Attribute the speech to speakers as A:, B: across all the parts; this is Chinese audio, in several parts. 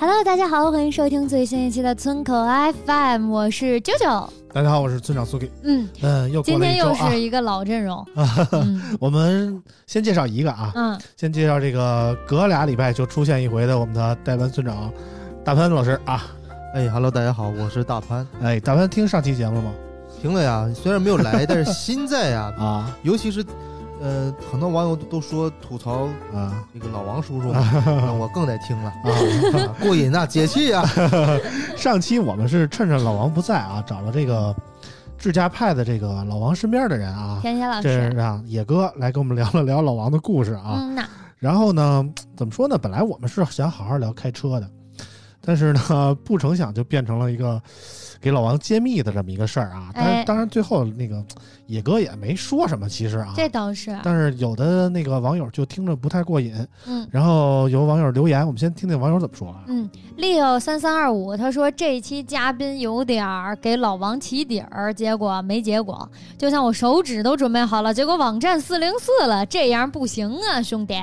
A: Hello，大家好，欢迎收听最新一期的村口 FM，我是啾啾。
B: 大家好，我是村长苏 K。
A: 嗯，
B: 嗯，又过
A: 今
B: 了
A: 天
B: 一周
A: 又
B: 啊
A: 是，一个老 阵容。嗯
B: 我们先介绍一个啊，
A: 嗯，
B: 先介绍这个隔俩礼拜就出现一回的我们的代班村长大潘老师啊。
C: 哎哈喽，大家好，我是大潘。
B: 哎，大潘听上期节目了吗？
C: 听了呀，虽然没有来， 但是心在呀，
B: 啊
C: 尤其是，呃，很多网友都说吐槽
B: 啊
C: 这个老王叔叔，让我更得听了，啊，过瘾呐、解气呀、
B: 上期我们是趁着老王不在啊，找了这个智家派的这个老王身边的人啊，
A: 甜甜老
B: 这
A: 师。
B: 是啊野哥来跟我们聊了聊老王的故事啊。
A: 嗯呐，
B: 然后呢，怎么说呢？本来我们是想好好聊开车的，但是呢，不成想就变成了一个给老王揭秘的这么一个事儿啊。但
A: 哎
B: 是当然最后那个野哥也没说什么，其实啊。
A: 这倒是。
B: 但是有的那个网友就听着不太过瘾，
A: 嗯
B: 然后有网友留言，我们先听听网友怎么说啊。
A: 嗯，Leo 三三二五他说这期嘉宾有点儿给老王起底儿，结果没结果，就像我手指都准备好了，结果网站四零四了，这样不行啊，兄弟。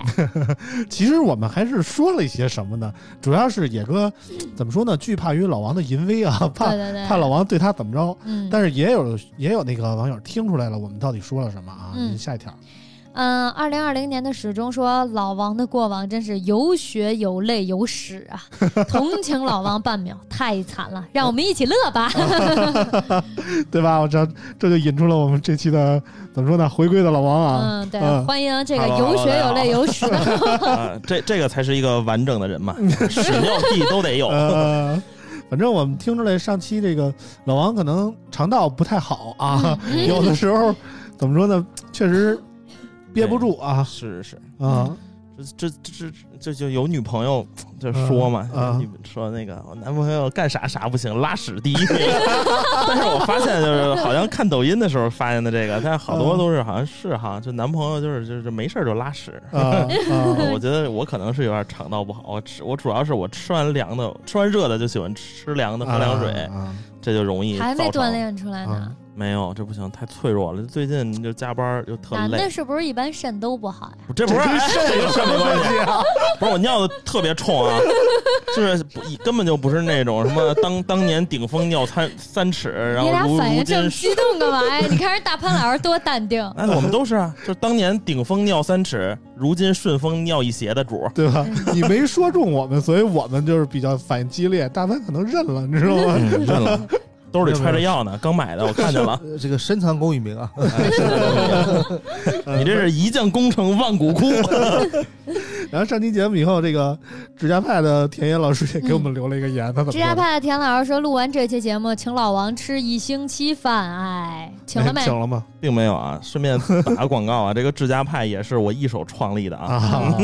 B: 其实我们还是说了一些什么呢？主要是野哥怎么说呢？惧怕于老王的淫威 啊， 怕
A: 对对对，
B: 怕老王对他怎么着。
A: 嗯。
B: 但是也有也有那个网友听出来了，我们到底说了什么啊？
A: 嗯
B: 您下一条，
A: 嗯，二零二零年的始终说老王的过往真是有血有泪有屎 啊！同情老王半秒，太惨了，让我们一起乐 吧。
B: 啊对吧？我这这就引出了我们这期的怎么说呢？回归的老王啊，
A: 嗯，对，
B: 嗯
A: 欢迎这个
D: Hello，
A: 有血
D: hello，
A: 有泪有屎。
D: 啊，这这个才是一个完整的人 嘛，屎尿屁都得有。
A: 嗯
B: 呃，反正我们听出来上期这个老王可能肠道不太好啊，
A: 嗯
B: 有的时候怎么说呢？确实憋不住啊
D: 是是
A: 嗯
B: 啊，
D: 是，这这这这就有女朋友就说嘛，
B: 嗯嗯
D: 你们说那个我男朋友干啥啥不行，拉屎第一名。 但是我发现就是好像看抖音的时候发现的这个，但是好
B: 嗯
D: 多都是好像是哈，就男朋友就是就是没事儿就拉屎。
B: 啊啊
D: 我觉得我可能是有点肠道不好，我吃我主要是我吃完凉的，吃完热的就喜欢吃凉的喝凉水，
B: 啊啊
D: 这就容易
A: 还没
D: 造成
A: 锻炼出来呢
B: 啊，
D: 没有，这不行，太脆弱了。最近就加班又特
A: 男的
D: 累，
A: 是不是一般肾都不好呀？
D: 这不是
B: 这跟
D: 哎
B: 肾有什么关系啊？
D: 不是我尿的特别冲啊，就是不根本就不是那种什么当当年顶峰尿三三尺，然
A: 你
D: 后
A: 俩
D: 如
A: 反
D: 如
A: 应这
D: 今
A: 么
D: 是。
A: 激动干嘛呀？你看人大潘老师多 淡定。
D: 哎，我们都是啊，就是当年顶峰尿三尺，如今顺风尿一鞋的主儿。
B: 对吧？你没说中我们，所以我们就是比较反应激烈。大潘可能认了，你知道 吗？
D: 嗯，认了，兜里揣着药呢，刚买的，我看见了。
C: 呃这个深藏功与名啊，
D: 你这是一将功成万骨枯。
B: 然后上期节目以后，这个指甲派的田野老师也给我们留了一个言，他怎么
A: 指
B: 说的
A: 甲派的田老师说，录完这期节目，请老王吃一星期饭，哎，请
B: 哎
A: 了没？
B: 请了吗？
D: 并没有啊，顺便打个广告啊，这个智家派也是我一手创立的
B: 啊
D: 啊。
B: 啊，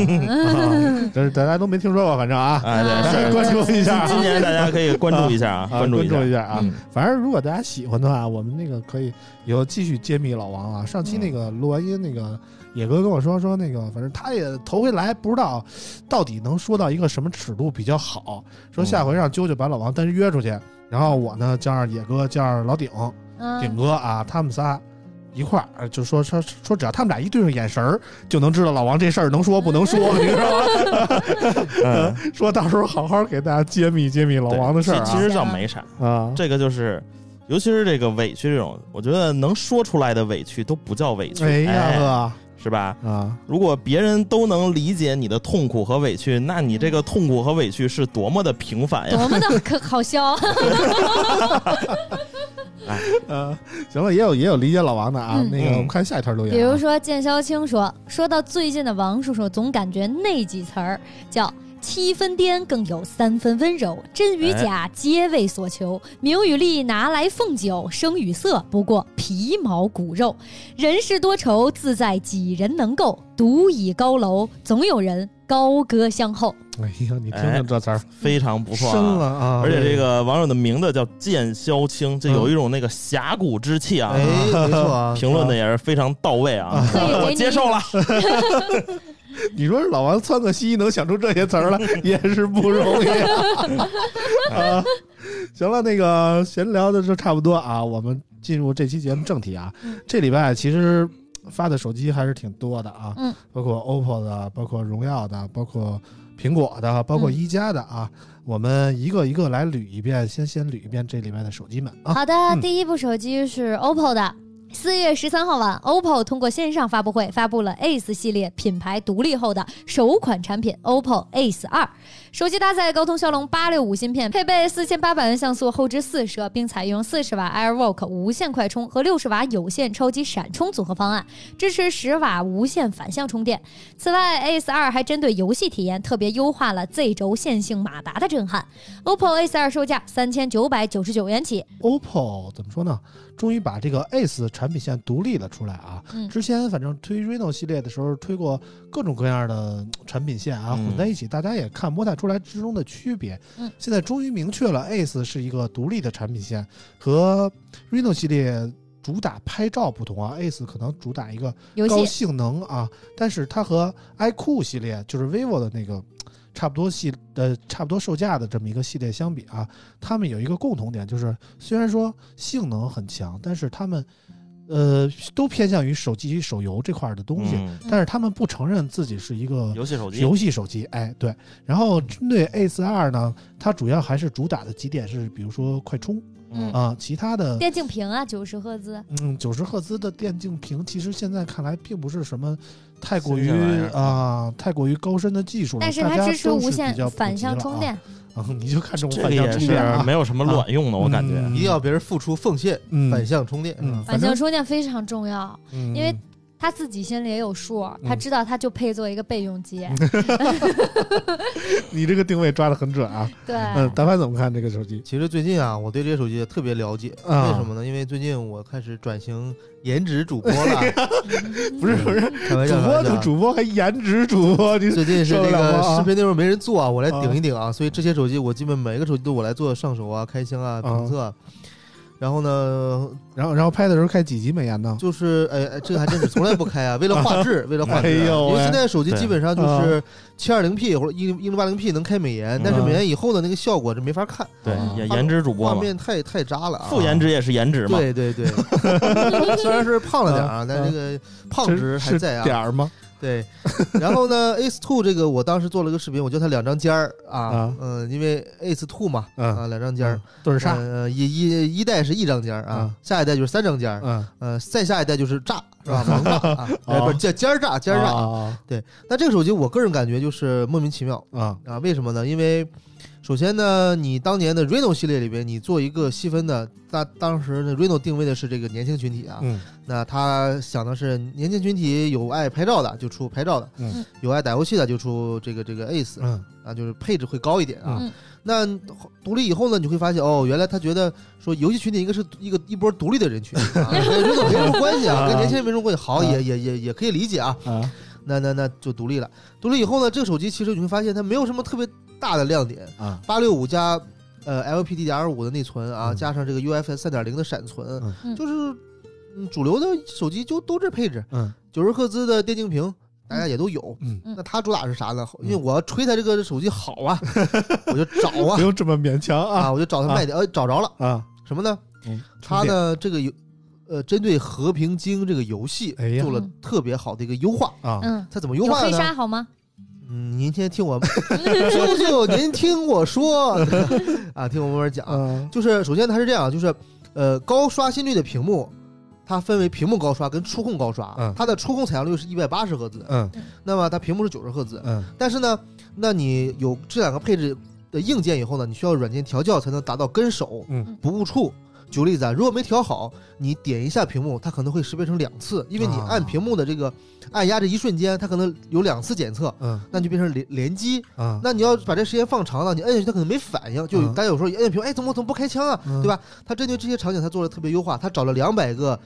B: 这是大家都没听说过，反正啊，
D: 哎，对，是
B: 关注一下啊
D: 今年大家可以关注一下啊，
B: 啊，关
D: 注一下。
B: 下啊
D: 嗯。
B: 反正如果大家喜欢的话，我们那个可以以后继续揭秘老王啊。上期那个录完音，那个野哥跟我说说那个，反正他也头回来，不知道到底能说到一个什么尺度比较好。说下回让啾啾把老王单约出去，然后我呢叫上野哥，叫上老顶顶
A: 嗯，
B: 哥啊，他们仨。一块儿呃就说说说，只要他们俩一对上眼神儿，就能知道老王这事儿能说不能说，你知道吗？
D: 嗯，
B: 说到时候好好给大家揭秘揭秘老
D: 对
B: 王的事儿啊。
D: 其其实倒没啥，
B: 啊，
D: 这个就是，尤其是这个委屈这种，我觉得能说出来的委屈都不叫委屈，
B: 哎呀
D: 哎
B: 呵
D: 是吧？
B: 啊，
D: 如果别人都能理解你的痛苦和委屈，那你这个痛苦和委屈是多么的平凡呀！
A: 多么的可好笑。啊
B: 呃，行了，也有也有理解老王的啊。
A: 嗯
B: 那个，我们
D: 嗯
B: 看下一条留言啊、
A: 比如说，剑霄青说，说到最近的王叔叔，总感觉那几词儿叫七分颠更有三分温柔，真与假皆为所求，名与利拿来奉酒，声与色不过皮毛骨肉。人世多愁，自在几人能够？独倚高楼，总有人高歌相候。
B: 哎呀，你听听这词儿，
D: 非常不错、啊，
B: 深了啊！
D: 而且这个网友的名字叫剑萧青，这
B: 嗯
D: 有一种那个峡谷之气啊。
C: 哎，没错啊，
D: 评论的也是非常到位啊，
A: 可以给你
D: 我接受了。
B: 你说老王窜个稀能想出这些词儿来，也是不容易啊。 啊行了，那个闲聊的就差不多啊，我们进入这期节目正题啊。
A: 嗯
B: 这礼拜其实发的手机还是挺多的啊，
A: 嗯
B: 包括 OPPO 的，包括荣耀的，包括苹果的，包括
A: 嗯
B: 一加的啊。我们一个一个来捋一遍，先先捋一遍这礼拜的手机们啊。
A: 好的，
B: 嗯
A: 第一部手机是 OPPO 的。四月十三号晚，OPPO 通过线上发布会发布了 Ace 系列品牌独立后的首款产品 OPPO Ace 二。手机搭载高通骁龙八六五芯片，配备四千八百万像素后置四摄，并采用四十瓦 AirWalk 无线快充和六十瓦有线超级闪充组合方案，支持十瓦无线反向充电。此外，Ace 二还针对游戏体验特别优化了 Z 轴线性马达的震撼。OPPO Ace 二售价三千九百九十九元起，
B: OPPO 怎么说呢？终于把这个 Ace 产品线独立了出来啊！
A: 嗯
B: 之前反正推 Reno 系列的时候，推过各种各样的嗯产品线啊，
D: 嗯
B: 混在一起，大家也看摸不太出来之中的区别。
A: 嗯
B: 现在终于明确了 Ace 是一个独立的产品线，和 Reno 系列主打拍照不同啊，Ace 可能主打一个
A: 游
B: 高
A: 戏
B: 性能啊，但是它和 iQOO 系列就是 vivo 的那个差不多系呃差不多售价的这么一个系列相比啊，它们有一个共同点，就是虽然说性能很强，但是它们呃都偏向于手机手游这块儿的东西，
D: 嗯
B: 但是他们不承认自己是一个
D: 游戏手机，
B: 游戏手机，哎，对。然后针对 Ace 二呢，它主要还是主打的几点是，比如说快充
D: 嗯
B: 啊、其他的
A: 电竞屏啊，九十赫兹，
B: 嗯，九十赫兹的电竞屏，其实现在看来并不是什么太过
D: 新
B: 于
D: 鲜玩意儿嗯
B: 啊、太过于高深的技术了，
A: 但是
B: 大
A: 它
B: 家
A: 支持
B: 都是
A: 无
B: 比较
A: 线
B: 普
A: 反
B: 及
A: 向
B: 了
A: 充
B: 啊
A: 电。
B: 啊， 你就看中
D: 这
B: 反
D: 个
B: 向
D: 也
B: 充
D: 是
B: 电啊，
D: 没有什么卵用的，我感觉。啊
B: 嗯
C: 一定要别人付出奉献，
B: 嗯
C: 反向充电，啊
B: 嗯，
A: 反
B: 反
A: 向
B: 正嗯
A: 充电非常重要，
B: 因
A: 为他自己心里也有数，
B: 嗯
A: 他知道他就配做一个备用机。
B: 你这个定位抓的很准啊。
A: 对，
B: 嗯，大凡怎么看这个手机？
C: 其实最近啊，我对这些手机也特别了解，
B: 啊
C: 为什么呢？因为最近我开始转型颜值主播了，
B: 不是不是，
C: 开玩
B: 主
C: 笑，啊开
B: 播
C: 玩
B: 的
C: 笑。
B: 主播还颜值主播， 你
C: 最近是
B: 受
C: 那
B: 不了
C: 个
B: 啊
C: 视频内容没人做啊，我来
B: 啊
C: 顶一顶啊，所以这些手机我基本每个手机都我来做上手啊、开箱啊、评测啊。然后呢，
B: 然后然后拍的时候开几级美颜呢？
C: 就是哎哎，这个还真是从来不开啊，为了画质，为了画质
B: 哎
C: 啊。
B: 呦
C: 因为
B: 喂
C: 现在手机
D: 对
C: 基本上就是七二零 P 或者一一零八零 P 能开美颜，但是
B: 嗯
C: 美颜以后的那个效果是没法看，
D: 对
B: 啊，
D: 颜颜值主播
C: 画
D: 嘛，
C: 面太太渣了啊。
D: 副颜值也是颜值嘛。
C: 对对对，虽然是胖了点儿啊，但这个胖
B: 这
C: 值还
B: 是
C: 在
B: 点
C: 啊。
B: 儿吗？
C: 对，然 后呢，Ace Two 这个我当时做了个视频，我叫它两张尖儿啊
B: 啊，
C: 嗯，因为 Ace Two 嘛，
B: 嗯
C: 啊，两张尖儿，
B: 都是
C: 呃
B: 啥？
C: 呃，一一一代是一张尖儿啊
B: 嗯，
C: 下一代就是三张尖儿，
B: 嗯，
C: 呃，再下一代就是炸是 吧？王炸啊，
B: 哦
C: 哎不是叫尖儿炸，尖儿炸。
B: 啊
C: 那这个手机我个人感觉就是莫名其妙
B: 啊
C: 啊，为什么呢？因为首先呢，你当年的 Reno 系列里边，你做一个细分的，那当时的 Reno 定位的是这个年轻群体啊，
B: 嗯
C: 那他想的是年轻群体有爱拍照的就出拍照的，
B: 嗯
C: 有爱打游戏的就出这个这个 Ace
B: 嗯
C: 啊，就是配置会高一点啊。
A: 嗯
C: 那独立以后呢，你会发现哦，原来他觉得说游戏群体应该是一个一波独立的人群， 啊、跟这个没什么关系啊，
B: 啊
C: 跟年轻人没什么关系。好，
B: 啊
C: 也也也也可以理解啊。
B: 啊
C: 那那那就独立了。独立以后呢，这个手机其实你会发现它没有什么特别大的亮点，
B: 啊
C: 八六五加呃 LPDDR 5的内存啊，
B: 嗯
C: 加上这个 UFS 三点零的闪存，
A: 嗯
C: 就是嗯主流的手机就都这配置，
B: 嗯
C: 九十赫兹的电竞屏。大家也都有，
B: 嗯，
C: 那它主打是啥呢？
B: 嗯
C: 因为我要吹它这个手机好啊，我就找啊
B: 不，用这么勉强啊
C: 啊，我就找它卖点，呃，找着了
B: 啊！
C: 什么呢？
B: 嗯
C: 它呢这个游，呃，针对《和平精英》这个游戏
B: 哎呀
C: 做了特别好的一个优化。
B: 啊
A: 嗯，
C: 它怎么优
A: 有
C: 化的
A: 黑
C: 呢？
A: 鲨好吗？
C: 嗯，您 先听我，舅舅，您听我说 啊，听我慢慢讲啊。
B: 嗯
C: 就是首先它是这样，就是呃高刷新率的屏幕，它分为屏幕高刷跟触控高刷。
B: 嗯
C: 它的触控采样率是一百八十赫兹，
B: 嗯
C: 那么它屏幕是九十赫兹。
B: 嗯
C: 但是呢，那你有这两个配置的硬件以后呢，你需要软件调教才能达到跟手、
B: 嗯
C: 不误触举个例子啊，如果没调好，你点一下屏幕，它可能会识别成两次，因为你
B: 啊
C: 按屏幕的这个按压这一瞬间，它可能有两次检测，
B: 嗯
C: 那就变成连连击。
B: 嗯，
C: 那你要把这时间放长了，你摁下去它可能没反应，就
B: 嗯
C: 大家有时候一摁屏幕，哎，怎么怎么不开枪啊，
B: 嗯
C: 对吧？它针对这些场景，它做了特别优化，它找了两百个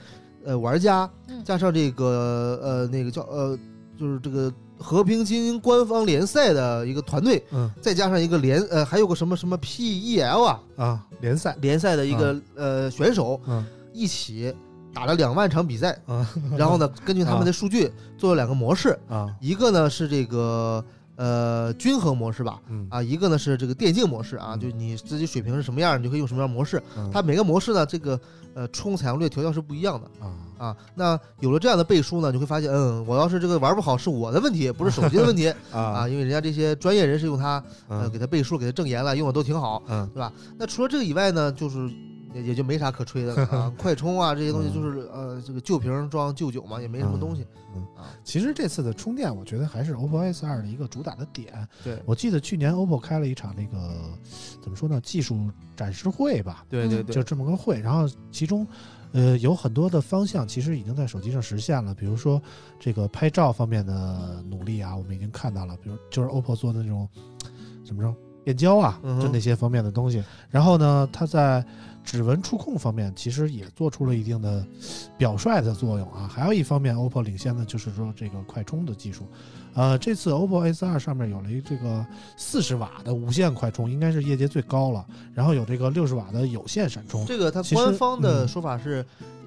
C: 呃玩家
A: 嗯，
C: 加上这个呃那个叫呃就是这个和平精英官方联赛的一个团队，
B: 嗯
C: 再加上一个联呃还有个什么什么 PEL 啊
B: 啊，联赛，
C: 联赛的一个、呃选手
B: 嗯
C: 一起打了两万场比 赛，
B: 啊
C: 然后呢根据他们
B: 嗯
C: 的数据做了两个模式，
B: 啊，
C: 一个呢是这个呃均衡模式吧。
B: 嗯
C: 啊，一个呢是这个电竞模式啊，
B: 嗯
C: 就你自己水平是什么样，你就可以用什么样的模式。
B: 嗯
C: 它每个模式呢，这个呃冲采样率调教是不一样的
B: 啊，
C: 啊。那有了这样的背书呢，你会发现，嗯，我要是这个玩不好是我的问题，不是手机的问题啊，
B: 啊
C: 因为人家这些专业人士用它呃
B: 嗯
C: 给它背书，给它证言了，用的都挺好。
B: 嗯
C: 那除了这个以外呢，就是。也也就没啥可吹的了 啊，快充啊这些东西
B: 嗯
C: 就是呃，这个旧瓶装旧酒嘛，也没什么东西。
B: 其实这次的充电，我觉得还是 OPPO S 二的一个主打的点。
C: 对
B: 我记得去年 OPPO 开了一场那个怎么说呢，技术展示会吧，
C: 对
A: 对
B: 就这么个会。然后其中，呃，有很多的方向其实已经在手机上实现了，比如说这个拍照方面的努力啊，我们已经看到了，比如就是 OPPO 做的那种怎么说变焦啊，
C: 嗯哼
B: 就那些方面的东西。然后呢，它在指纹触控方面其实也做出了一定的表率的作用啊。还有一方面，OPPO 领先的就是说这个快充的技术。呃，这次 OPPO S 二上面有了一这个四十瓦的无线快充，应该是业界最高了。然后有这个六十瓦的有线闪充，
C: 这个它
B: 其实
C: 官方的
B: 嗯
C: 说法是，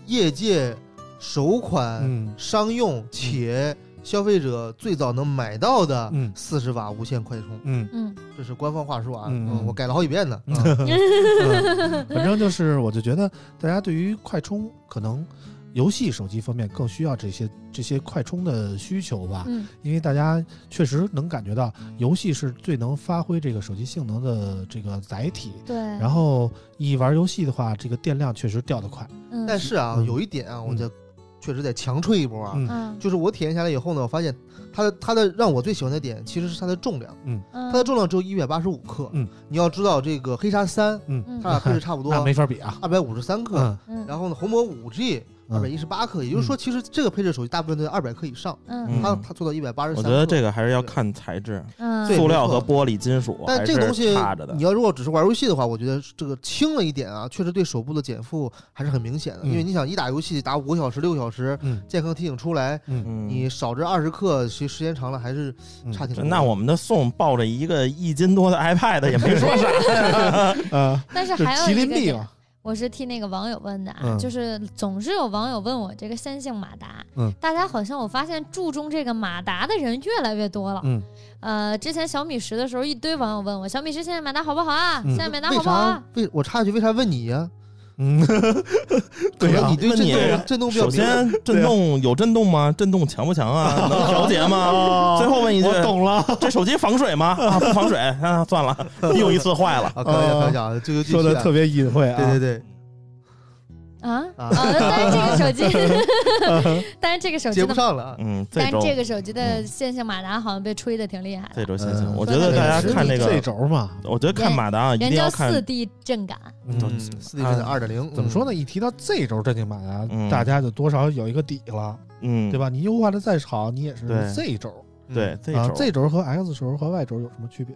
C: 业界首款
B: 嗯
C: 商用且消费者最早能买到的
B: 嗯
C: 四十瓦无线快充，
B: 嗯，
A: 嗯，
C: 这是官方话术啊，
B: 嗯
C: 嗯我改了好几遍呢。啊
B: 嗯反正就是我就觉得大家对于快充可能。游戏手机方面更需要这些这些快充的需求吧，
A: 嗯
B: 因为大家确实能感觉到游戏是最能发挥这个手机性能的这个载体。
A: 对。
B: 然后一玩游戏的话，这个电量确实掉得快。
A: 嗯
C: 但是啊，
B: 嗯
C: 有一点啊，我
B: 嗯
C: 得确实得强吹一波啊，
B: 嗯
A: 嗯，
C: 就是我体验下来以后呢，我发现它的它的让我最喜欢的点其实是它的重量，它
A: 它
C: 的重量只有一百八十五克。
B: 嗯，
C: 你要知道这个黑鲨三，
B: 嗯，
C: 它俩配置差不多
B: 那没法比啊。
C: 二百五十三克，
B: 嗯
A: 嗯
C: 然后呢，红魔五 G 二百
B: 嗯
C: 一十八克，也就是说，其实这个配置手机大部分都在二百克以上，
A: 嗯
C: 它
D: 嗯
C: 它做到一百八十
D: 我
C: 三。
D: 觉得这个还是要看材质，
A: 嗯
C: 对
D: 塑料
C: 没
D: 和
C: 错
D: 玻璃、金属
C: 但
D: 还
C: 这个东
D: 是
C: 西
D: 差着，的
C: 你。要如果只是玩游戏的话，我觉得这个轻了一点啊，确实对手部的减负还是很明显的。
B: 嗯
C: 因为你想，一打游戏打五个小时、六个小时，
B: 嗯
C: 健康提醒出来，
B: 嗯
D: 嗯，
C: 你少这二十克，其实时间长了还是
B: 嗯
C: 差挺
D: 这
C: 多。
D: 那我们的宋抱着一个一斤多的 iPad 也没说啥呀，
B: 呃，
A: 但是
B: 就
A: 还有
B: 麒
A: 一个
B: 麟臂
A: 点
B: 了。
A: 我是替那个网友问的啊，
B: 嗯
A: 就是总是有网友问我这个三姓马达，
B: 嗯
A: 大家好像我发现注重这个马达的人越来越多了。
B: 嗯
A: 呃，之前小米十的时候，一堆网友问我小米十现在马达好不好啊？
B: 嗯
A: 现在马达
C: 为
A: 好不好
C: 啥
A: 啊？
C: 为我插一句，为啥问你呀？
B: 嗯， 对啊
C: 可能
B: 呀
C: 你。对
D: 问
C: 震
D: 你
C: 动震动比较
D: 首
C: 敏感。
D: 先震动有震动吗？震动强不强啊？能调节吗？哦 最后问一句，
B: 我懂了，
D: 这手机防水吗？啊，不防水，啊，算了，用一次坏了。
C: 啊，开玩笑，开玩笑 啊，这个
B: 说的特别隐晦啊。
C: 对对对，
A: 啊
C: 啊
A: 但是这个手机，但是这个手机
C: 接不
A: 的，
C: 上了啊。
D: 嗯，这
A: 但是
D: 周
A: 这个手机的线性马达好像被吹的挺厉害的，
D: 这周行行，
B: 嗯
D: 我觉得大家看这
B: 这
D: 个，
B: 轴嘛，
D: 我觉得看马达啊一
A: 人
D: 定
A: 叫
D: 要看
A: 四 D 震感。
B: 嗯，
C: 四 D 的二点零，
B: 怎么说呢？
C: 嗯？
B: 一提到这轴正经马达
D: 嗯，
B: 大家就多少有一个底了，
D: 嗯，
B: 对吧？你优化的再好，你也是
D: 对
B: Z 轴
D: 嗯对，
C: 嗯
D: 这
B: 啊
D: 周
B: ，Z 轴和 X 轴和 Y 轴有什么区别？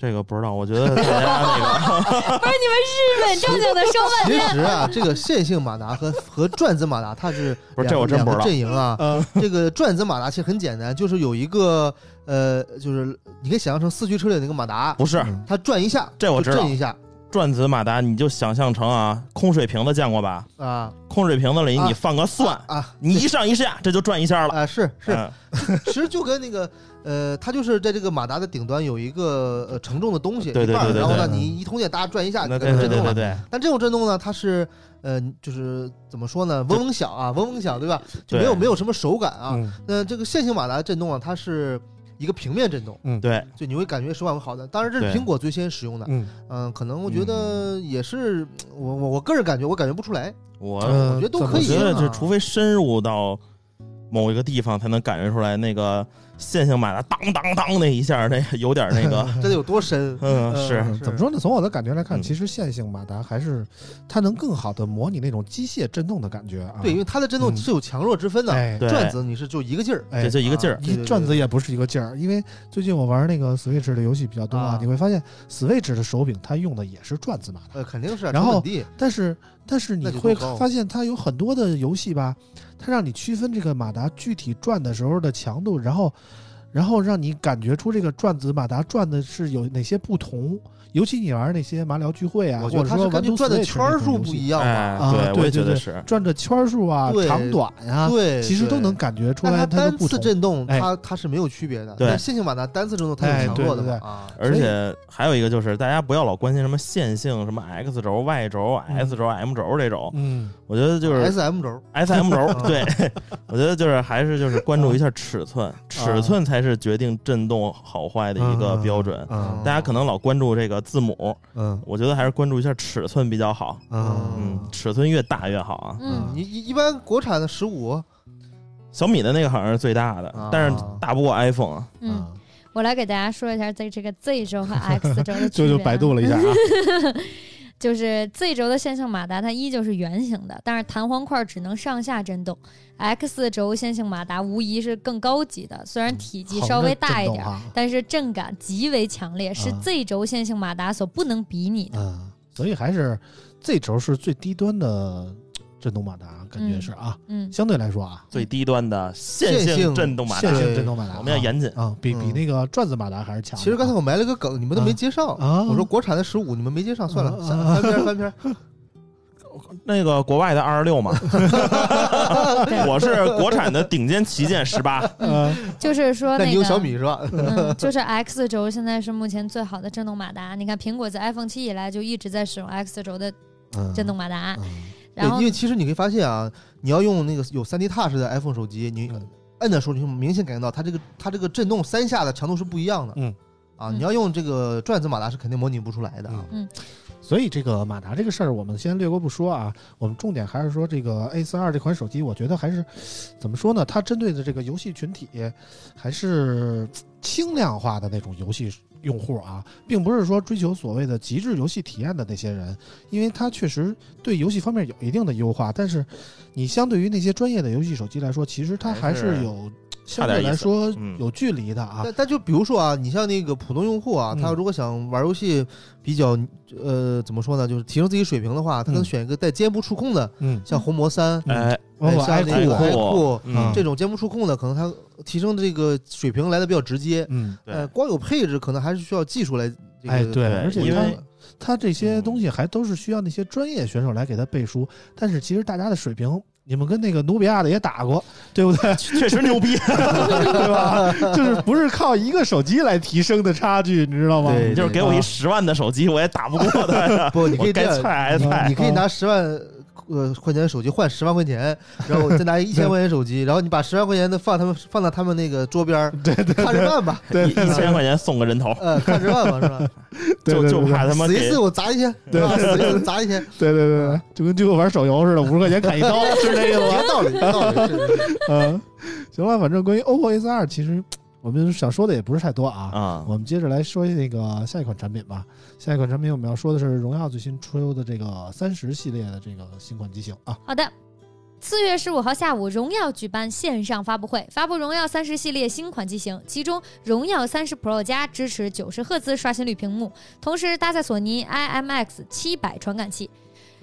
D: 这个不知道，我觉得大家那个
A: 不是你们日本正经的说问，
C: 其实啊，这个线性马达和和转子马达，它是
D: 不
C: 两
D: 是这我真
C: 两
D: 不
C: 个
D: 知道
C: 阵营啊。
B: 嗯
C: 这个转子马达其实很简单，就是有一个呃，就是你可以想象成四驱车里的那个马达，
D: 不是
B: 嗯
C: 它转一下，
D: 这我
C: 就
D: 知道
C: 震一下
D: 转子马达，你就想象成啊，空水瓶子见过吧？
C: 啊
D: 空水瓶子里
C: 啊
D: 你放个蒜，
C: 啊，
D: 你一上一下这就转一下了。
C: 啊是是，
D: 嗯
C: 其实就跟那个呃，它就是在这个马达的顶端有一个呃承重的东西，
D: 对对
C: 一半儿
D: 对对
C: 然后呢，
B: 对
C: 你一通电，大家转一下，
D: 那
C: 就
D: 对
C: 能
D: 对
C: 震
D: 对
C: 动
D: 对
C: 了。
D: 对
C: 但这种震动呢，它是呃，就是怎么说呢，嗡嗡响啊，嗡嗡响，对吧？就
D: 对
C: 没有没有什么手感啊。
B: 嗯
C: 那这个线性马达的震动啊，它是一个平面震动，
D: 对，
C: 就你会感觉手感会好的。当然这
D: 对
C: 是苹果最先使用的，
B: 嗯，
C: 嗯、可能我觉得也是，我我我个人感觉我感觉不出来，
D: 我
C: 嗯
B: 呃
C: 我觉得都
B: 怎么
C: 可
D: 我
C: 以
D: 觉得
C: 啊
D: 就除非深入到某一个地方才能感觉出来那个线性马达当当当那一下，那个有点那个，
C: 这得有多深？
D: 嗯，
C: 嗯
D: 是，
B: 嗯怎么说呢？从我的感觉来看，
D: 嗯
B: 其实线性马达还是它能更好的模拟那种机械震动的感觉啊。
C: 对，因为它的震动
B: 嗯
C: 是有强弱之分的，
B: 哎，
D: 对
C: 转子你是就一个劲儿，
B: 哎
D: 这就一个劲儿
C: 啊。对
B: 一转子也不是一个劲儿，因为最近我玩那个 Switch 的游戏比较多
C: 啊
B: 啊，你会发现 Switch 的手柄它用的也是转子马达，
C: 呃，肯定是啊。
B: 然后
C: 成本低
B: 但是但是你
C: 那就
B: 会
C: 更高
B: 发现它有很多的游戏吧，它让你区分这个马达具体转的时候的强度，然后然后让你感觉出这个转子马达转的是有哪些不同，尤其你玩那些麻聊聚会啊，
C: 我
B: 或
C: 觉
B: 者
C: 得它
B: 说玩
C: 是根据
B: 通
C: 转的
B: Switch
C: 圈儿
B: 那种
C: 数
B: 游
C: 不
B: 戏
C: 一样
D: 哎
C: 嘛，
B: 啊，
D: 我也
B: 对对
D: 觉得
B: 对
D: 是，
B: 转的圈数啊、
C: 对
B: 长短啊，
C: 对，
B: 其实都
C: 对
B: 能。感觉出
C: 但它
B: 来它的
C: 单
B: 不
C: 次
B: 同。
C: 震动，
B: 哎
C: 它它是没有区别的。
D: 对
C: 但线性马达单次震动它
B: 哎
C: 有强弱的
B: 对
C: 嘛
B: 对
C: 啊。
D: 而且还有一个就是，大家不要老关心什么线性，什么 X 轴、Y 轴、S 轴、M 轴这种，
B: 嗯，
D: 我觉得就是
C: S M 轴，
D: S M 轴
C: 嗯，
D: 对，我觉得就是还是就是关注一下尺寸，尺寸才是决定震动好坏的一个标准。
B: 嗯
D: 大家可能老关注这个字母，
B: 嗯
D: 我觉得还是关注一下尺寸比较好。
B: 嗯
D: 嗯，尺寸越大越好啊。
A: 嗯，
C: 你一一般国产的十五，
D: 小米的那个好像是最大
C: 啊
D: 的，但是大不过 iPhone 啊。
A: 嗯，我来给大家说一下这这个 Z 轴和 X 轴的
B: 舅
A: 区别、
B: 舅
A: 啊。
B: 百度了一下 啊，
A: 就是 Z 轴的线性马达，它依旧是圆形的，但是弹簧块只能上下震动。X 轴线性马达无疑是更高级的，虽然体积稍微大一点儿，
B: 好那
A: 但是震感极为强烈，是
B: 啊
A: Z 轴线性马达所不能比拟
B: 震动啊，
A: 的。
B: 嗯，所以还是 Z 轴是最低端的震动马达，感觉是啊，
A: 嗯，
B: 相对来说啊，
D: 最低端的线
C: 线性
D: 性震动马达
B: 线，性震动马达，
D: 我们要严谨。
B: 啊，比比
C: 嗯
B: 那个转子马达还是强的啊。
C: 其实刚才我埋了个梗，你们都没接上。
B: 啊
C: 我说国产的十五，你们没接上，算了，
B: 啊
C: 下
B: 啊
C: 翻篇儿翻 篇儿。
D: 那个国外的二十六嘛，我是国产的顶尖旗舰十八。
B: 呃
A: 就是说
C: 那
A: 那
C: 你
A: 个，
C: 有小米是吧？
A: 嗯，就是 X 轴现在是目前最好的震动马达。你看，苹果自 iPhone 七以来就一直在使用 X 轴的
B: 嗯
A: 震动马达，
B: 嗯
C: 对
A: 然，后
C: 因为其实你会发现啊，你要用那个有3 D Touch 的 iPhone 手机，你
B: 嗯
C: 摁的时候，你就明显感觉到它这个它这个震动三下的强度是不一样的。
B: 嗯，
C: 啊，
A: 嗯
C: 你要用这个转子马达是肯定模拟不出来
B: 嗯
C: 的啊。
B: 所以这个马达这个事儿，我们先略过不说啊，我们重点还是说这个 A 3 2这款手机，我觉得还是怎么说呢？它针对的这个游戏群体还是轻量化的那种游戏用户啊，并不是说追求所谓的极致游戏体验的那些人，因为它确实对游戏方面有一定的优化，但是你相对于那些专业的游戏手机来说，其实它还
D: 还
B: 是
D: 是
B: 有
D: 差
B: 相对
D: 点意思
B: 来说
D: 嗯
B: 有距离的啊。
C: 但但就比如说啊，你像那个普通用户啊，
B: 嗯
C: 他如果想玩游戏比较呃怎么说呢，就是提升自己水平的话，他可能
B: 嗯
C: 选一个带肩部触控的，
B: 嗯，
C: 像红魔三，
B: 嗯
D: 哎，
B: 包括
C: 像那
B: 爱
C: 个
B: 酷啊
C: 爱酷
D: 酷，
B: 啊
D: 嗯，
C: 这种肩部触控的，可能它提升的这个水平来的比较直接。
B: 嗯，
D: 对
C: 呃，光有配置可能还是需要技术来这个。
B: 哎对
D: 而且
C: 因
D: 因
C: 为
D: 为
B: 他这些东西还都是需要那些专业选手来给他背书，但是其实大家的水平，你们跟那个努比亚的也打过，对不对？
D: 确实牛逼。
B: 对吧？就是不是靠一个手机来提升的差距，你知道吗？啊
C: 对。
D: 嗯就是给我一十万的手机，我也打不过他呀
C: 不，你可以这
D: 我该
C: 样，
D: 踹还
B: 菜
D: 踹
C: 你可以拿十万呃块钱的手机换十万块钱，然后再拿一千块钱手机，然后你把十万块钱的放他们放到他们那个桌边儿，
B: 对对
C: 看着办吧，
B: 对
D: 一一千块钱送个人头，
C: 呃，看着办吧，是吧？
B: 对
D: 就
B: 对
D: 就
B: 对
D: 怕他妈
C: 死一
D: 给
C: 次我砸一千，
B: 对
C: 是吧死一次砸一千，
B: 对对对对，就跟最后玩手游似的，五十块钱砍一刀，是这意思
C: 一
B: 吗？
C: 个道理，一个道理。是是是
B: 嗯，行了，反正关于 OPPO A 3 2其实我们想说的也不是太多啊。
D: 啊
B: 我们接着来说那个下一款产品吧。下一款产品我们要说的是荣耀最新出的这个三十系列的这个新款机型啊。
A: 好的。四月十五号下午，荣耀举办线上发布会，发布荣耀三十系列新款机型，其中荣耀三十 Pro 加支持九十赫兹刷新率屏幕，同时搭载索尼 IMX 七百传感器。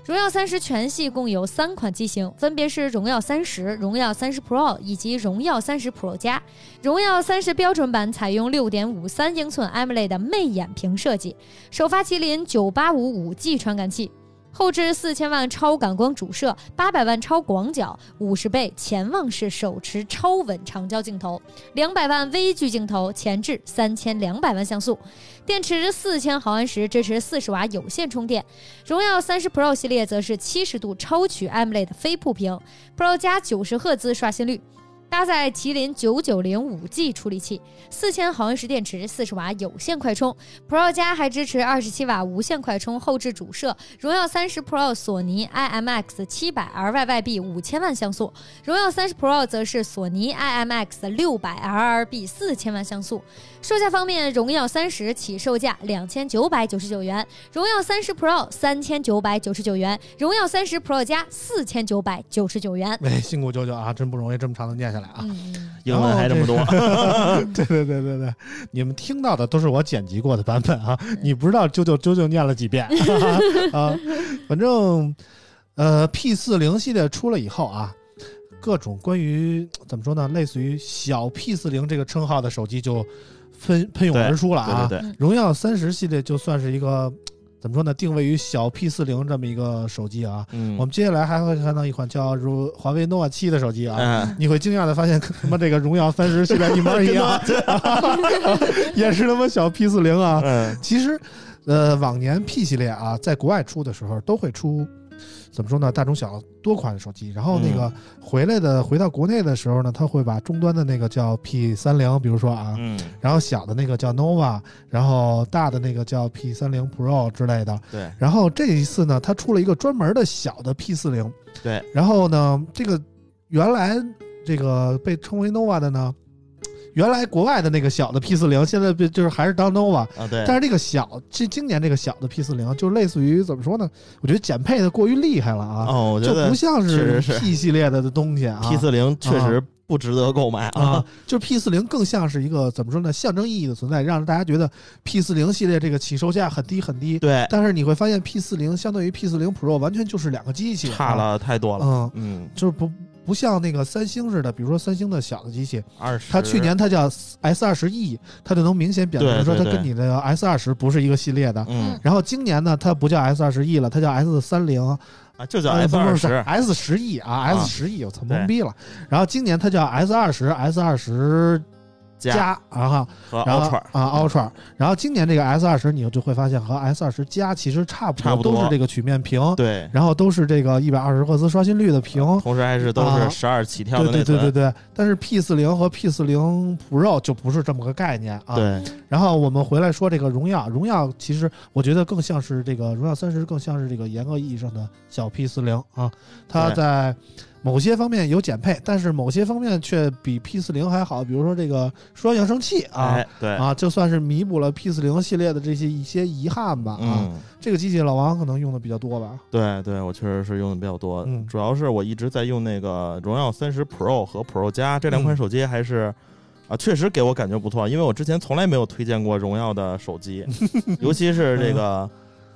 A: 荣耀三十全系共有三款机型，分别是荣耀三十、荣耀三十 Pro 以及荣耀三十 Pro 加。荣耀三十标准版采用六点五三英寸 AMOLED E 的媚眼屏设计，首发麒麟九八五五 G 传感器，后置四千万超感光主摄，八百万超广角，五十倍潜望式手持超稳长焦镜头，两百万微距镜头，前置三千两百万像素，电池四千毫安时，支持四十瓦有线充电。荣耀三十 Pro E 系列则是七十度超曲 AMOLED 非瀑屏，Pro 加九十赫兹刷新率。搭载麒麟九九零五 G 处理器，四千毫安时电池，四十瓦有线快充。Pro 加还支持二十七瓦无线快充，后置主摄。荣耀三十 Pro 索尼 IMX 七百 RYYB 五千万像素，荣耀三十 Pro 则是索尼 IMX 六百 RRB 四千万像素。售价方面，荣耀三十起售价两千九百九十九元，荣耀三十 Pro 三千九百九十九元，荣耀三十 Pro 加四千九百九十九元。
B: 哎，辛苦舅舅啊，真不容易，这么长的念下来啊。
A: 嗯，
D: 英文还这么多，
B: 对对对对对，你们听到的都是我剪辑过的版本啊，你不知道啾啾啾啾念了几遍啊，反正呃 P 四零系列出了以后啊，各种关于怎么说呢，类似于小 P 四零这个称号的手机就喷喷涌而出了啊，
D: 对对对，
B: 荣耀三十系列就算是一个怎么说呢，定位于小 P 四零这么一个手机啊。
D: 嗯，
B: 我们接下来还会看到一款叫如华为 nova 七的手机啊，
D: 嗯，
B: 你会惊讶的发现， 跟他妈这个荣耀三十系列一模一 样， 也是他妈小 P 四零啊。
D: 嗯
B: 其实，呃，往年 P 系列啊，在国外出的时候都会出，怎么说呢，大中小多款手机。然后那个回来的回到国内的时候呢，他会把终端的那个叫 P 三零，比如说啊，
D: 嗯，
B: 然后小的那个叫 nova，然后大的那个叫 P 三零 Pro 之类的。
D: 对，
B: 然后这一次呢，它出了一个专门的小的 P 四零。
D: 对。
B: 然后呢，这个原来这个被称为 nova 的呢，原来国外的那个小的 P 四零，现在被就是还是当 nova。
D: 啊对，
B: 但是这个小，这今年这个小的 P 四零，就类似于怎么说呢？我觉得减配的过于厉害了啊，
D: 哦，我觉
B: 就
D: 得
B: 不像
D: 确实
B: 是
D: 是
B: P 系列的的东西啊。
D: P 四零确实不值得购买
B: 啊，，就是 P 四零更像是一个怎么说呢，象征意义的存在，让大家觉得 P 四零系列这个起售价很低很低。
D: 对，
B: 但是你会发现 P 四零相对于 P 四零 Pro 完全就是两个机器，
D: 差了太多了，
B: 嗯，
D: 嗯，
B: 就是不不像那个三星似的，比如说三星的小的机器，
D: 二十，
B: 它去年它叫 S 二十 E，它就能明显表
D: 对
B: 明说它
D: 对对
B: 跟你的 S 二十不是一个系列的。
D: 嗯
B: 然后今年呢，它不叫 S 二十 E 了，它叫 S 三零，
D: 啊，就叫
B: 呃
D: S
B: 不
D: 二
B: 是不是
D: 十，
B: S 十 E 啊
D: 啊
B: ，S 十 E，我操，懵逼了。然后今年它叫 S 二十，S 二十
D: 加
B: 然后
D: 和
B: 然后
D: Ultra
B: 啊 Ultra，然后今年这个 S 二十你就会发现和 S 二十加其实差不
D: 差不多
B: 都是这个曲面屏，
D: 对，
B: 然后都是这个一百二十赫兹刷新率的屏，
D: 同时还是都是
B: 啊
D: 十二起跳
B: 对
D: 的
B: 对
D: 内
B: 对对
D: 存，
B: 对。但是 P 四零和 P 四零 Pro 就不是这么个概念啊。然后我们回来说这个荣耀，荣耀其实我觉得更像是这个荣耀三十，更像是这个严格意义上的小 P 四零啊，它
D: 对
B: 在某些方面有减配，但是某些方面却比 P 四零还好，比如说这个双扬声器啊。
D: 哎对，
B: 啊，就算是弥补了 P 四零系列的这些一些遗憾吧。啊，
D: 嗯。
B: 这个机器老王可能用的比较多吧。
D: 对对，我确实是用的比较多，
B: 嗯
D: 主要是我一直在用那个荣耀三十 Pro 和 Pro 加这两款
B: 嗯
D: 手机，还是、啊，确实给我感觉不错，因为我之前从来没有推荐过荣耀的手 机，尤其
B: 嗯
D: 是这个。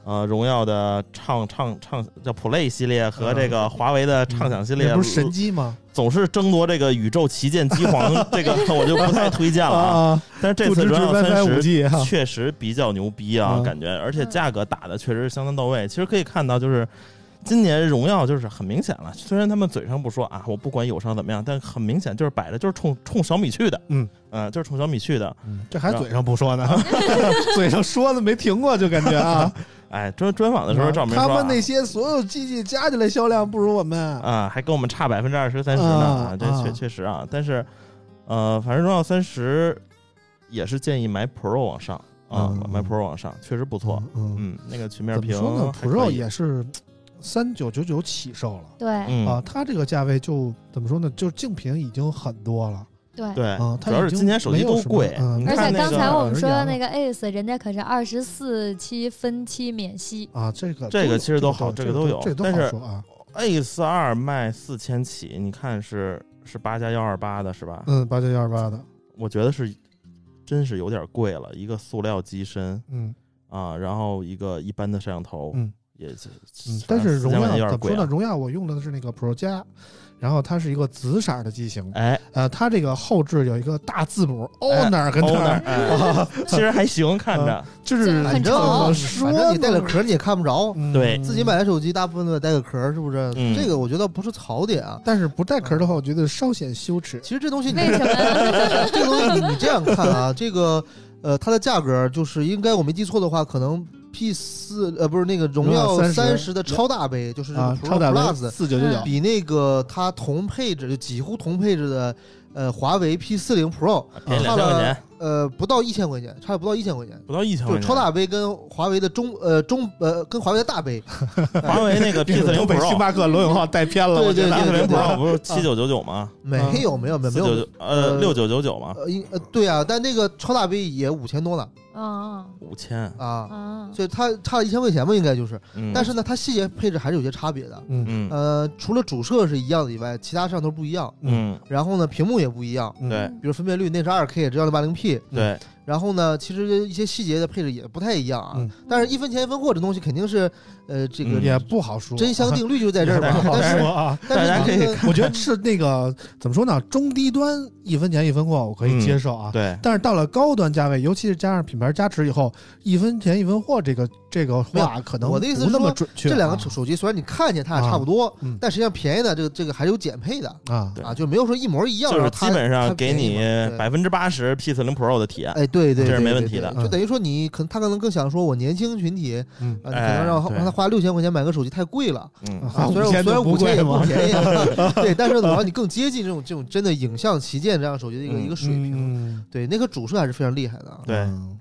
D: 呃，荣耀的畅畅畅叫 Play 系列和这个华为的畅想系列，
B: 那嗯不是神机吗？
D: 总是争夺这个宇宙旗舰 机皇，这个我就不太推荐了啊。
B: 啊，
D: 但是这
B: 不
D: 次
B: 支持
D: 荣耀
B: WiFi
D: 三
B: 五
D: 十
B: G 啊。
D: 确实比较牛逼啊，
B: 嗯
D: 感觉，而且价格打的确实是相当到位。其实可以看到，就是今年荣耀就是很明显了，虽然他们嘴上不说啊，我不管友商怎么样，但很明显就是摆的就是冲冲小米去的，
B: 嗯
D: 呃就是冲小米去的。
B: 嗯这还嘴上不说呢， 嘴上说的没停过，就感觉 啊。
D: 哎，专专访的时候赵明说
B: 他
D: 啊、
B: 们那些所有机器加起来销量不如我们。
D: 啊，还跟我们差百分之二十三十呢，
B: 啊
D: 啊这确
B: 啊
D: 确实啊，但是呃，反正荣耀三十也是建议买 Pro 往上啊，
B: 嗯
D: 买 Pro 往上确实不错。
B: 嗯，
D: 嗯，那个曲面
B: 怎么
D: 屏
B: 说呢
D: 还可
B: ？Pro
D: 以
B: 也是三九九九起售了。
A: 对
D: 嗯
B: 啊，它这个价位就怎么说呢？就是竞品已经很多了，
A: 对。
D: 对，
B: 啊它
D: 主
B: 已
D: 要是
B: 经
D: 今年手
B: 没
D: 机
B: 有
D: 都
B: 什么
D: 贵，
B: 嗯
D: 你
A: 而
D: 看
A: 且
D: 那
A: 刚
D: 个
A: 才我们
B: 耳
A: 说的
B: 炎
A: 那个 ACE，人家可是二十四期分期免 息，
B: 啊，这个
D: 这个
B: 都有
D: 其实都好
B: 这
D: 这个都有
B: 这都
D: 但
B: 好
D: 是
B: 说啊。
D: A 四二卖四千起，你看是是八加幺二八的是
C: 啊
D: 吧？
B: 嗯，八九幺二八的，
D: 我觉得是真是有点贵了，一个塑料机身
B: 嗯
D: 啊，然后一个一般的摄像头，
B: 嗯
D: 也就
B: 嗯。但是荣
D: 4000
B: 耀
D: 万
B: 怎
D: 有点
B: 么
D: 贵
B: 说呢？
D: 啊。
B: 荣耀我用的是那个 Pro 加，然后它是一个紫色的机型，
D: 哎，
B: 呃，它这个后置有一个大字母
D: 哎
B: Owner 跟
D: 欧
B: 那
D: 那
B: 儿
D: 儿，
C: 哦
D: 哎其实还行，
B: 嗯
D: 看着
B: 就是
A: 很
C: 反
A: 丑
C: 正
B: 么
C: 哦反正
B: 说
C: 你带个
B: 呢
C: 壳你也看不着，
B: 嗯
D: 对
C: 自己买，的手机大部分都得带个壳，是不是？
D: 嗯
C: 这个我觉得不是槽点啊。
B: 但是不带壳的话，我觉得稍显羞耻。
C: 其实这东西你
A: 为什么？
C: 这个东西你你这样看啊，这个呃，它的价格就是应该我没记错的话，可能 P 四呃不是那个荣耀
B: 荣耀
C: 三
B: 30
C: 十的超大杯，就是这个
B: 啊，
C: Pro
B: 超大
C: Plus，
B: 四九九九
A: 嗯
C: 比那个它同配置就几乎同配置的呃华为 P 四零 Pro，
D: 啊
B: 嗯
D: 便宜
C: 差
D: 两千块
C: 了
D: 钱，
C: 呃不到一千块钱，差不到一千块钱。
D: 不到一千
C: 就
D: 块
C: 是
D: 钱。
C: 超大杯跟华为的中呃中呃跟华为的大杯，
D: 华为 那个 P 四零
B: 都被星
D: Pro，P
B: 巴克罗永浩带偏了，
C: 对
B: 我觉
C: 对
B: 得
C: 对
D: 四
C: 对
D: 零
C: 对
D: Pro 不是七九九九吗？
B: 嗯
C: 没有没有没有
D: 四
C: 没
D: 九
C: 有，
D: 九呃
C: 呃
D: 六九九九吗？
C: 呃应呃对啊，但那个超大杯也五千多了
A: 嗯
D: 五千，
C: 啊，
A: 嗯
C: 所以它差了一千块钱吧，应该就是，
D: 嗯
C: 但是呢，它细节配置还是有些差别的，
B: 嗯
D: 嗯
C: 呃，除了主摄是一样的以外，其他摄像头不一样，
D: 嗯
C: 然后呢，屏幕也不一样，
B: 嗯
D: 对
C: 比如分辨率那是二 K，只要六八零 P，
D: 对，
C: 然后呢，其实一些细节的配置也不太一样啊，
B: 嗯
C: 但是一分钱一分货这东西肯定是，呃，这个
D: 嗯
B: 也不好说，啊
C: 真相定律就在这儿 嘛，
B: 不好
C: 但是
B: 说啊。
C: 但
D: 大
C: 是
D: 家可
C: 你
D: 以
C: 这个
B: 我觉得是那个怎么说呢，中低端一分钱一分货，我可以接受啊。
D: 对，
B: 但是到了高端价位，尤其是加上品牌加持以后，一分钱一分货这个这个话可能
C: 我的意思是
B: 不那么
C: 说
B: 准确啊。
C: 这两个手手机虽然你看见
D: 啊
C: 它俩差不多，
B: 嗯
C: 但实际上便宜的这个这个还是有减配的
B: 啊，
D: 对
C: 啊，就没有说一模一样，
D: 就
C: 然后
D: 是基
C: 它
D: 本
C: 它
D: 上给
C: 便宜
D: 你
C: 嘛对
D: 百分之八十 P 四零 Pro 的体验。
C: 哎，对对，
D: 这是
C: 对
D: 没问
C: 对
D: 题
C: 对
D: 的嗯
C: 就等于说你可能他可能更想说，我年轻群体，
B: 嗯
C: 啊，你可能让
D: 哎对
C: 让他花六千块钱买个手机太贵 了，
D: 嗯，
C: 啊，
B: 啊
C: 虽然
B: 5000
C: 虽然
B: 都不
C: 五千也
B: 贵
C: 不
B: 吗
C: 便宜 啊，对，但是怎么说，你更接近这种这种真的影像旗舰这样手机的一个
D: 嗯
C: 一个水平，
B: 嗯
C: 对，那个主摄还是非常厉害的啊，
D: 对
B: 嗯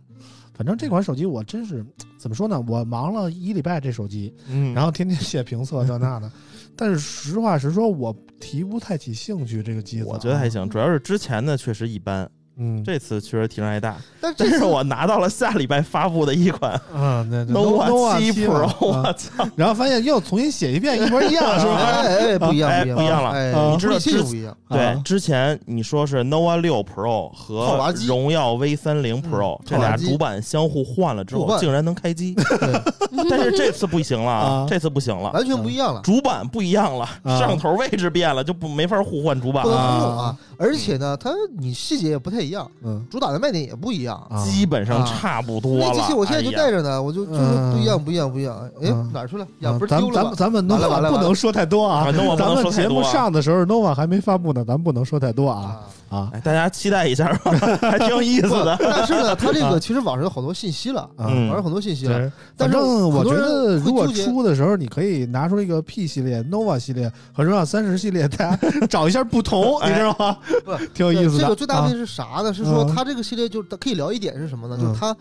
B: 反正这款手机我真是怎么说呢？我忙了一礼拜这手机，
D: 嗯
B: 然后天天写评测这那 的，但是实话实说，我提不太起兴趣这个机子。啊
D: 我觉得还，行，主要是之前的确实一般，
B: 嗯，
D: 这次确实提升 还大。
C: 但是
D: 但
C: 这
D: 是
C: 次
D: 我拿到了下礼拜发布的 一款
B: 啊，那
D: nova 七
B: 嘛
D: Pro，我
B: 啊
D: 操！
B: 然后发现又重新写一遍，一模一样，是
C: 哎
B: 吧？
C: 哎哎不一
D: 哎
C: 样
D: 不一样了
C: 哎，
B: 嗯
C: 你
D: 你知道
C: 器
D: 之
C: 不一样，
D: 对
B: 啊，
D: 之前你说是 nova 六 Pro
C: 套
D: 和
C: 娃机嗯
D: 荣耀 V 三零 Pro 这
C: 套娃
D: 俩
C: 机
D: 主板相互换了之
C: 互
D: 后，
C: 换
D: 竟然能开 机，
C: 对
D: 但是这次不行了
B: 啊
D: 啊，这次不行了。
C: 完全不一样了。
D: 主板不一样了，
B: 啊
D: 摄像头位置变了，就不没法互换主板
C: 不能互
D: 了，
C: 动啊！而且呢，它你细节也不太一样，
B: 嗯
C: 主打的卖点也不一样。
B: 啊
D: 基本上差不多
C: 那
D: 了。哎
C: 机器我现在就带
D: 着，
C: 着呢，我就就是
B: 哎嗯
C: 不一样，不一样，不一样。哎
B: 嗯，
C: 哪儿去了？呀，
B: 啊
C: 不是
B: 咱
C: 丢
B: 们咱
C: 了
B: 们
C: 吗？
B: 咱们
C: 完了完
B: nova
C: 了
B: 不能说太多啊
D: 啊，那我不
B: 咱
D: 能
B: 们
D: 说太
B: 节目
D: 多啊
B: 上的时候，nova 还没发布呢，咱们不能说太多啊
C: 啊，
B: 啊
D: 哎，大家期待一下吧，还挺有意思
C: 不
D: 的。
C: 但是 呢，它这个其实网上有好多信息了，
B: 啊！
D: 嗯
C: 网上有很多信息了。
B: 嗯对
C: 但
B: 反
C: 是
B: 正我
C: 很
B: 觉
C: 多人
B: 得，
C: 会
B: 如果
C: 纠结
B: 出的时候，你可以拿出一个 P 系列、nova 系列和荣耀三十系列，大家找一下不 同，
D: 哎
B: 你知道吗？
C: 不是
B: 挺有意思的。
C: 这个最大
B: 啊
C: 问题是啥呢？是说
B: 嗯
C: 它这个系列就是可以聊一点是什么呢？
B: 嗯
C: 就是它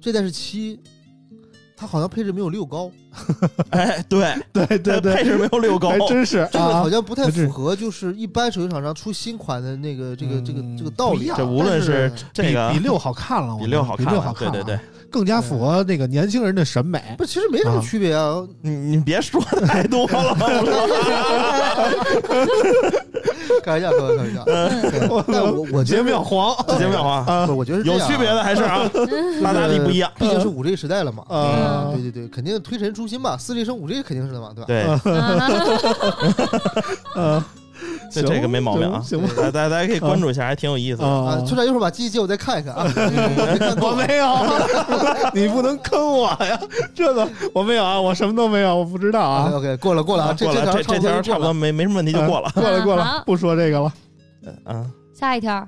C: 这代是七，它好像配置没有六高，
D: 哎，对，
B: 对 对对，
D: 配置没有六高
B: 还，真是
C: 这个
B: 啊
C: 好像不太
B: 配置
C: 符合就是一般手机厂商出新款的那个这个这个
B: 嗯
C: 这个道
B: 不一
C: 理
B: 样
C: 啊。
D: 这无论是
C: 但是
D: 这个
B: 比比六好看了，我
D: 比
B: 觉
D: 六
B: 得
D: 好
B: 比
D: 看
B: 六
D: 了
B: 好看，
D: 对对对，，
B: 更加符合那个年轻人的审美。
C: 不，其实没什么区别啊。
D: 你你别说太多了，我
C: 开玩笑，开玩笑。
D: 呃
C: 对但我我觉
B: 节
C: 得
B: 目要黄
D: 说节目啊，
C: 不是我觉得是这
D: 有
C: 样啊
D: 区别的，还是啊，拉大力不一样。
C: 毕
D: 嗯
C: 竟是五 G 时代了嘛。
B: 啊
C: 嗯对对对，肯定推陈出新吧。四 G 升五 G 肯定是的嘛，对吧？
D: 对，
A: 嗯
B: 啊，
D: 这
B: 行
D: 这个没毛病啊
B: 行行吧，
D: 大家大家可以关注一下，还挺有意思的。
B: 啊
C: 啊，村长一会儿把机器借我再看一看啊。没 看够
B: 我没 有，你不能坑我呀！这个我没有啊，我什么都没有，我不知道啊。
C: OK，过了过了啊，这
D: 嗯过了，这
C: 这
D: 这条
C: 差
D: 差
C: 不多就
D: 不多
C: 过了。
D: 没没什么问题就过了。
B: 过了过了
A: 好，
B: 不说这个了。
D: 嗯，
A: 下一条，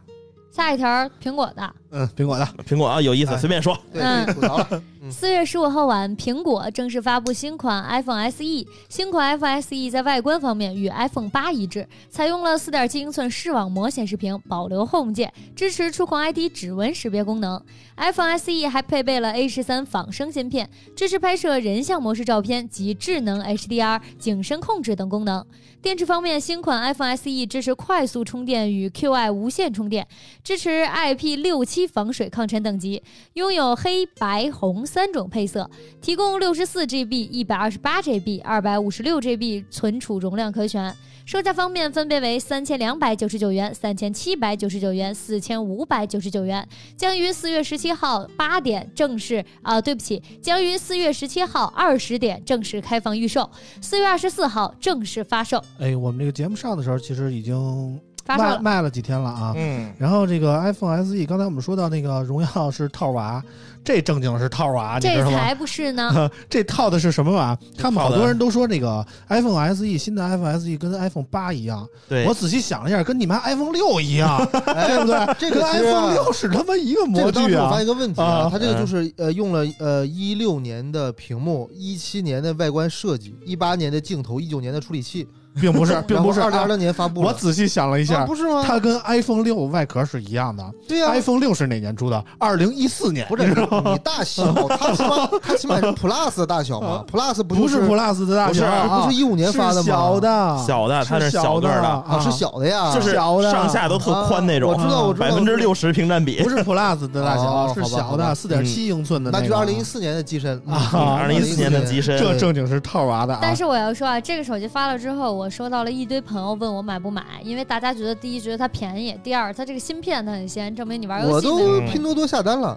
A: 下一条苹果的。
B: 嗯，苹果的
D: 苹果啊，有意思，
B: 哎
D: 随便说。
C: 对，
A: 嗯
C: 可以吐槽了。
A: 四月十五号晚，苹果正式发布新款 iPhone SE。新款 iPhone SE 在外观方面与 iPhone 八一致，采用了4.7英寸视网膜显示屏，保留 Home 键，支持触控 ID 指纹识别功能。iPhone SE 还配备了 A 1 3仿生芯片，支持拍摄人像模式照片及智能 HDR 景深控制等功能。电池方面，新款 iPhone SE 支持快速充电与 Qi 无线充电，支持 IP 6 7防水抗尘等级，拥有黑白红三种配色，提供六十四 GB、一百二十八 GB、二百五十六 GB 存储容量可选。售价方面分别为三千两百九十九元、三千七百九十九元、四千五百九十九元，将于四月十七号八点正式啊、对不起，将于四月十七号二十点正式开放预售，四月二十四号正式发售，
B: 哎，我们这个节目上的时候，其实已经
A: 发售
B: 卖
A: 了。
B: 卖了几天了啊。
D: 嗯，
B: 然后这个 iPhone SE，刚才我们说到那个荣耀是套娃，这正经是套娃，你
A: 这
B: 知道吗？
A: 才不是呢，
B: 这套的是什么玩意儿？他们好
D: 套
B: 多
D: 的
B: 人都说那个 iPhone SE 新的 iPhone SE 跟 iPhone 八一样，
D: 对
B: 我，仔细想了一下，跟你妈 iPhone 六一样，对
D: 嗯
C: 哎
B: 不，对？
C: 这
B: 跟
C: 个其实啊
B: iPhone 六是他妈一个
C: 这
B: 模
C: 个当
B: 具
C: 时我发
B: 啊
C: 现！一个问题
B: 啊
C: 啊，它这个就是呃用了呃一六年的屏幕，一七年的外观设计，一八年的镜头，一九年的处理器，
B: 并不是，并不是。
C: 二零二
B: 啊
C: 零年发布了，
B: 我仔细想了一
C: 啊
B: 下
C: 不，是吗？
B: 它跟 iPhone 六外壳是一样的。
C: 对呀，
B: iPhone 六是哪年出的？二零一四年。
C: 不是你大小，它起码它起码是 Plus 的大小嘛，Plus 不就
B: 不是 Plus 的大
C: 不是
B: 小啊，
C: 不是一五年发的吗？
B: 小的，
D: 小的，它是
B: 是
D: 小个儿
B: 的，
D: 的，
B: 啊
C: 啊，是小的呀，
D: 就是
B: 小的啊
D: 上下都特宽那种，
C: 啊我知道我知道
D: 百分之六十屏占比
B: 不。是 Plus 的大
C: 哦
B: 小，是
C: 好吧
B: 小
C: 好吧嗯
B: 的，四点七英寸的
C: 那
B: 个。
C: 就是二零一四年的机身
B: 啊
D: 二零一四年的机身，
B: 这正经是套娃的啊。
A: 但是我要说啊，这个手机发了之后，我收到了一堆朋友问我买不买，因为大家觉得第一觉得它便宜，第二它这个芯片它很先，证明你玩游
C: 我
A: 戏没有
C: 都
D: 嗯
C: 拼多多下单了，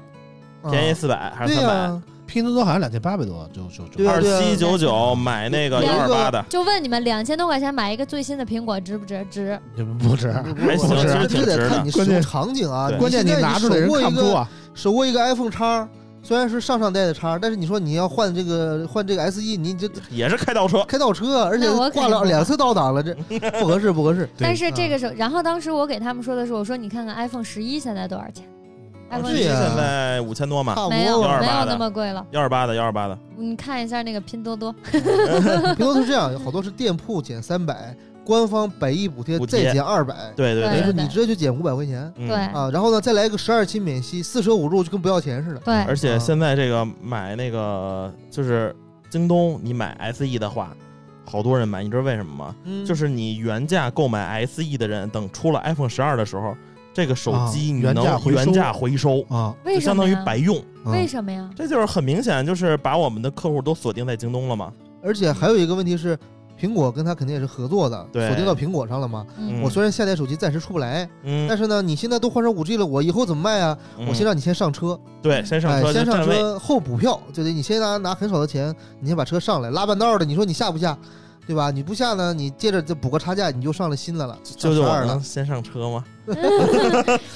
C: 啊
D: 便宜四百还是
C: 对
D: 三百、
C: 呀，
B: 拼多多好像两千八百多，就就就
C: 对啊
D: 二
C: 对啊
D: 七九九买那个幺二八的，
A: 就问你们两千多块钱买一个最新的苹果值不值？值。
B: 也不止。
C: 嗯
D: 还行，其实
C: 这
D: 挺值
C: 得
D: 的
C: 看你。使用场景啊
D: 对，
B: 关键
C: 你
B: 你
C: 现在
B: 拿出来人
C: 手握一
B: 看不
C: 个
B: 出啊。
C: 手握一个 iPhone 叉，虽然是上上代的叉，但是你说你要换这个换这个 SE，你这
D: 也是开倒车，
C: 开倒车，而且
A: 那我肯定
C: 挂了
A: 不
C: 两次倒档了，这不合适不 合适。
B: 对
A: 但是这个手，然后当时我给他们说的是，我说你看看 iPhone 十一现在多少钱？iPhone
D: 这
C: 对呀
D: 现在五千多嘛，
C: 差不
A: 没有
C: 多
D: 128
A: 没有
D: 的
A: 那么贵了，
D: 幺二八的幺二八的，
A: 你看一下那个拼多多，
C: 拼多多是这样，有好多是店铺减三百，官方百亿补贴
D: 补贴
C: 再减二百，
D: 对对
C: 等于
A: 对
C: 说你直接就减五百块钱
D: 嗯
A: 对
C: 啊。然后呢，再来一个十二期免息，四舍五入就跟不要钱似的。
A: 对，
D: 而且现在这个买那个就是京东，你买 SE 的话，好多人买，你知道为什么吗？
C: 嗯，
D: 就是你原价购买 SE 的人，等出了 iPhone 十二的时候，这个手机
B: 啊
D: 你
B: 原价
D: 能
B: 回收
D: 原价回收，
B: 啊，
A: 为
D: 就
A: 什
D: 相
A: 么
D: 当于
A: 呀？
D: 白啊用。
B: 嗯
A: 为什么呀？
D: 这就是很明显，就是把我们的客户都锁定在京东了嘛。
C: 而且还有一个问题是，苹果跟它肯定也是合作的，
D: 对
C: 锁定到苹果上了嘛。
D: 嗯
C: 我虽然下代手机暂时出不来，
D: 嗯，
C: 但是呢，你现在都换成五 G 了，我以后怎么卖啊？我先
D: 嗯
C: 让你先上车，
D: 对先上
C: 哎，
D: 车
C: 先
D: 就
C: 上
D: 占位，
C: 车后补票，就得你先拿拿很少的钱，你先把车上来，拉半道的，你说你下不下，对吧？你不下呢，你接着再补个差价，你就上了新的了，
D: 舅舅
C: 上
D: 我
C: 12
D: 能
C: 了。
D: 先上车吗？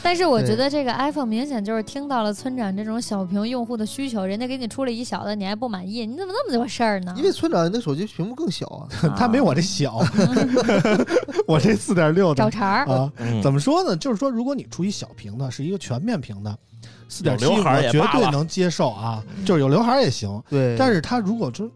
A: 但是我觉得这个 iPhone 明显就是听到了村长这种小屏用户的需求，人家给你出了一小的，你还不满意，你怎么那么多事儿呢？
C: 因为村长那手机屏幕更小啊，
B: 它没我这小， 我这四点六
A: 找
B: 的
A: 茬儿，
B: 啊。
D: 嗯
B: 怎么说呢？就是说，如果你出一小屏的，是一个全面屏的，四点七，
D: 有
B: 我
D: 刘海儿也
B: 绝
D: 罢了
B: 对能接受啊。就是有刘海儿也行，
C: 嗯对，
B: 但是它如果说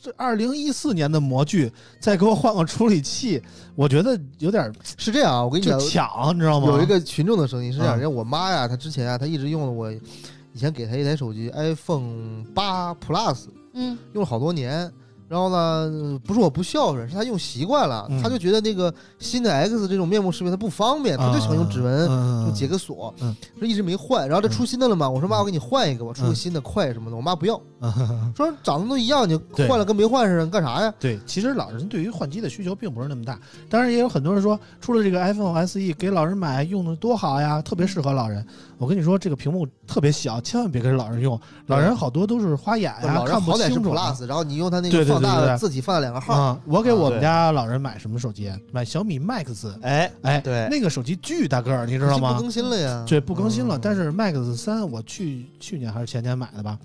B: 这二零一四年的模具，再给我换个处理器，我觉得有点
C: 是这样啊，我跟你
B: 就
C: 讲，
B: 抢，你知道吗？
C: 有一个群众的声音是这样，
B: 啊
C: 人家我妈呀，她之前啊，她一直用了我以前给她一台手机 iPhone 八 Plus，
A: 嗯，
C: 用了好多年。然后呢，不是我不孝顺，是她用习惯了，
B: 嗯
C: 她就觉得那个新的 X 这种面部识别它不方便，她就喜欢用指纹。就
B: 纹
C: 解个锁，
B: 啊嗯
C: 说一直没换，然后这出新的了嘛，我说妈，我给你换一个吧，出个
B: 嗯
C: 新的快什么的，我妈不要，
B: 嗯
C: 说长得都一样，你
B: 对
C: 换了跟没换似的，你干啥呀？
B: 对，其实老人对于换机的需求并不是那么大，当然也有很多人说，出了这个 iPhone SE 给老人买用的多好呀，特别适合老人。我跟你说，这个屏幕特别小，千万别给老人用，老人好多都是花眼哎呀，
C: 老人
B: 看不
C: 好歹是
B: 清楚啊。
C: Plus，然后你用它那个
B: 对对对
C: 放大
B: 对
C: 的
B: 对
C: 字体放大两个号，
B: 啊、我给我
D: 啊
B: 们家老人买什么手机？买小米 Max，
D: 哎，
B: 哎，
D: 对
B: 那个手机巨大个儿，你知
C: 知
B: 道
C: 不
B: 吗？
C: 更新了呀，
B: 对，不更新了。
C: 嗯
B: 但是 Max 三，我去去年还是前年买的吧，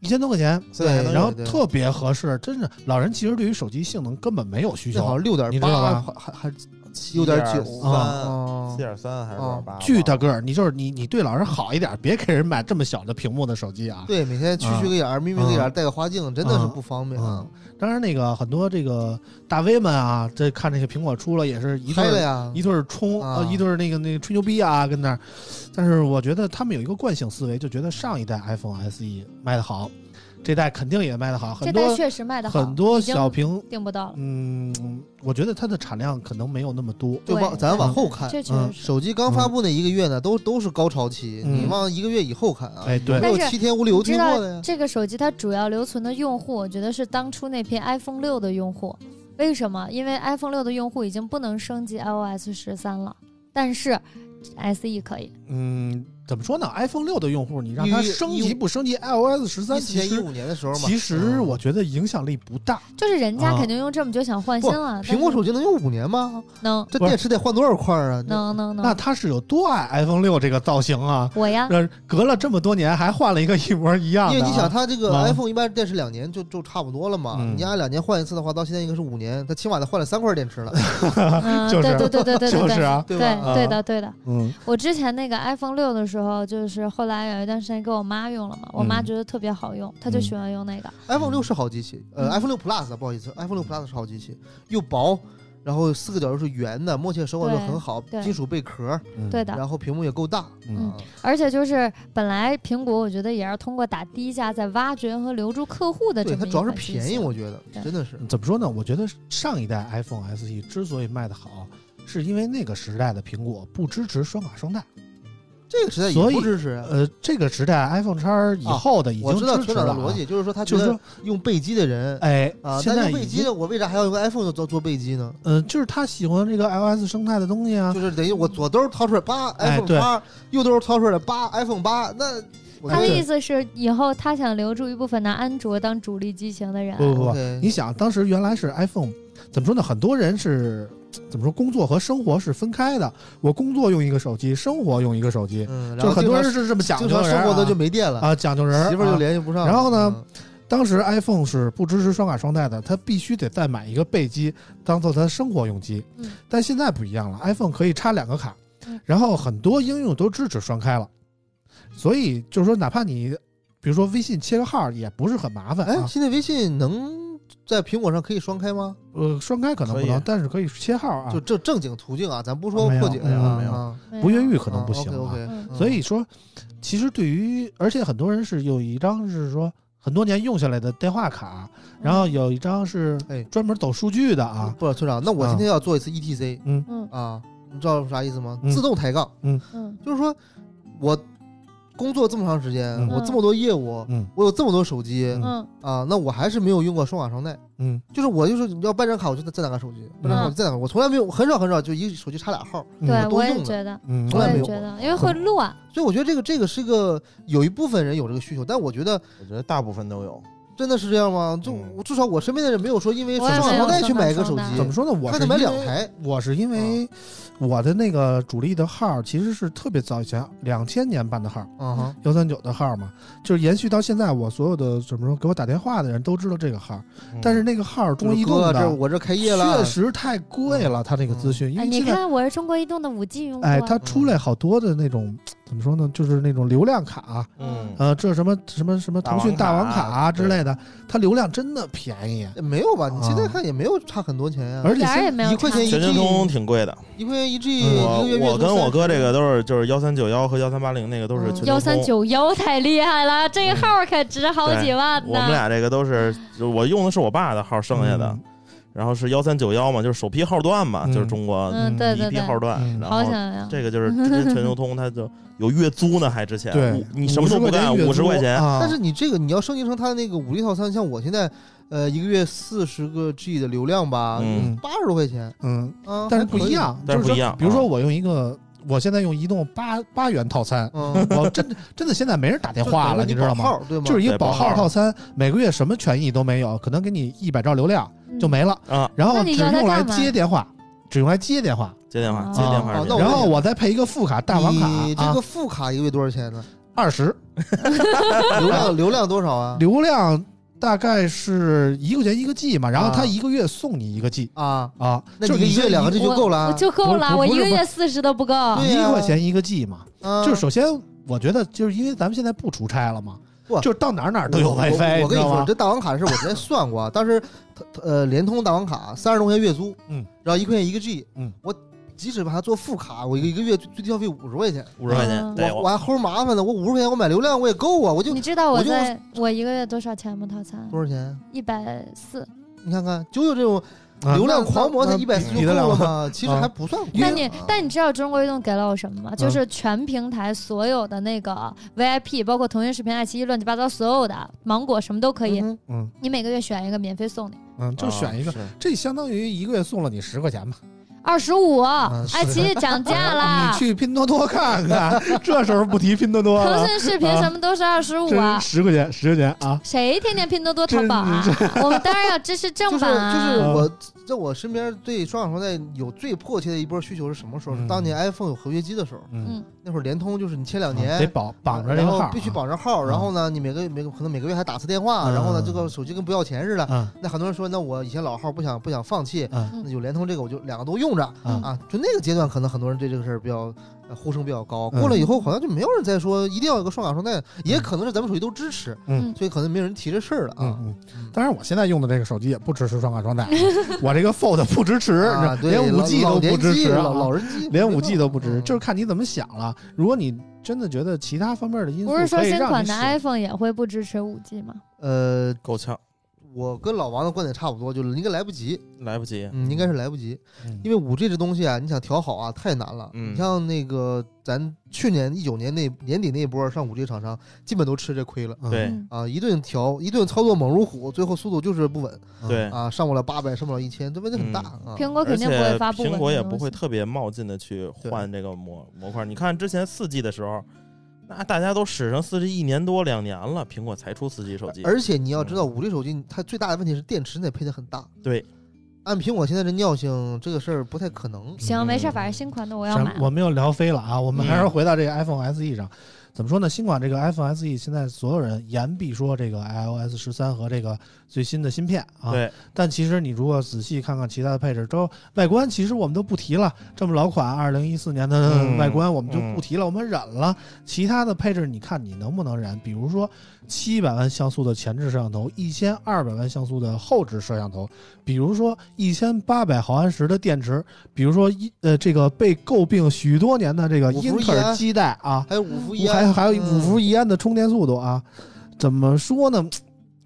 B: 一千多块钱，
C: 对
B: 对，然后
C: 对
B: 特别合适，真是老人其实对于手机性能根本没有需
C: 那好
B: 求，
C: 像六点
B: 你知道
C: 八，
B: 吧
C: 还还还有点久
D: 三
C: 啊
D: 七，点三还是多少八？
B: 哦巨大个儿，你就是你你对老人好一点，别给人买这么小的屏幕的手机啊。
C: 对，每天黢黢个眼儿，眯眯个眼儿，戴个花镜，真的是不方便啊
B: 嗯，，当然那个很多这个大 V 们啊，这看这个苹果出了也是一
C: 嗨
B: 对
C: 了
B: 儿
C: 呀，
B: 一对儿冲，
C: 啊
B: 呃，一对儿那个那个吹牛逼啊，跟那儿。但是我觉得他们有一个惯性思维，就觉得上一代 iPhone SE 卖的好，这代肯定也卖的好，
A: 这
B: 很
A: 代
B: 多
A: 确实卖的好，
B: 很多
A: 已经
B: 小屏
A: 订不到了，
B: 嗯，我觉得它的产量可能没有那么多。
C: 就往
A: 对
C: 咱
B: 嗯
C: 往后看，
A: 这确实是。
C: 手机刚发布那一个月呢，都都是高潮期，
B: 嗯
C: 你往一个月以后看啊，
B: 哎，对
C: 没，有
A: 但是
C: 七天无理由
A: 你知
C: 退
A: 道
C: 货的呀。
A: 这个手机它主要留存的用户，我觉得是当初那批 iPhone 六的用户。为什么？因为 iPhone 六的用户已经不能升级 iOS 十三了，但是 SE 可以。
B: 嗯，怎么说呢？iPhone 六的用户，你让它
C: 一
B: 升
C: 一
B: 级不升级 iOS 十三，
C: 一七
B: 其
C: 年一
B: 实
C: 五年的时候嘛，
B: 其实
C: 嗯
B: 我觉得影响力不大。
A: 就是人家
B: 啊
A: 肯定用这么久想换新了，
C: 苹果手机能用五年吗？
A: 但是能
C: 这
B: 不是
C: 电池得换多少块啊？
A: 能能
B: 那
A: 能，
B: 它是有多爱 iPhone 六这个造型啊？
A: 我呀，
B: 让隔了这么多年还换了一个一模一样的啊。
C: 嗯因为你想，它这个
B: 啊
C: iPhone 一般电池两年就就差不多了嘛，
B: 嗯
C: 你按两年换一次的话，到现在应该是五年，它起码得换了三块电池 了，
A: 嗯，
B: 啊就
A: 对
B: 是
A: 对对对对对，
B: 就是啊，
C: 对吧？
A: 对对的对的。
B: 嗯
A: 我之前那个 iPhone 六的时候，就是后来有一段时间给我妈用了嘛，我妈
B: 嗯
A: 觉得特别好用，她就
B: 嗯
A: 喜欢用那个。
C: iPhone 六是好机器，呃、
A: 嗯
C: i p h o n e 六 Plus 啊不好意思，iPhone 六 Plus 是好机器，又薄，然后四个角又是圆的，默契手感又
A: 对
C: 很好，
A: 对
C: 金属贝壳，
B: 嗯
A: 对的，
C: 然后屏幕也够大，
B: 嗯
C: 啊
A: 而且就是本来苹果，我觉得也是通过打低价在挖掘和留住客户的这
C: 对，
A: 么
C: 它
A: 一
C: 主要是
A: 款机
C: 便宜，
A: 型
C: 我觉得
A: 对
C: 真的是，
B: 怎么说呢？我觉得上一代 iPhone SE 之所以卖得好，是因为那个时代的苹果不支持双卡双待。
C: 这个时代也
B: 所以
C: 不支持啊。
B: 呃，这个时代 iPhone 叉以后的已经
C: 啊我
B: 支
C: 知道
B: 持
C: 村
B: 了
C: 长的
B: 啊、
C: 逻辑，就是说他觉
B: 就是
C: 得
B: 说，
C: 用背机的人
B: 哎，
C: 啊，
B: 现
C: 但
B: 在
C: 用背
B: 已
C: 机
B: 经，
C: 的，我为啥还要用 iPhone 做做做背机呢？
B: 呃，就是他喜欢这个 iOS 生态的东西啊
C: 就。是等于我左兜掏出来八
B: 哎
C: iPhone
B: 对
C: 八，右兜掏出来八 iPhone 八，那我
A: 他的
B: 对
A: 意思是，以后他想留住一部分拿安卓当主力机型的人。
B: 不不不
C: OK
B: 你想当时原来是 iPhone，怎么说呢？很多人是怎么说，工作和生活是分开的。我工作用一个手机，生活用一个手机，
C: 嗯，然
B: 就
C: 后
B: 很
C: 经
B: 多
C: 常
B: 人是这么讲究
C: 经
B: 人啊、
C: 常生活的就没电了，
B: 啊讲究人儿，
C: 媳妇儿就
B: 啊
C: 联系不上了。
B: 然后呢
C: 嗯，
B: 当时 iPhone 是不支持双卡双待的，它必须得再买一个备机当做它生活用机。
A: 嗯
B: 但现在不一样了，iPhone 可以插两个卡
A: 嗯，
B: 然后很多应用都支持双开了。所以就是说，哪怕你比如说微信切个号也不是很麻烦、
C: 哎，
B: 啊，
C: 现在微信能在苹果上可以双开吗？
B: 呃，双开可能不
D: 可
B: 能
D: 以，
B: 但是可以切号啊，
C: 就正正经途径啊，咱不说
B: 没有
C: 破解
B: 没有
C: 啊
B: 没有
C: 啊，
A: 没
B: 不
A: 有
B: 越狱可能不行啊。
C: OK
A: 嗯
C: OK，
B: 所以说，其实对于而且很多人是有一张是说很多年用下来的电话卡，然后有一张是
C: 哎
B: 专门走数据的啊，
C: 嗯不是村长，那我今天要做一次 ETC
A: 嗯
C: 啊，你知道啥意思吗？
B: 嗯
C: 自动抬杠，
A: 嗯
C: 就是说我工作这么长时间，
B: 嗯
C: 我这么多业务，
B: 嗯
C: 我有这么多手机
B: 嗯
A: 嗯
C: 啊，那我还是没有用过双卡双待。
B: 嗯
C: 就是我就是你要办张卡，我就再拿个手机，办张卡我就再拿个，我从来没有很少很少就一手机插俩号，
B: 嗯
A: 嗯，对，
C: 都
A: 我也
C: 用的
A: 觉得，
B: 嗯，
C: 从
A: 我
C: 来没
A: 也
C: 有
A: 觉得，
C: 过
A: 因为会乱。
C: 所以我觉得这个这个是个有一部分人有这个需求，但我觉得
D: 我觉得大部分都有。
C: 真的是这样吗？就
D: 嗯
C: 我至少我身边的人没有说因为
A: 我
C: 双
A: 也
C: 卡
A: 没有
C: 双待去
A: 双卡
C: 买一个手
A: 双
C: 机
A: 待，
B: 怎么说呢？我
C: 他
B: 是
C: 得买
B: 因
C: 两
B: 为
C: 台，
B: 我是因为我的那个主力的号其实是特别早以前两千年办的号，
C: 嗯哼，
B: 幺三九的号嘛，就是延续到现在。我所有的怎么说，给我打电话的人都知道这个号，但是那个号中国移动
C: 哥，这
B: 的
C: 我这开业了，
B: 确实太贵了，它那个资讯，因
A: 哎，
B: 为
A: 你
B: 现在
A: 看我是中国移动的五 G 用户啊，
B: 哎，它出来好多的那种怎么说呢，就是那种流量卡，
D: 嗯，
B: 呃，这什么什么什么腾讯大
D: 大
B: 王
D: 王
B: 卡
D: 卡
B: 啊之类的，它流量真的便宜，
C: 没有吧？你现在
B: 啊
C: 看也没有差很多钱呀、
B: 而且
A: 一点儿
B: 现
A: 也没有
C: 一块
A: 差
C: 钱一
D: 全球通通挺贵的。
C: 一块钱一 G，、
B: 嗯
C: 一个月月
D: 我
C: 租
D: 跟我哥这个
C: 30，
D: 都是就是幺三九幺和幺三八零那个都是全球通
A: 幺三。九幺太厉害了，这个号可值好几万
D: 我
A: 呢。
D: 们俩这个都是，就我用的是我爸的号剩下的
B: 嗯，
D: 然后是幺三九幺嘛，就是首批号段嘛，
B: 嗯
D: 就是中国
A: 嗯，对
D: 第
A: 对
D: 一批
A: 对，
D: 号段
B: 嗯，
D: 然
A: 好
D: 后
A: 想呀。
D: 这个就是直接全球通，它就有月租呢，还之前
B: 对
D: 五你什么都不干，五十块钱，
B: 啊、
C: 但是你这个你要升级成他那个五 G 套餐，像我现在，呃，一个月四十个 G 的流量吧，
D: 嗯
C: 八十多块钱
B: 嗯，
A: 哦
C: 啊，
B: 但是
C: 还可
B: 不
C: 以
B: 一，样，
D: 但
B: 就是是
D: 不一
B: 说，
D: 样。
B: 比如说
D: 啊
B: 我用一个，我现在用移动八八元套餐，
C: 嗯，
B: 我真的真的现在没人打电话了，
C: 就是等于
B: 你知道
C: 保
B: 吗？
C: 号对吗？
B: 就是一个
D: 对
B: 保
D: 保
B: 号
D: 号
B: 套餐，每个月什么权益都没有，可能给你一百兆流量
A: 嗯
B: 就没了，
D: 啊，
B: 然后
A: 那
B: 只
A: 你要它
B: 用来
A: 干嘛
B: 接电话，只用来接电话，
D: 接电话
A: 哦
D: 接电话
C: 哦
D: 是
C: 那
D: 这
C: 我
D: 样，
B: 然后
C: 理解
B: 我再配一个副卡大王卡
C: 你这
B: 啊
C: 个，副卡一个月多少钱呢？
B: 二十
C: 流量流量多少啊？
B: 流量大概是一块钱一个 G 嘛，然后
C: 啊
B: 他一个月送你一个 G
C: 啊，
B: 啊，
C: 那
B: 就是
C: 你一个
B: 先
C: 月两个 G
B: 一
C: 就够了啊
A: 我？就够了，
B: 不
A: 我
B: 是不
A: 一
B: 是
A: 个月四十都不够。
C: 对
B: 一
C: 呀
B: 块钱一个 G 嘛，
C: 啊
B: 就是首先，我觉得就是因为咱们现在不出差了嘛
C: 哇，
B: 就是到哪儿哪儿都有
C: 我
B: WiFi，
C: 我我跟你
B: 知道
C: 说，
B: 吗
C: 这大王卡是我之前算过，啊，当时它它呃联通大王卡三十多块钱月租，
B: 嗯，
C: 然后一块钱一个 G，
B: 嗯，
C: 我即使把它做副卡，我一个一个月最最低消费五十块钱，
D: 五十块钱哎
A: 嗯，
D: 对
C: 我还齁麻烦呢，我五十块钱我买流量我也够啊，我就
A: 你知道
C: 我
A: 我
C: 就
A: 在我一个月多少钱吗？套餐
C: 多少钱？
A: 一百四。
C: 你看看，九九这种
B: 啊
C: 流量
B: 那
C: 狂魔才
B: 那
C: 一百四
B: 比
C: 就
B: 得了
C: 够 了
B: 吗？
C: 嘛，其实
B: 啊
C: 还不算贵。
A: 但你但你知道中国移动给了我什么吗？就是全平台所有的那个 VIP，包括腾讯视频、爱奇艺、乱七八糟所有的芒果什么都可以，
C: 嗯
B: 嗯
A: 你每个月选一个免费送你
B: 嗯，就选一个
D: 啊，是
B: 这相当于一个月送了你十块钱吧。
A: 二十五。
B: 是
A: 爱奇艺涨价啦
B: 你，去拼多多看看，这时候不提拼多 多
A: 腾
B: 了，
A: 讯视频什么都是二十五啊
B: 真。十块钱，十块钱啊！
A: 谁天天拼多多、淘宝啊？ 我们当然要支持
C: 就
A: 正
C: 是
A: 版
C: 就是
A: 啊！
C: 我在我身边对双卡双待有最迫切的一波需求是什么时候？是
B: 嗯
C: 当年 iPhone 有合约机的时候，
B: 嗯，
C: 那会儿联通就是你签两
B: 啊
C: 年
B: 得绑绑着这
C: 然
B: 个
C: 后
B: 号啊，
C: 必须绑着号。然后呢，你每个每个可能每个月还打次电话，然后呢，
B: 嗯
C: 这个手机跟不要钱似的。
B: 嗯
C: 那很多人说，那我以前老号不想不想放弃，
B: 嗯
C: 那就联通这个我就两个都用着
B: 嗯
C: 啊。就那个阶段，可能很多人对这个事儿比较呃呼声比较高。
B: 嗯
C: 过了以后，好像就没有人再说一定要有个双卡双待，也可能是咱们手机都支持，
B: 嗯
C: 所以可能没有人提这事儿了
B: 嗯
C: 啊。
B: 嗯，当然我现在用的这个手机也不支持双卡双待，啊 我这个 Fold 不支持，
C: 啊，
B: 嗯
C: 对，
B: 连五 G
C: 老
B: 都不支持啊，
C: 老老人机
B: 连五 G 都不支持，
C: 嗯
B: 就是看你怎么想了。如果你真的觉得其他方面的因素
A: 不是说
B: 可以
A: 新
B: 让
A: 款
B: 你
A: 的
B: 使
A: iPhone 也会不支持五 G 吗？
C: 呃，
D: 够呛，
C: 我跟老王的观点差不多，就是应该来不及，
D: 来不及。
C: 嗯，应该是来不及，
B: 嗯
C: 因为五 G 这东西啊，你想调好啊，太难了。
D: 嗯
C: 你像那个咱去年一九年那年底那一波上五 G 厂商，基本都吃这亏了
D: 对
A: 嗯
C: 啊，一顿调，一顿操作猛如虎，最后速度就是不稳
B: 嗯
D: 对，
C: 啊，上不了八百，上不了一千，这问题很大啊。
A: 苹果
D: 而
A: 肯定
D: 且
A: 不会发布
D: 苹果
A: 稳
D: 也
A: 定
D: 不会
A: 东西
D: 特别冒进的去换这个模模块。你看之前四 G 的时候，那大家都使上四 G 一年多两年了，苹果才出四 G 手机。
C: 而且
B: 嗯
C: 你要知道，五 G 手机它最大的问题是电池得配的很大。
D: 对，
C: 按苹果现在这尿性，这个事儿不太可能。
A: 行，没事儿，
D: 嗯
A: 反正新款的我要
B: 咱
A: 买了。
B: 我们又聊飞了啊，我们还是
D: 嗯
B: 回到这个 iPhone SE 上。怎么说呢？新款这个 iPhone SE 现在所有人言必说这个 iOS 十三和这个最新的芯片啊，
D: 对，
B: 但其实你如果仔细看看其他的配置，都外观其实我们都不提了。这么老款，二零一四年的
D: 嗯
B: 外观我们就不提了，我们忍了。其他的配置，你看你能不能忍？比如说七百万像素的前置摄像头，一千二百万像素的后置摄像头，比如说一千八百毫安时的电池，比如说一呃这个被诟病许多年的这个
C: 五
B: 英
C: 伏一
B: 特尔
C: 安
B: 基带啊，
C: 还有五伏一安，嗯
B: 还有还有五伏
C: 一，
B: 一安的充电速度啊，怎么说呢？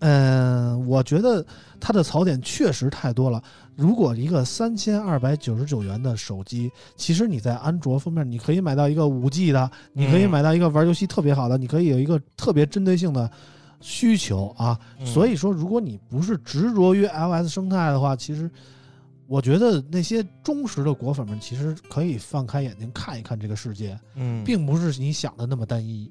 B: 嗯、我觉得它的槽点确实太多了。如果一个三千二百九十九元的手机，其实你在安卓方面，你可以买到一个五 G 的，你可以
D: 嗯
B: 买到一个玩游戏特别好的，你可以有一个特别针对性的需求啊。
C: 嗯
B: 所
D: 以
B: 以说，如果你不是执着于 iOS 生态的话，其实我觉得那些忠实的果粉们其实可以放开眼睛看一看这个世界，
D: 嗯，
B: 并不是你想的那么单一。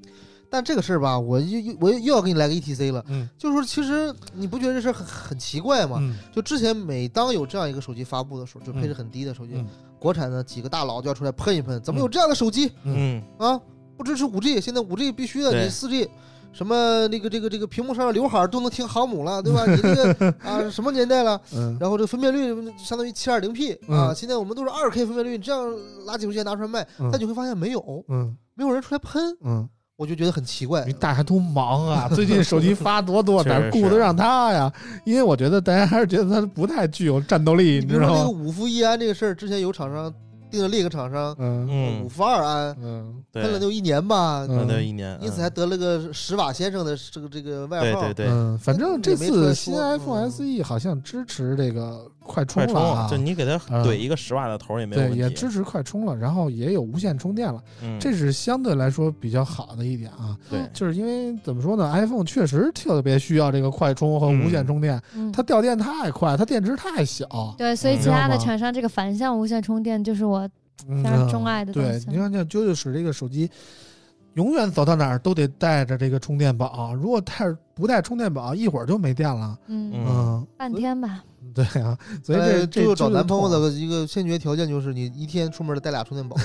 C: 但这个事儿吧，我又又我又又要给你来个 ETC 了。
B: 嗯
C: 就是说，其实你不觉得这事儿很很奇怪吗？
B: 嗯
C: 就之前每当有这样一个手机发布的时候，就配置很低的手机，
B: 嗯
C: 国产的几个大佬就要出来喷一喷，怎么有这样的手机、
D: 嗯
C: 啊？不支持五 G，现在五 G 必须的，
D: 对
C: 你四 G。什么那个这个这个屏幕上的刘海儿都能听航母 了，对吧？你这个啊什么年代了？
B: 嗯
C: 然后这分辨率相当于七二零 P 啊，
B: 嗯
C: 现在我们都是二 K 分辨率，你这样垃圾手机拿出来卖，
B: 嗯
C: 但你会发现没有
B: 嗯
C: 没有人出来喷，
B: 嗯，
C: 我就觉得很奇怪
B: 你。大家都忙 啊，最近手机发多多，
D: 确
B: 哪
D: 实
B: 顾得
D: 是
B: 上它呀？因为我觉得大家还是觉得它不太具有战斗力，
C: 你
B: 你
C: 比
B: 知
C: 如说那
B: 道
C: 个
B: 吗？
C: 五伏一安这个事儿，之前有厂商定了另一个厂商
B: 嗯
D: 嗯
C: 五，伏二安，
B: 嗯
D: 对
C: 喷了，就一年吧，
B: 嗯
D: 那得一年，
C: 因此还得了个史瓦先生的这个这个外
D: 对
C: 号。
D: 对对，
B: 嗯，反正这
C: 也没出
B: 次
C: 来
B: 新
C: 说
B: iPhone
C: 嗯
B: SE 好像支持这个快充
D: 快
B: 了
D: 充
B: 啊，
D: 就你给它
B: 嗯
D: 怼一个十瓦的头也没有
B: 对，也
D: 问题
B: 支。持快充了，然后也有无线充电了，
D: 嗯
B: 这是相对来说比较好的一点啊。
D: 对
B: 就是因为怎么说呢，iPhone 确实特别需要这个快充和无线
D: 嗯
B: 充电，
A: 嗯
B: 它掉电太快，它电池太小，
A: 对，所以
D: 嗯
A: 其
B: 知道
A: 他的
B: 吗
A: 厂商这个反向无线充电就是我
B: 非
A: 非常钟爱的
B: 嗯
A: 东
B: 对
A: 西，
B: 你看，像啾啾使这个手机，永远走到哪儿都得带着这个充电宝。如果带着不带充电宝，一会儿就没电了。
A: 嗯
D: 嗯
B: 嗯，
A: 半天 吧，
B: 对啊，所以
C: 呃
B: 这
C: 就
B: 这
C: 是找男朋友
B: 的
C: 的一个先决条件就是你一天出门得带俩充 电宝，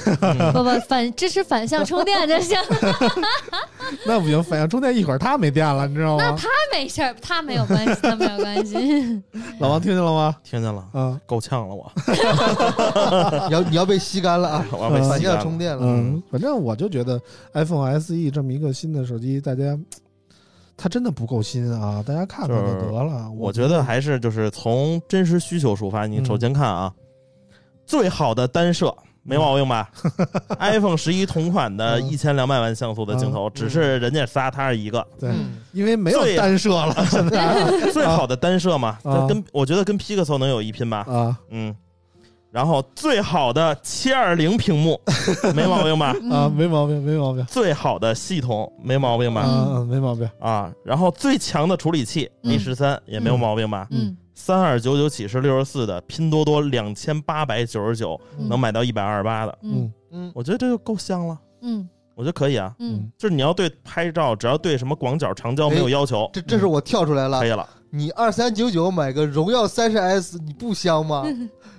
A: 不不反支持反向充电就行。
B: 那不行，反向充电一会儿他没电了，你知道
A: 那
B: 吗？
A: 他没事儿，他没有关系，他没有关系。
B: 老王听见了吗？
D: 听见了，
B: 嗯
D: 够呛了我，
C: 你要你要被吸干了啊，
D: 我要被
C: 反
D: 吸干
C: 向
D: 了
C: 充电了。
B: 嗯，反正我就觉得 iPhone SE 这么一个新的手机，大家它真的不够新啊，大家看看就得了。
D: 我觉得还是就是从真实需求出发，你
A: 嗯
D: 首先看啊，最好的单摄没毛病 吧？iPhone 十一同款的
B: 嗯
D: 一千两百万像素的镜
A: 嗯
D: 头，只是人家仨，它是一个。
B: 对，
C: 嗯
B: 因为没有
D: 最
B: 单摄了，现在啊
A: 嗯
D: 最好的单摄嘛，
B: 啊
D: 它跟我觉得跟 Pixel 能有一拼吧？
B: 啊
D: 嗯。然后最好的七二零屏幕没毛病吧？
B: 啊，
A: 嗯，
B: 没毛病，没毛病
D: 最好的系统没毛病吧？
B: 啊，没毛病。
D: 啊，然后最强的处理器
A: 嗯
D: A 十三也没有毛病吧？
A: 嗯
D: 三二九九起是六十四的，拼多多两千八百九十九
A: 嗯
D: 能买到一百二十八的，
A: 嗯
C: 嗯，
D: 我觉得这就够香了，
A: 嗯
D: 我觉得可以啊。
A: 嗯，
D: 就是你要对拍照，只要对什么广角、长焦
C: 哎
D: 没有要求，
C: 这这是我跳出来了
D: 可以。了。
C: 你二三九九买个荣耀三十 S，你不香 吗？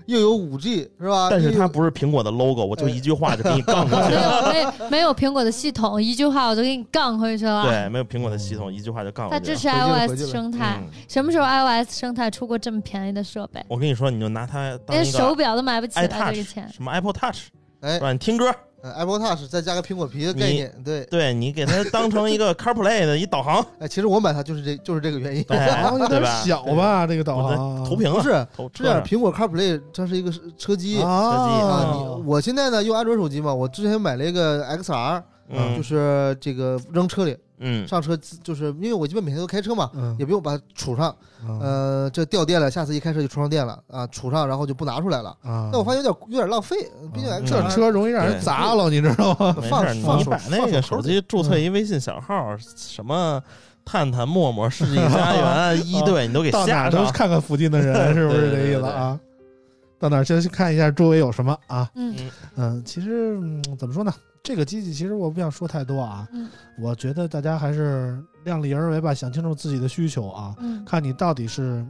C: 又有五 G 是吧？
D: 但是它
C: 又有
D: 不是苹果的 logo，我就一句话就给你 杠过去
A: 没有
D: 了。
A: 没有没有苹果的系统，一句话我就给你杠回去了。
D: 对，没有苹果的系统，一句话就杠
A: 它
D: 过去
A: 支
D: 了。
A: 持
C: 回去了回
A: iOS
C: 去了
A: 生态，
D: 嗯，
A: 什么时候 iOS 生态出过这么便宜的设备？
D: 我跟你说，你就拿它当
A: 连
D: 一
A: 手
D: 个
A: 表都买不起来这个
D: iTouch，
A: 钱。
D: 什么 Apple Touch，
C: 哎
D: 是吧？你听歌，
C: 呃 Apple Touch 再加个苹果皮的概念，对，
D: 对你给它当成一个 CarPlay 的一导 航，
C: 哎，其实我买它就是这就是这个原因，
D: 对
B: 导航有点
D: 哎对吧
B: 小吧？这个导
D: 我
B: 航
D: 的投屏
C: 不
D: 啊，
C: 是
D: 投
C: 这样，
D: 车上
C: 苹果 CarPlay 它是一个车机啊，
B: 哦
D: 啊
C: 你我现在呢用安卓手机嘛，我之前买了一个 XR，
D: 嗯
C: 就是这个扔车里
D: 嗯，
C: 上车，就是因为我基本每天都开车嘛，
B: 嗯
C: 也不用把它杵上，
B: 嗯
C: 呃，这掉电了，下次一开车就充上电了啊，杵上然后就不拿出来了。
B: 啊
C: 但我发现有点有点浪费，毕竟
B: 嗯
C: X
B: 这车容易让人
D: 对
B: 砸了，你知道吗？
D: 没事
C: 放
D: 儿，
C: 放
D: 你
C: 手
D: 把那
C: 放手
D: 个手
C: 扣
D: 机注
B: 嗯
D: 册一微信小号，什么探探、陌陌、世纪 佳缘、一对，你都给
B: 到哪
D: 下
B: 儿都
D: 上。
B: 看看附近的 人，是不是
D: 对对
B: 这意思啊？到哪儿先去看一下周围有什么啊？
A: 嗯
B: 嗯，其实嗯怎么说呢？这个机器其实我不想说太多啊，
A: 嗯
B: 我觉得大家还是量力而为吧，想清楚自己的需求啊，
A: 嗯
B: 看你到底是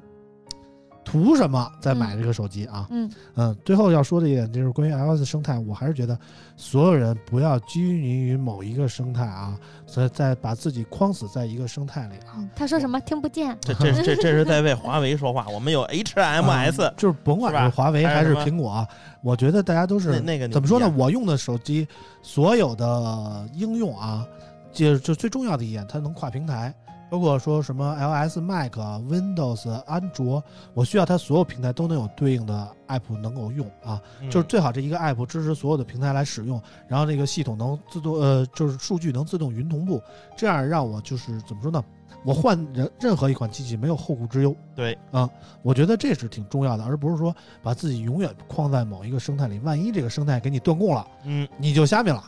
B: 图什么再买这个手机啊。
A: 嗯
B: 嗯，最后要说的一点就是关于 iOS 生态，我还是觉得所有人不要拘泥于某一个生态啊，所以再把自己框死在一个生态里啊。
A: 嗯，他说什么听不见？
D: 这这这这是在为华为说话，我们有 HMS
B: 嗯就是甭管
D: 是吧
B: 是华为
D: 还
B: 还
D: 是
B: 是
D: 什么
B: 苹果啊，我觉得大家都
D: 那
B: 是
D: 那个你
B: 怎么说呢
D: 不？一样
B: 我用的手机所有的应用啊，就就最重要的一点，它能跨平台，包括说什么 iOS、Mac、Windows、安卓，我需要它所有平台都能有对应的 app 能够用啊。
D: 嗯
B: 就是最好这一个 app 支持所有的平台来使用，然后那个系统能自动呃，就是数据能自动云同步，这样让我就是怎么说呢？我换任任何一款机器没有后顾之忧。
D: 对
B: 啊、我觉得这是挺重要的，而不是说把自己永远框在某一个生态里，万一这个生态给你断供了，
D: 嗯，
B: 你就瞎面了，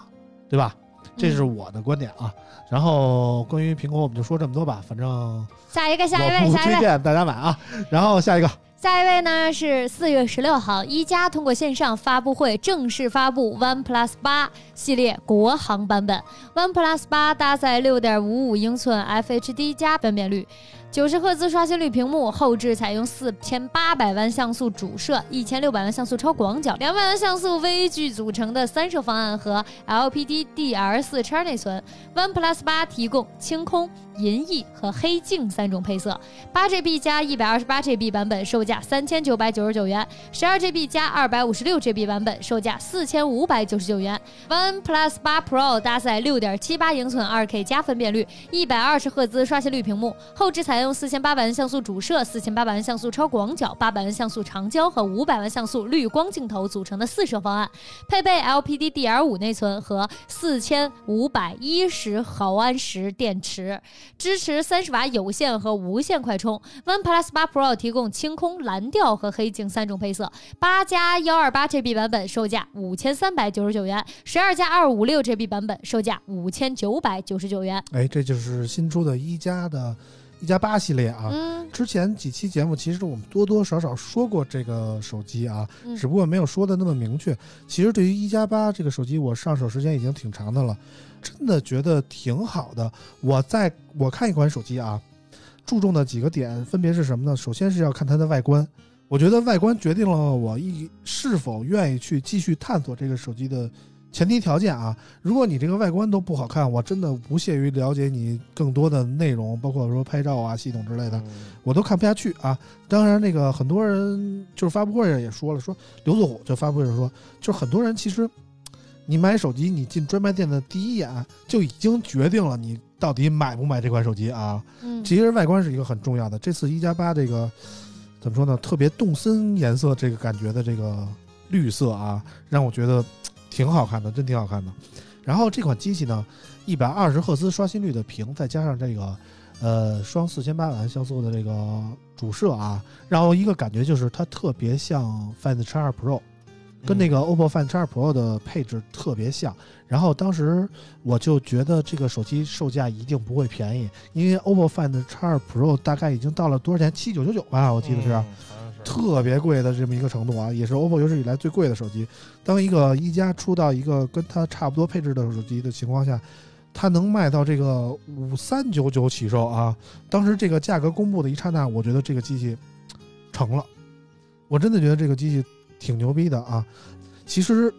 B: 对吧？这
A: 嗯
B: 是我的观点啊。然后关于苹果，我们就说这么多吧，反正我
A: 下一个，下一位，
B: 不
A: 下一
B: 推
A: 位。
B: 荐大家买啊。然后下一个，
A: 下一位呢是四月十六号，一加通过线上发布会正式发布 OnePlus 八系列国行版本。OnePlus 八搭载六点五五英寸 FHD 加分辨率，九十赫兹刷新率屏幕，后置采用四千八百万像素主摄、一千六百万像素超广角、两百万像素微距组成的三摄方案和 LPDDR 四叉内存。OnePlus 八提供清空、银翼和黑镜三种配色。八 GB 加一百二十八 GB 版本售价三千九百九十九元，十二 GB 加二百五十六 GB 版本售价四千五百九十九元。OnePlus 八 Pro 搭载六点七八英寸二 K 加分辨率，一百二十赫兹刷新率屏幕，后置采用四千八百万像素主摄、四千八百万像素超广角、八百万像素长焦和五百万像素绿光镜头组成的四摄方案，配备 LPDDR5 内存和四千五百一十毫安时电池。支持三十瓦有线和无线快充。OnePlus 八 Pro 提供清空、蓝调和黑镜三种配色。八加幺二八 GB 版本售价五千三百九十九元，十二加二五六 GB 版本售价五千九百九十九元。
B: 哎，这就是新出的一加的一加八系列啊。
A: 嗯
B: 之前几期节目，其实我们多多少少说过这个手机啊，
A: 嗯
B: 只不过没有说的那么明确。其实对于一加八这个手机，我上手时间已经挺长的了，真的觉得挺好的。我在我看一款手机啊，注重的几个点分别是什么呢？首先是要看它的外观，我觉得外观决定了我一是否愿意去继续探索这个手机的。前提条件啊，如果你这个外观都不好看，我真的不屑于了解你更多的内容，包括说拍照啊、系统之类的。
D: 嗯
B: 我都看不下去啊。当然，那个很多人就是发布会上也说了，说刘作虎就发布会上说，就是很多人其实你买手机，你进专卖店的第一眼就已经决定了你到底买不买这款手机啊。
A: 嗯
B: 其实外观是一个很重要的，这次一加八这个怎么说呢？特别动森颜色这个感觉的这个绿色啊，让我觉得嘖挺好看的，真挺好看的。然后这款机器呢，一百二十赫兹刷新率的屏，再加上这个呃双四千八百万像素的这个主摄啊，让我一个感觉就是它特别像 Find X2 Pro。跟那个 OPPO Find X2 Pro 的配置特别像，然后当时我就觉得这个手机售价一定不会便宜，因为 OPPO Find X2 Pro 大概已经到了多少钱？七九九九吧，我
D: 我
B: 记得是。啊
D: 是
B: 特别贵的这么一个程度啊，也是 OPPO有史以来最贵的手机。当一个一加出到一个跟它差不多配置的手机的情况下，它能卖到这个五三九九起售啊！当时这个价格公布的一刹那，我觉得这个机器成了，我真的觉得这个机器挺牛逼的啊！其实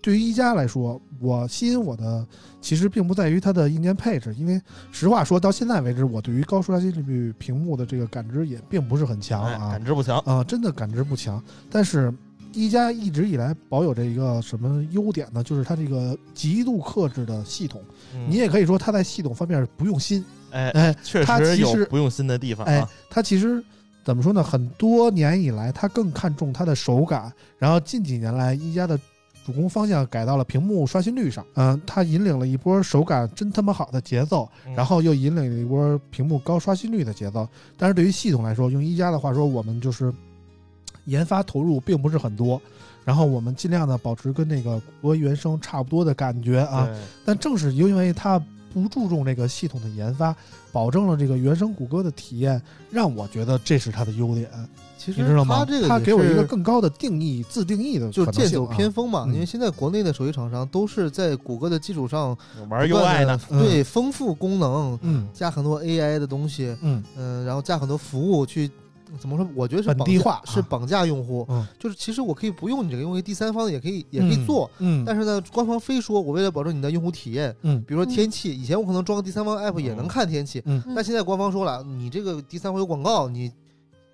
B: 对于一加来说，我吸引我的其实并不在于它的硬件配置，因为实话说到现在为止，我对于高刷新率屏幕的这个感知也并不是很强
D: 哎
B: 啊。
D: 感知不强，
B: 啊、真的感知不强。但是一加一直以来保有着一个什么优点呢？就是它这个极度克制的系统。
D: 嗯
B: 你也可以说它在系统方面不用心，
D: 哎，
B: 哎
D: 确
B: 它
D: 实
B: 其
D: 有
B: 实
D: 不用心的地方
B: 哎
D: 啊。，
B: 它其实怎么说呢？很多年以来，它更看重它的手感，然后近几年来，一加的。主攻方向改到了屏幕刷新率上，嗯、它引领了一波手感真他妈好的节奏，
D: 嗯
B: 然后又引领了一波屏幕高刷新率的节奏。但是对于系统来说，用一加的话说，我们就是研发投入并不是很多，然后我们尽量的保持跟那个谷歌原生差不多的感觉啊。
D: 对
B: 但正是因为它不注重这个系统的研发，保证了这个原生谷歌的体验，让我觉得这是它的优点，
C: 其
B: 你
C: 实
B: 知道吗？
C: 它嗯这个
B: 它
C: 也
B: 给我一个
C: 是
B: 更高的定义、自定义的
C: 就
B: 可能
C: 剑
B: 性
C: 走
B: 啊
C: 偏锋嘛，
B: 嗯
C: 因为现在国内的手机厂商都是在谷歌的基础上
D: 玩
C: 不断
D: UI
C: 地
D: 呢，
B: 嗯
C: 对，丰富功能，
B: 嗯
C: 加很多 AI 的东西，
B: 嗯
C: 嗯、然后加很多服务去，怎么说？我觉得是
B: 本
C: 绑
B: 地
C: 架
B: 化
C: 是
B: 啊
C: 绑架用户，
B: 嗯
C: 就是其实我可以不用你这个，因为第三方也可以也可以做，，
B: 嗯，
C: 但是呢，官方非说我为了保证你的用户体验，
B: 嗯哦
C: 比如
A: 嗯
C: 说天气，以前我可能装个第三方 app 也能看天气，
B: 嗯
C: 但现在官方说了，你这个第三方有广告，你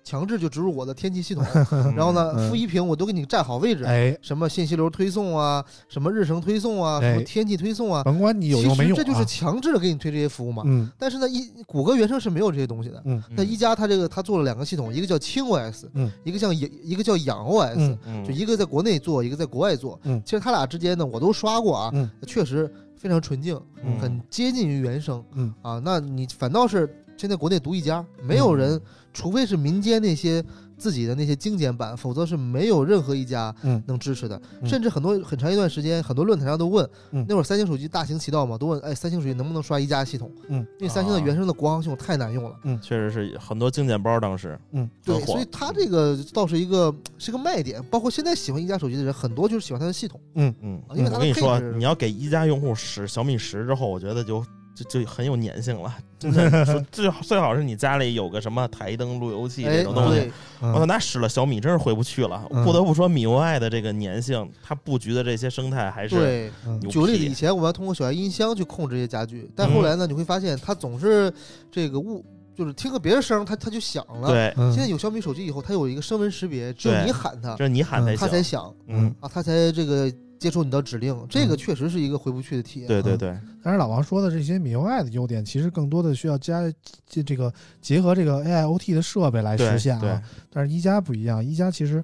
C: 强制就植入我的天气系统，
D: 嗯
C: 然后呢，
B: 嗯
C: 负一屏我都给你占好位置。
B: 哎，
C: 什么信息流推送啊，什么日程推送啊，
B: 哎
C: 什么天气推送啊，
B: 甭管你有
C: 其
B: 用没
C: 实
B: 用、啊，
C: 这就是强制的给你推这些服务嘛。
B: 嗯
C: 但是呢，一谷歌原生是没有这些东西的。
B: 嗯
D: 嗯
C: 那一加它这个它做了两个系统，一个叫轻 OS，
B: 嗯，
C: 一个叫养一个叫养 OS，、
B: 嗯
D: 嗯
C: 就一个在国内做，一个在国外做。
B: 嗯
C: 其实它俩之间呢，我都刷过啊，
B: 嗯
C: 确实非常纯净，
D: 嗯
C: 很接近于原生。
B: 嗯
C: 啊，那你反倒是现在国内独一家，没有人，除非是民间那些自己的那些精简版，否则是没有任何一家
B: 嗯
C: 能支持的。
B: 嗯
C: 甚至很多很长一段时间，很多论坛上都问，
B: 嗯
C: 那会儿三星手机大行其道嘛，都问，哎，三星手机能不能刷一加系统？
B: 嗯，
C: 因为三星的原生的国行系统太难用了。
D: 确实是很多精简包，当时
B: 嗯
D: 很
C: 对，
D: 火
C: 所以它这个倒是一个是个卖点，包括现在喜欢一加手机的人，很多就是喜欢它的系统。
D: 嗯，
C: 因为它的
D: 我跟你说
C: 配置，
D: 你要给一加用户使小米十之后，我觉得就就就很有粘性了。真的， 说最好最好是你家里有个什么台灯、路由器
C: 哎，
D: 这种东西。
C: 对，
D: 我操，
B: 嗯
D: 那使了小米真是回不去了。
B: 嗯
D: 不得不说，米 UI 的这个粘性，它布局的这些生态还是
C: 对，
B: 嗯
D: 牛
C: 举个例子，以
D: 皮。嗯
C: 前我们要通过小爱音箱去控制这些家具，但后来呢，你会发现它总是这个物，就是听个别的声儿，它它就响了。，
D: 对，
B: 嗯
C: 现在有小米手机以后，它有一个声纹识别，只有
D: 对
C: 你喊它，
D: 这你喊才
C: 它
D: 行。
C: 才响
D: 嗯，
C: 啊，它才这个接受你的指令。这个确实是一个回不去的体验。
D: 对对对，
B: 但是老王说的这些 MIUI 的优点，其实更多的需要加这这个结合这个 AIoT 的设备来
D: 对
B: 实现
D: 对
B: 啊。但是一加不一样，一加其实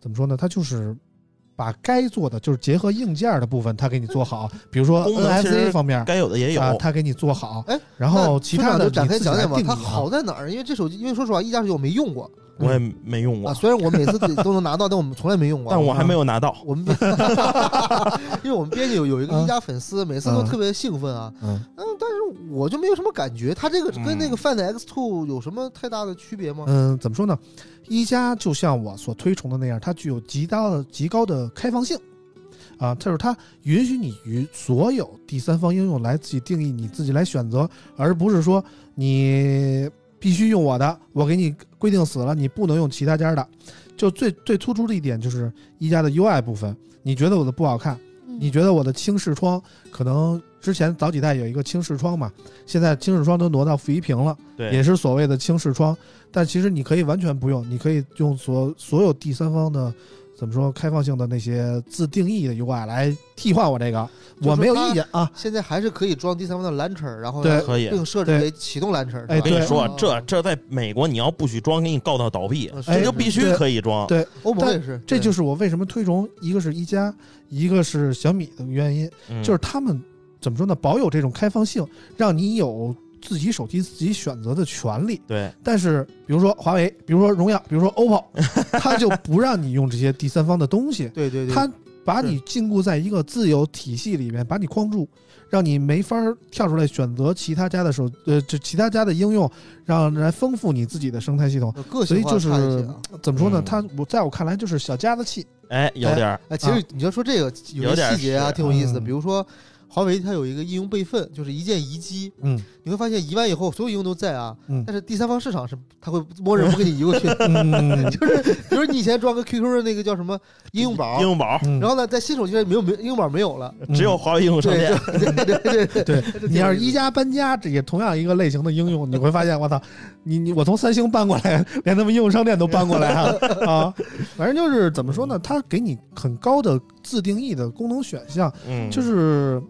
B: 怎么说呢？它就是把该做的，就是结合硬件的部分，它给你做好。比如说
D: 嗯功能其实
B: NFC 方面，
D: 该有的也有
B: 啊，。它给你做好。
C: 哎，
B: 然后
C: 那
B: 其
C: 村
B: 他
C: 长
B: 的
C: 就展开讲讲吧
B: 嘛，，
C: 它好在哪儿？因为这手机，因为说实话，一加手机我没用过
D: 我也没用
C: 啊，
D: 过，
C: 虽然我每次得都能拿到，但我们从来没用过。 啊
D: 但我还没有拿到。
C: 我们， 因为我们编辑有有一个一加粉丝，每
D: 嗯
C: 次都特别兴奋啊，
B: 嗯，
C: 我就没有什么感觉。它这个跟那个
D: 嗯
C: Find X Two 有什么太大的区别吗？
B: 嗯，怎么说呢？一加就像我所推崇的那样，它具有极大的、极高的开放性。啊，就是它允许你与所有第三方应用来自己定义，你自己来选择，而不是说你必须用我的，我给你规定死了，你不能用其他家的。就最最突出的一点就是一加的 UI 部分，你觉得我的不好看，
A: 嗯
B: 你觉得我的轻视窗可能之前早几代有一个轻视窗嘛，现在轻视窗都挪到负一屏了，
D: 对，
B: 也是所谓的轻视窗，但其实你可以完全不用，你可以用所所有第三方的怎么说开放性的那些自定义的 UI 来替换我这个，
C: 就是
B: 我没有
C: 它
B: 意见啊。
C: 现在还是可以装第三方的 Lantern，然后
B: 对
C: 呢
D: 可以
C: 并设置为启动 Lantern 是吧。
B: 哎
D: 我跟
B: 对
D: 你说，这
C: 嗯
D: 这在美国，你要不许装，给你告到倒闭，
C: 嗯
D: 这
C: 是
D: 就是必须
B: 对
D: 可以装。
B: 对
C: 欧盟
B: 但
C: 也是，
B: 这就是是我为什么推崇一个是一加，一个是小米的原因，
D: 嗯
B: 就是他们怎么说呢，保有这种开放性，让你有自己手机自己选择的权利。
D: 对，
B: 但是，比如说华为，比如说荣耀，比如说 OPPO，它就不让你用这些第三方的东西。
C: 对对对，
B: 它把你禁锢在一个自由体系里面，把你框住，让你没法儿跳出来选择其他家的手呃，这其他家的应用，让来丰富你自己的生态系统。
C: 个
B: 所
C: 性化
B: 以就是
C: 差一些啊。
B: 怎么说呢？
D: 嗯
B: 它我在我看来就是小家子气。
D: 哎，有点儿，
C: 哎，其实你要说这个有
D: 有
C: 些
D: 点
C: 细节啊，
D: 是
C: 挺有意思的。
B: 啊嗯
C: 比如说，华为它有一个应用备份，就是一键移机，
B: 嗯
C: 你会发现移完以后所有应用都在啊，
B: 嗯
C: 但是第三方市场是它会默认不给你移过 去，
B: 嗯
C: 比如你以前装个 QQ 的那个叫什么应用宝
D: 应，用宝
B: 嗯，
C: 然后呢，在新手机上没有没有应用宝没有了，
B: 嗯
D: 只有华为应用商
C: 对
D: 店，
C: 对对对对
B: 对啊
C: 对，
B: 你要是一加搬家，这也同样一个类型的应用，你会发现，我操，你你我从三星搬过来，连他们应用商店都搬过来啊啊！反正就是怎么说呢，它给你很高的自定义的功能选项，
D: 嗯，
B: 就是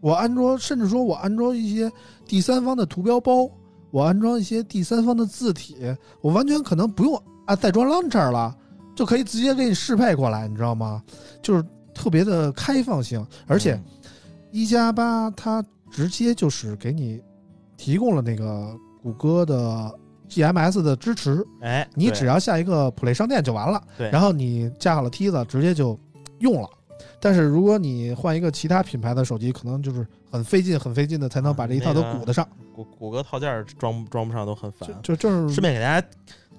B: 我安装，甚至说我安装一些第三方的图标包，我安装一些第三方的字体，我完全可能不用啊再装 Launcher 了，就可以直接给你适配过来，你知道吗？就是特别的开放性，而且。一加八它直接就是给你提供了那个谷歌的 GMS 的支持，
D: 嗯哎，
B: 你
D: 对
B: 只要下一个 Play 商店就完了。
D: 对
B: 然后你架好了梯子，直接就用了。但是如果你换一个其他品牌的手机，可能就是很费劲、很费劲的才能把这一套都
D: 那个
B: 鼓得上。
D: 谷谷歌套件儿装装不上都很烦，
B: 就就是
D: 嗯顺便给大家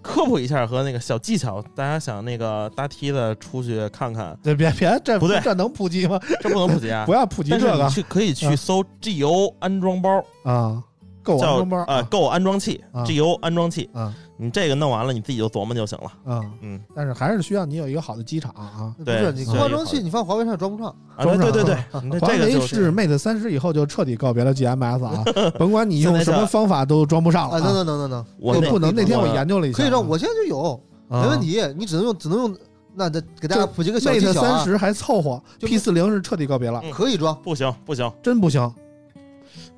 D: 科普一下和那个小技巧，大家想那个搭梯子出去看看，
B: 对，别别这
D: 不对
B: 这能普及吗？
D: 这不能普及啊
B: 不。要普及
D: 但
B: 这
D: 是
B: 个
D: 你去可以去搜 GO 安装包，
B: 啊，够
D: 叫
B: 安装包
D: 呃
B: 啊
D: Go 安装器
B: 啊
D: ，GO 安装器，
B: 啊
D: 你这个弄完了你自己就琢磨就行了。
B: 啊！
D: 嗯
B: 但是还是需要你有一个好的机场啊。
C: 不
D: 对
C: 是你
D: 所以
C: 安装器，你放华为上也装不上，
D: 啊，
B: 装
D: 对
B: 上
D: 对对对
B: 了，
D: 那
B: 华
D: 这个
B: 为
D: 就是
B: Mate 三十以后就彻底告别了 GMS 啊，甭管你用什么方法都装不上了
C: 啊，能能能能能，
D: 我
B: 就
D: 那
B: 不能。那天我研究了一下，
C: 可以让我现在就有，
B: 啊
C: 没问。题，你只能用只能用，那这给大家普及个小技
B: Mate
C: 巧
B: 三
C: 啊，
B: 十还凑合
C: 就
B: ，P 四零是彻底告别了，
D: 嗯
C: 可以装，
D: 不行不行
B: 真不行。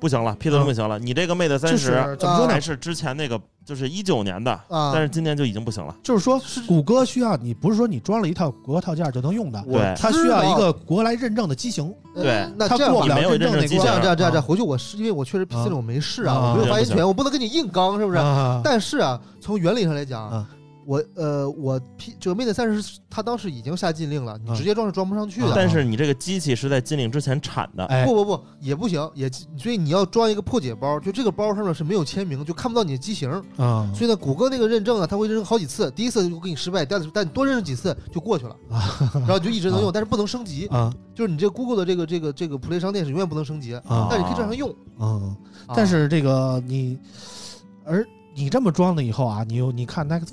D: 不行了，P 四
B: 啊
D: 不行了，你这个 Mate
B: 就
D: 三
B: 是
D: 十啊哎
B: 怎么说呢
D: 还？是之前那个，就是一九年的，
C: 啊
D: 但是今年就已经不行了。
B: 就是说，谷歌需要你，不是说你装了一套谷歌套件就能用的，
D: 对
B: 它需要一个谷歌来认证的机型，
C: 呃
D: 对
C: 那
B: 它
C: 这样
B: 过
C: 吧
B: 不。了
D: 你没有
B: 认证
D: 认
B: 那
D: 证机
B: 关
C: 这
D: 型
C: 样这样这样，这
B: 啊
C: 样回去我是因为我确实 P
B: 啊
C: 四六我没试
B: 啊
C: 啊，我没有发言
D: 不
C: 权，我不能跟你硬刚，是不是？
B: 啊
C: 但是啊，从原理上来讲
B: 啊，
C: 我呃我 P 这个 Mate 三十，它当时已经下禁令了，
B: 啊
C: 你直接装是装不上去
B: 啊
C: 的。
D: 但是你这个机器是在禁令之前产的，
B: 哎
C: 不不不，也不行，也所以你要装一个破解包，就这个包上面是没有签名，就看不到你的机型。
B: 啊
C: 所以呢，谷歌那个认证啊，它会认证好几次，第一次就给你失败，第二次但你多认证几次就过去了，然后你就一直能用，但是不能升级，
B: 啊
C: 就是你这 Google 的这个这个这个 Play 商店是永远不能升级，
B: 啊
C: 但你可以正常用。
B: 啊！
C: 啊
B: 但是这个你，而你这么装了以后啊，你有你看 Netflix，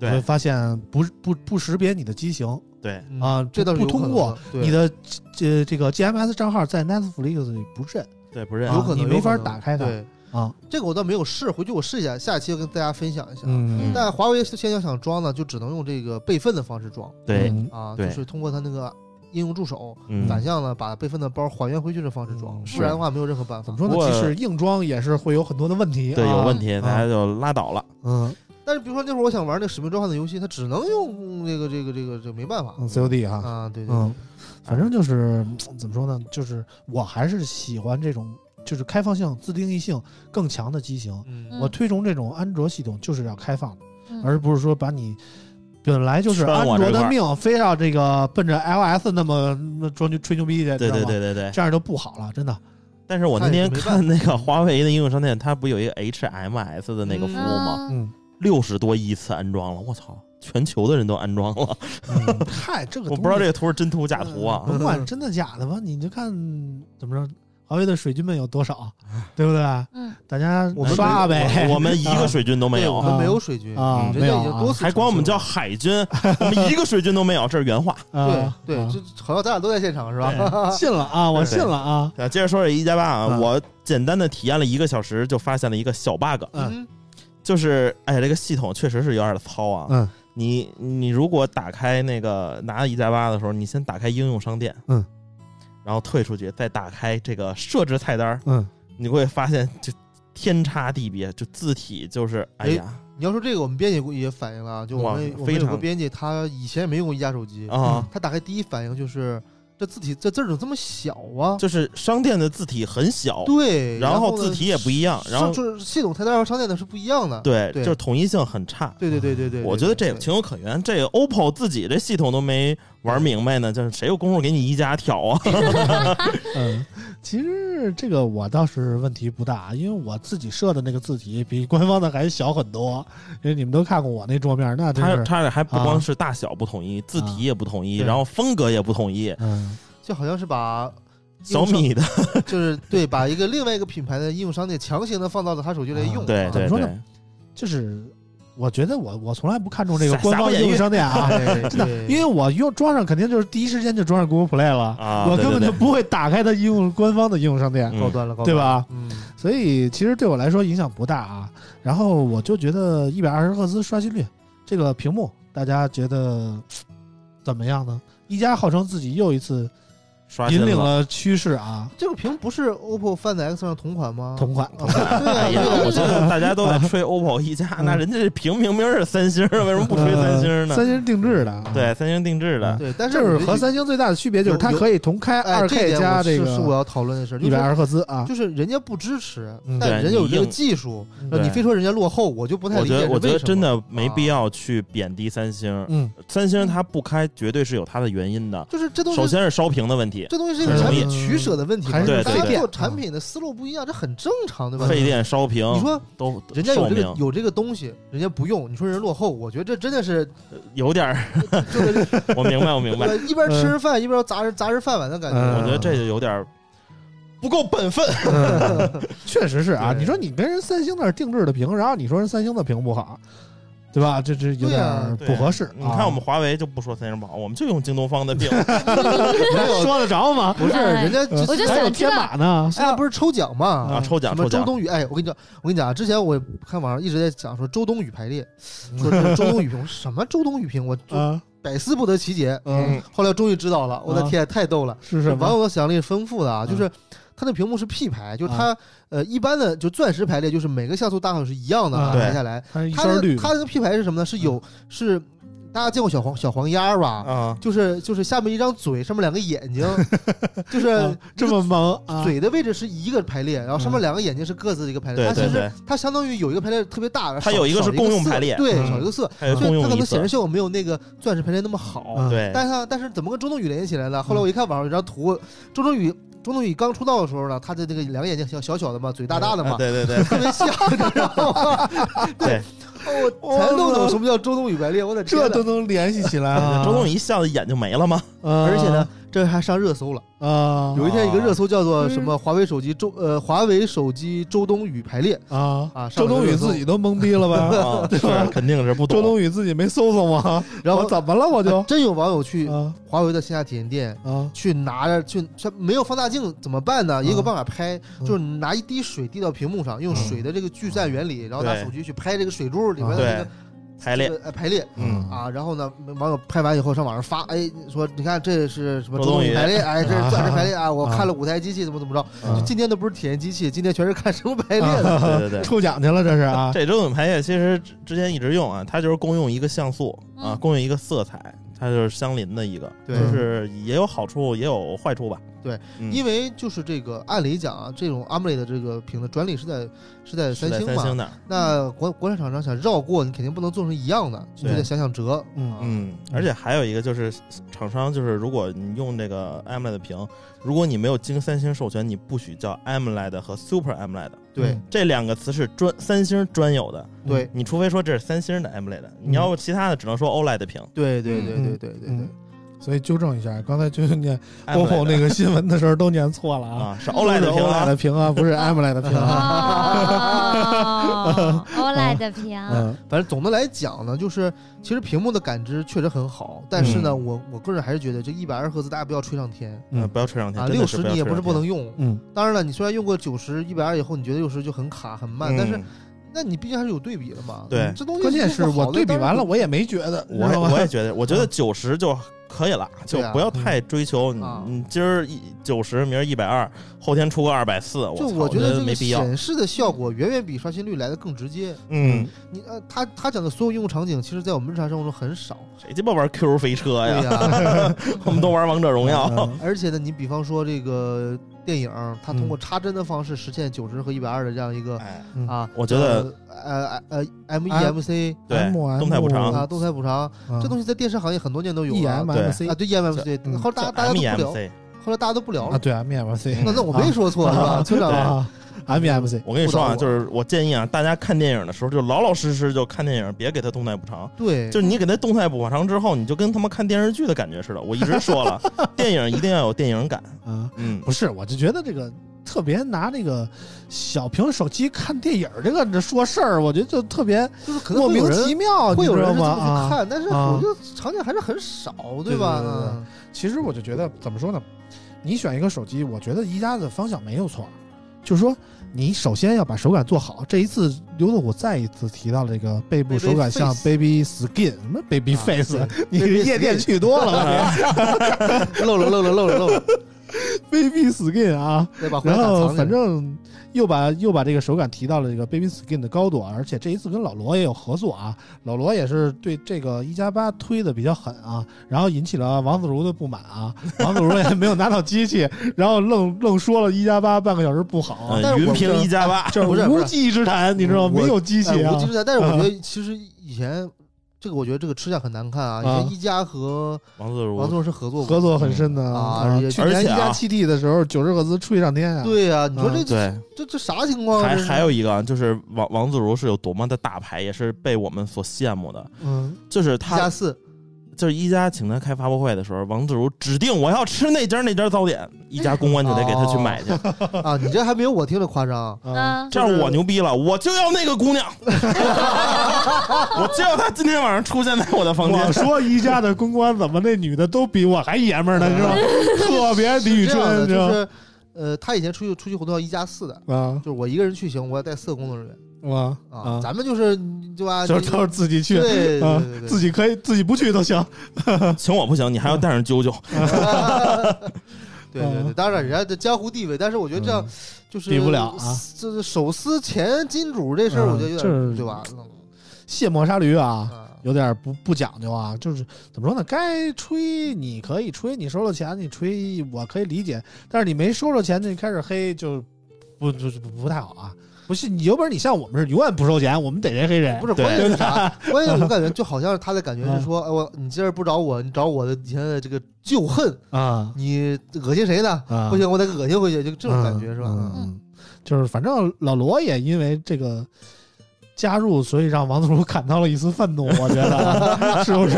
B: 你会
D: 对
B: 发现不不不识别你的机型，
D: 对，
C: 嗯
B: 啊
C: 这倒是
B: 不
C: 有可
B: 通
C: 能
B: 过
C: 的对
B: 你的这这个 GMS 账号在 Netflix 里不认
D: 对，不认
B: 啊
C: 有可能
B: 你
C: 有
B: 没
C: 可
B: 法
C: 能
B: 打开它
C: 对，
B: 啊，
C: 这个我倒没有试，回去我试一下，下一期我跟大家分享一下。
B: 嗯
C: 但华为现在要想装呢，就只能用这个备份的方式装
D: 对，
B: 嗯
C: 啊，就
D: 对
C: 是通过它那个应用助手
D: 嗯，
C: 反向呢把备份的包还原回去的方式装
B: 嗯，
C: 不然的话没有任何办
B: 怎
C: 法
B: 么。说呢
D: 不？过
B: 即使硬装也是会有很多的问题，
D: 对，
B: 啊
D: 有问题，
B: 啊
D: 大家就拉倒了。
B: 嗯
C: 但是比如说那会儿我想玩那《使命召唤》的游戏，它只能用那个这个这个这个没办法
B: 嗯，COD 哈，
C: 啊，对对，
B: 嗯，反正就是嗯怎么说呢？就是我还是喜欢这种就是开放性、自定义性更强的机型。
C: 嗯
A: 嗯
B: 我推崇这种安卓系统就是要开放的，
A: 嗯
B: 而不是说把你。本来就是
D: 圈
B: 安
D: 我
B: 卓
D: 这块
B: 的
D: 儿
B: 命，非要这个奔着 iOS 那么那装牛吹牛逼去，知
D: 对对
B: 道吗
D: 对对对。
B: 这样就不好了，真的。
D: 但是我那
C: 看也
D: 天
C: 是没
D: 看
C: 办
D: 那个华为的应用商店，它不有一个 HMS 的那个服务吗？
A: 啊
B: 嗯，
D: 六十多亿次安装了，我操！全球的人都安装了，
B: 嗯嗨，这个
D: 我
B: 东
D: 不知道
B: 西
D: 这个图是真图假图啊。
B: 嗯甭 管真的假的吧，你就看怎么着，华为的水军们有多少，对不对？
A: 嗯，
B: 大家
C: 我们
B: 刷呗，
D: 啊我我们一个水军都没
C: 对
D: 有
C: 我
B: 啊，
C: 们没有水军
B: 啊
C: 人
B: 没有
C: 家
B: 啊
C: 已经多次
D: 还管我们
C: 澄清了
D: 叫海军，我们一个水军都没有，这是原话。
C: 对
B: 啊
C: 对，
D: 嗯
B: 啊
C: 这好像咱俩都在现场是吧？
B: 信了啊，我信了啊，
D: 啊，接着说这一加八啊，
B: 嗯
D: 我简单的体验了一个小时，就发现了一个小 bug，
B: 嗯
C: 嗯，
D: 就是哎，这个系统确实是有点糙啊。
B: 嗯
D: 你你如果打开那个拿一加八的时候，你先打开应用商店，
B: 嗯，
D: 然后退出去，再打开这个设置菜单儿，
B: 嗯
D: 你会发现就天差地别，就字体就是哎
C: 哎
D: 呀
C: 你要说这个，我们编辑也反映了啊，就我们
D: 哇
C: 我
D: 非
C: 们有个
D: 常
C: 编辑，他以前也没用过一加手机
D: 啊，
C: 他打开第一反应就是这字体这字儿怎么这么小啊？
D: 就是商店的字体很小，
C: 对，
D: 然后
C: 呢
D: 字体也不一样，然后
C: 上就是系统菜单和商店的是不一样的。
D: 对，
C: 对
D: 就是统一性很差。
C: 对对对对对，
D: 我觉得这
C: 对
D: 个情有可原，这个 OPPO 自己这系统都没玩明白呢，就是谁有功夫给你一加挑啊？
B: 嗯，其实这个我倒是问题不大，因为我自己设的那个字体比官方的还小很多，因为你们都看过我那桌面，那真
D: 它
B: 是
D: 它这还不光
B: 啊
D: 是大
C: 啊
D: 小不统一，字体也不统一，
B: 对
D: 然后风格也不统一，
B: 嗯
C: 就好像是把
D: 小米的，
C: 就是对，把一个另外一个品牌的应用商店强行的放到了他手机里用。
B: 啊
D: 对
B: 怎
D: 对
B: 么说
D: 对
B: 呢，就是我觉得我我从来不看重这个
D: 傻
B: 官
D: 傻
B: 方
D: 不眼
B: 应用
D: 运
B: 商店 啊，
C: 哎，
B: 真的
C: 对
B: 因为我用装上肯定就是第一时间就装上 Google Play 了，
D: 啊
B: 我
D: 对
B: 根本
D: 对
B: 就
D: 对
B: 不会打开它应用官方的应用商店，
D: 嗯
C: 高端了，高
B: 对？
C: 端了
B: 吧？
C: 嗯，
B: 所以其实对我来说影响不大啊。然后我就觉得一百二十赫兹刷新率这个屏幕，大家觉得怎么样呢？一加号称自己又一次
D: 刷新
B: 引领了趋势啊，
C: 这个屏不是 OPPO Find X 上同款吗？
B: 同款。
C: 啊，对啊
D: 哎 呀，
C: 对啊
D: 我觉得大家都
C: 啊
D: 在吹 OPPO 一加，
C: 嗯
D: 那人家这屏明明是三星，为什么不吹三星
B: 呃？
D: 呢
B: 三星定制的啊，
D: 对，三星定制的，
C: 对，但是
B: 就是
C: 我觉得
B: 和三星最大的区别就是它
C: 有有
B: 可以同开
C: 哎，
B: 二
C: 这
B: K
C: 点
B: 加
C: 我
B: 这
C: 是是我
B: 个
C: 要讨论的事，
B: 一
C: 就
B: 百二
C: 是
B: 十赫兹啊，
C: 就是人家不支持
B: 嗯，
C: 但
D: 对
C: 人家有
D: 你
C: 这个
D: 硬
C: 技术，
B: 对
C: 你非说人家落后，我就不太
D: 我
C: 理
D: 觉
C: 解是为
D: 得
C: 什么。啊
D: 我觉得真的没必要去贬低三星，
B: 嗯，
D: 三星它不开绝对是有它的原因的，
C: 就是这东
D: 首
C: 西，
D: 先是烧屏的问题，
C: 这东西是一个产品
B: 嗯
C: 取舍的问题嘛，
B: 还是
D: 对
C: 大
D: 对
C: 家
B: 对
C: 做产品的思路不一样，这很正常，对吧？
D: 费电烧屏，
C: 你说
D: 都
C: 人家有
D: 寿
C: 这
D: 命
C: 个有这个东西，人家不用，你说人家落后，我觉得这真的 是
D: 有点儿，
C: 就是
D: 我明白我明 白，
C: 一边吃着饭一边砸着砸着饭碗的感
B: 嗯
D: 我
C: 觉。
D: 觉得这就有点儿不够本分，
B: 嗯 确实是啊。
C: 对
B: 你说你跟人三星那儿定制的屏，然后你说人三星的屏不好，对吧？这这有
C: 对
B: 点
C: 啊
B: 儿
D: 对
B: 不合适。
D: 你
B: 啊
D: 看我们华为就不说三星不好，我们就用京东方的屏，
C: 没有
B: 说得着吗？
C: 不是
A: 哎
C: 人家
B: 呃
A: 我就
B: 还有
A: 想知
B: 天
A: 道，
B: 马呢，
C: 现在不是抽奖嘛
D: 啊，？抽奖
C: 什
D: 抽
C: 么周
D: 奖，
C: 冬雨？哎，我跟你讲，我跟你讲啊，之前我看网上一直在讲说周冬雨排列，说这个周冬雨屏，我说什么周冬雨屏，我就
B: 啊，
C: 百思不得其解。
B: 嗯，
C: 后来终于知道了，我的
B: 啊
C: 天，太逗了！
B: 是什
C: 网
B: 么？
C: 友的想力是丰富的啊，
B: 嗯
C: 就是它的屏幕是 P 排，就是它呃一般的就钻石排列，就是每个像素大小是一样的啊
B: 嗯
C: 排下来。
B: 它是一
C: 它
B: 圈
C: 的
B: 绿，
C: 它那个 P 排是什么呢？是有是大家见过小黄小黄鸭吧？
D: 嗯啊，
C: 就是就是下面一张嘴，上面两个眼 睛，就是
B: 啊 这么萌啊，
C: 嘴的位置是一个排列，然后上面两个眼睛是各自的一个排列。它
D: 嗯对
C: 其
D: 对
C: 实
D: 对
C: 它相当于有一个排列特别大，然后
D: 它
C: 少
D: 有一个是
C: 少一
D: 共用
C: 色
D: 排列
C: 对，
B: 嗯
C: 少一个色，
D: 还有
C: 所
D: 共
C: 以它
D: 用
C: 可
D: 一
C: 能显
D: 色
C: 示，效果没有那个钻石排列那么好。
B: 嗯
D: 对，
C: 但是它但是怎么跟周冬雨联系起来了？
D: 嗯
C: 后来我一看网上有一张图，周冬雨周冬雨刚出道的时候呢，她的这个两个眼睛小小小的嘛，嘴大大的
D: 啊
C: 嘛，
D: 对对 对
C: 特别像，你知道吗？
D: 对，
C: 哦我才弄懂什么叫周冬雨排列，我的天
B: 这
C: 呐！
B: 都能联系起来啊！
D: 周冬雨一笑眼就没了吗？
B: 啊，
C: 而且呢，这还上热搜了。
B: 啊
C: 有一天，一个热搜叫做
B: 嗯
C: 什么“华为手机周呃华为手机周冬雨排列
B: 啊
C: 啊
B: 周
C: 上了
B: 冬雨
C: 热搜
B: 自己都懵逼了 吧？
D: 啊，是肯定是不
B: 周
D: 懂，
B: 冬雨自己没搜搜吗？”，
C: 然后
B: 我怎么了？我 就
C: 真有网友去
B: 啊
C: 华为的线下体验店
B: 啊
C: 去拿着去，它没有放大镜怎么办呢？也有个办法拍，
B: 嗯
C: 就是拿一滴水滴到屏幕上，
B: 啊
C: 用水的这个聚散原理，然后拿
D: 对啊
C: 手机去拍这个水珠里边的那
D: 对
C: 个，
D: 排列
C: 这，个呃排列。
D: 嗯
C: 啊，然后呢，网友拍完以后上网上发，哎，说你看这是什么
D: 周
C: 周冬
D: 冬
C: 雨
D: 雨
C: 排列，哎，这是钻石排列啊，我
B: 啊
C: 看了五台机器怎么怎么着，
B: 啊
C: 今天都不是体验机器，今天全是看什么排列的，
D: 对对对。
B: 抽奖去了，这是啊
D: 这周董排列其实之之前一直用啊，它就是共用一个像素啊，
A: 嗯
D: 共用一个色彩，它就是相邻的一个，
C: 对
D: 就是也有好处也有坏处吧。
C: 对
D: 嗯，
C: 因为就是这个，按理讲啊，这种 AMOLED 的这个屏的专利是在是在
D: 是
C: 三
D: 在
C: 星
D: 三
C: 嘛，
D: 星那儿，
C: 那国国产厂商想绕过，你肯定不能做成一样的，你就
D: 对
C: 得想想辙。
B: 嗯
C: 啊，
D: 嗯，而且还有一个就是厂商，就是如果你用这个 AMOLED 屏，如果你没有经三星授权，你不许叫 AMOLED 和 Super AMOLED
C: 对
B: 嗯
D: 这两个词是专三星专有的，
C: 对
D: 你除非说这是三星的 AMOLED，你
C: 嗯
D: 要其他的只能说 OLED E 屏。
C: 对对对对
B: 嗯
C: 对对对
B: 嗯，所以纠正一下，刚才就念
D: OPPO
B: OPPO 那个新闻的时候都念错了啊
D: 啊，是
B: 都是
D: OLED 的
C: E
D: 屏
B: ，OLED
D: 啊，
B: 的屏啊，不是 AMOLED 的屏 啊。
A: 哦 OLED 屏，
B: 嗯
C: 反正总的来讲呢，就是其实屏幕的感知确实很好，但是呢，我我个人还是觉得这一百二十赫兹大家不要吹上天
D: 嗯，不要吹上天
C: 啊，，
D: 真
C: 六
D: 的是
C: 十你也不是不能用。
B: 嗯，
C: 当然了，你虽然用过九十、一百二以后，你觉得六十就很卡很慢，
D: 吹上天。
C: 但是
D: 嗯
C: 那你毕竟还是有对比的嘛。嗯
D: 对
C: 这东西
B: 关键
C: 就是好的
B: 我对比完了，
C: 当然
B: 我也没觉得，
D: 我
B: 知
D: 也
B: 道吗
D: 我也觉得，我觉得九十就可以了，就
C: 嗯对啊
D: 不要太追求。你
C: 啊
D: 你今儿一九十，明儿一百二，后天出个二百四，我
C: 就
D: 操
C: 我
D: 我
C: 觉得这
D: 没
C: 个
D: 必要。
C: 显示的效果远远比刷新率来的更直接。
D: 嗯，
C: 你呃，他他讲的所有应用场景，其实在我们日常生活中很少。
D: 谁鸡巴玩 QQ 飞车
C: 对
D: 哎呀？
C: 呀、
D: 我们都玩王者荣耀。
B: 嗯
C: 而且呢，你比方说这个电影，它通过插帧的方式实现九十和一百二的这样一个、
D: 哎，
B: 嗯
C: 啊，
D: 我觉得
C: 呃呃呃 M E
B: 啊
C: M C
D: 对，
B: M
D: 动态补
B: 嗯
D: 偿
C: 啊动态补偿、 这东西在电视行业很多年都有了
B: E M
D: 对
B: M
C: 啊，
B: C
C: 对 E M M
D: 这 E
C: C，
B: 嗯
C: 后来大家大家都不聊，
D: MEMC
C: 后来大家都不聊
B: 啊，
C: 了。
B: 对 M M C
C: 那那我没说错是吧，村长
D: 对
C: 啊？
B: 啊， ，MEMC
D: 我跟你说
C: 不
D: 啊，
C: 倒
D: 就
C: 我
D: 是我建议啊，大家看电影的时候就老老实实就看电影，别给它动态补偿。
C: 对，
D: 就是你给它动态补偿之后，你就跟他妈看电视剧的感觉似的。我一直 说了，电影一定要有电影感。
B: 啊，
D: 嗯，
C: 哦
B: 不是，我就觉得这个特别拿这个小屏手机看电影儿这个说事儿，我觉得就特别
C: 就是可能
B: 莫
C: 会有
B: 名
C: 人
B: 其妙，
C: 会有人
B: 你
C: 是
B: 知
C: 这
B: 道
C: 么
B: 吗？
C: 去
B: 啊，
C: 看，但是
B: 啊
C: 我觉得场景还是很少，
B: 对
C: 吧？
B: 对对对
C: 嗯
B: 其实我就觉得怎么说呢，你选一个手机，我觉得宜家的方向没有错，就是说你首先要把手感做好。这一次刘德武再一次提到了这个背部
C: Baby
B: 手感
C: face
B: 像 baby skin 什么 baby face，、
C: 啊
B: 你是
C: Baby
B: 夜店
C: skin
B: 去多了 吧
C: 漏了漏了漏了漏了，
B: ？baby skin 啊，
C: 对吧？回来
B: 然
C: 打
B: 后
C: 藏起
B: 反
C: 来。
B: 正又把又把这个手感提到了这个 Baby Skin 的高度啊，而且这一次跟老罗也有合作啊，老罗也是对这个一加八推的比较狠啊，然后引起了王自如的不满啊，王自如也没有拿到机器，然后愣愣说了一加八半个小时不好啊，
C: 但
D: 呃，
C: 是
D: 云
C: 我
D: 平一 加八，
B: 就是
C: 不哎是不
B: 无
C: 是
B: 稽之谈，你知道吗？
C: 我
B: 没有机器
C: 哎
B: 啊
C: 我记，住但是我觉得其实以前这个，我觉得这个吃相很难看啊。以
B: 啊
C: 前一加和
D: 王自
C: 王
D: 如，
C: 总是合作过
B: 合，作很深的
C: 啊也
B: 去年
D: 而
B: 一
D: 且啊
B: 加七 T 的时候九十赫兹吹上天啊，
C: 对呀，你说
B: 啊
C: 这
D: 对，
C: 这这啥情况啊？
D: 还
C: 这是
D: 还有一个啊就是王王自如是有多么的大牌，也是被我们所羡慕的。
B: 嗯，
D: 就是
C: 一
D: 他
C: 加四，
D: 就是一家请他开发布会的时候，王自如指定我要吃那家那家早点，一家公关就得给他去买去，
B: 哦
C: 啊，你这还没有我听着 夸张。
B: 啊，
A: 啊，
D: 这样我牛逼了，我就要那个 姑娘，我就要她今天晚上出现在我的房
B: 我
D: 间。
B: 说宜家的公关怎么那女的都比我还爷们儿呢，你知道吗？特别李宇
C: 是这样
B: 春，
C: 的，
B: 你知
C: 就
B: 道吗？
C: 是呃，他以前出去出去活动要一加四的，
B: 啊
C: 就是我一个人去行，我要带四个工作人员
B: 啊
C: 啊。咱们就是你对吧？
B: 就
C: 你
B: 都是自己去
C: 对，对
B: 啊
C: 对对，
B: 自己可以自己不去都行。
D: 请我不行，你还要带上啾啾。
C: 对对
B: 嗯
C: 对，当然人家的江湖地位，但是我觉得这样
B: 嗯
C: 就是
B: 比不了啊，
C: 就是手撕前金主这事儿，
B: 嗯
C: 我觉得有
B: 就是
C: 点对吧？
B: 卸磨杀驴
C: 嗯
B: 啊，
C: 啊
B: 有点不不讲究啊，就是怎么说呢？该吹你可以吹，你收了钱你吹，我可以理解。但是你没收着钱就开始黑，就不就不不太好啊。不是你有本事你像我们是永远不收钱，我们逮谁黑谁。
C: 不是
D: 对
C: 关键是啥？关键我感觉就好像是他的感觉
B: 嗯
C: 是说，哎我你今儿不找我，你找我的以前的这个旧恨，
B: 啊
C: 你恶心谁呢？
B: 啊，
C: 不行，我得恶心回去，就这种感觉
B: 嗯
C: 是吧？
B: 嗯
C: 嗯
B: 嗯，就是反正老罗也因为这个加入，所以让王自如感到了一丝愤怒，我觉得 是不是？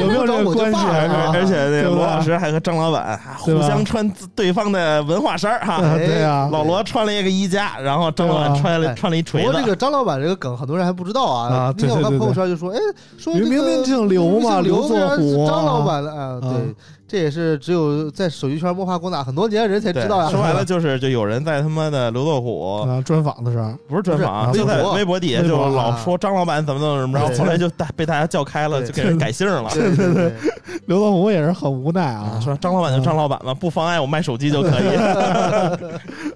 B: 有没有这个关系？
C: 啊
D: 而
B: 还
D: 而
B: 是
D: 且
B: 对
D: 那个
B: 吧
D: 罗老师还和张老板啊
B: 对
D: 互
B: 吧
D: 相穿对方的文化衫儿哈哎
B: 啊。 对呀，
D: 老罗穿了一个衣架，然后张老
B: 对啊
D: 板
B: 吧
D: 穿了
C: 哎
D: 穿了一
C: 不
D: 锤
C: 过
D: 子
C: 这。个张老板这个梗，很多人还不知道
B: 啊
C: 啊。那
B: 对
C: 天我
B: 对对
C: 看朋友圈就说，哎，说这
B: 明
C: 个
B: 明姓刘嘛，
C: 明明
B: 刘
C: 姓刘
B: 作虎
C: 是
B: 啊，
C: 张老板的啊。
B: 啊
C: 对，这也是只有在手机圈摸爬滚打很多年的人才
D: 对，
C: 知道呀。
D: 说白了就是，就有人在他妈的刘作虎
B: 啊，专访的时候，
D: 不是专访啊，
B: 不是
D: 就在
C: 微博
D: 微博底下就
B: 微博
D: 老
C: 啊
D: 说张老板怎么怎么怎么着，
C: 对
D: 后来就大被大家叫开了，
C: 对
D: 就给人改姓了。
C: 对对对。
B: 刘德虎也是很无奈
D: 啊
B: 啊，
D: 说张老板就张老板吧，不妨碍我卖手机就可以。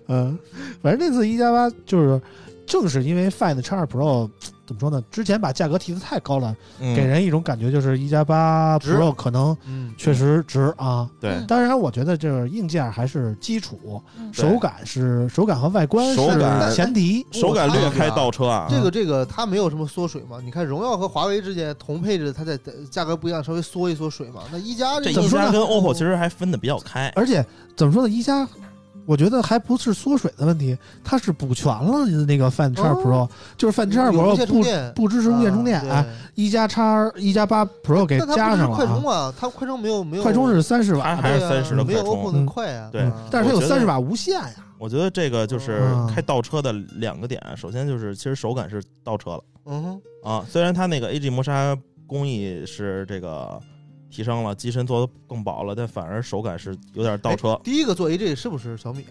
B: 嗯，反正这次一加八就是正是因为 Find X2 Pro 怎么说呢？之前把价格提的太高了，给
D: 嗯，
B: 人一种感觉就是一加八
C: 值
B: Pro 可能
C: 嗯，
B: 确实值啊。
D: 对，
B: 当然，我觉得这硬件还是基础，
A: 嗯
D: 对
B: 手感是手感和外观
D: 手感
B: 是前提。
D: 手感略开倒车啊。
C: 这个这个它没有什么缩水嘛？你看荣耀和华为之间同配置，它在价格不一样，稍微缩一缩水嘛。那一加
D: 这
C: 个
D: 一加跟 OPPO 其实还分的比较开，
B: 而且怎么说呢，一加我觉得还不是缩水的问题，它是补全了那个 Find X2
C: 哦
B: Pro，就是 Find
C: 有
B: X2
C: 无线
B: Pro
C: 充
B: 不
C: 电
B: 不支持无线充电，
C: 啊对
B: 哎，一加叉一加八 Pro 给
C: 但它
B: 加
C: 不是
B: 上了
C: 快充
B: 啊。
C: 啊，它快充没有没有
B: 快充是三十
D: 它
B: 瓦，
D: 还是
C: 对啊
D: 三十的
C: 没
D: 快
C: 有
D: 充。
C: OPPO 那快啊。
D: 对
C: 啊
B: 但是它有
D: 我觉得
B: 三十瓦无线呀。
D: 我觉得这个就是
B: 嗯
D: 开倒车的两个点，啊首先就是其实手感是倒车了
C: 嗯哼，
D: 啊，虽然它那个 AG 磨砂工艺是这个提升了，机身做的更薄了，但反而手感是有点倒车。
C: 第一个做 AJ 是不是小米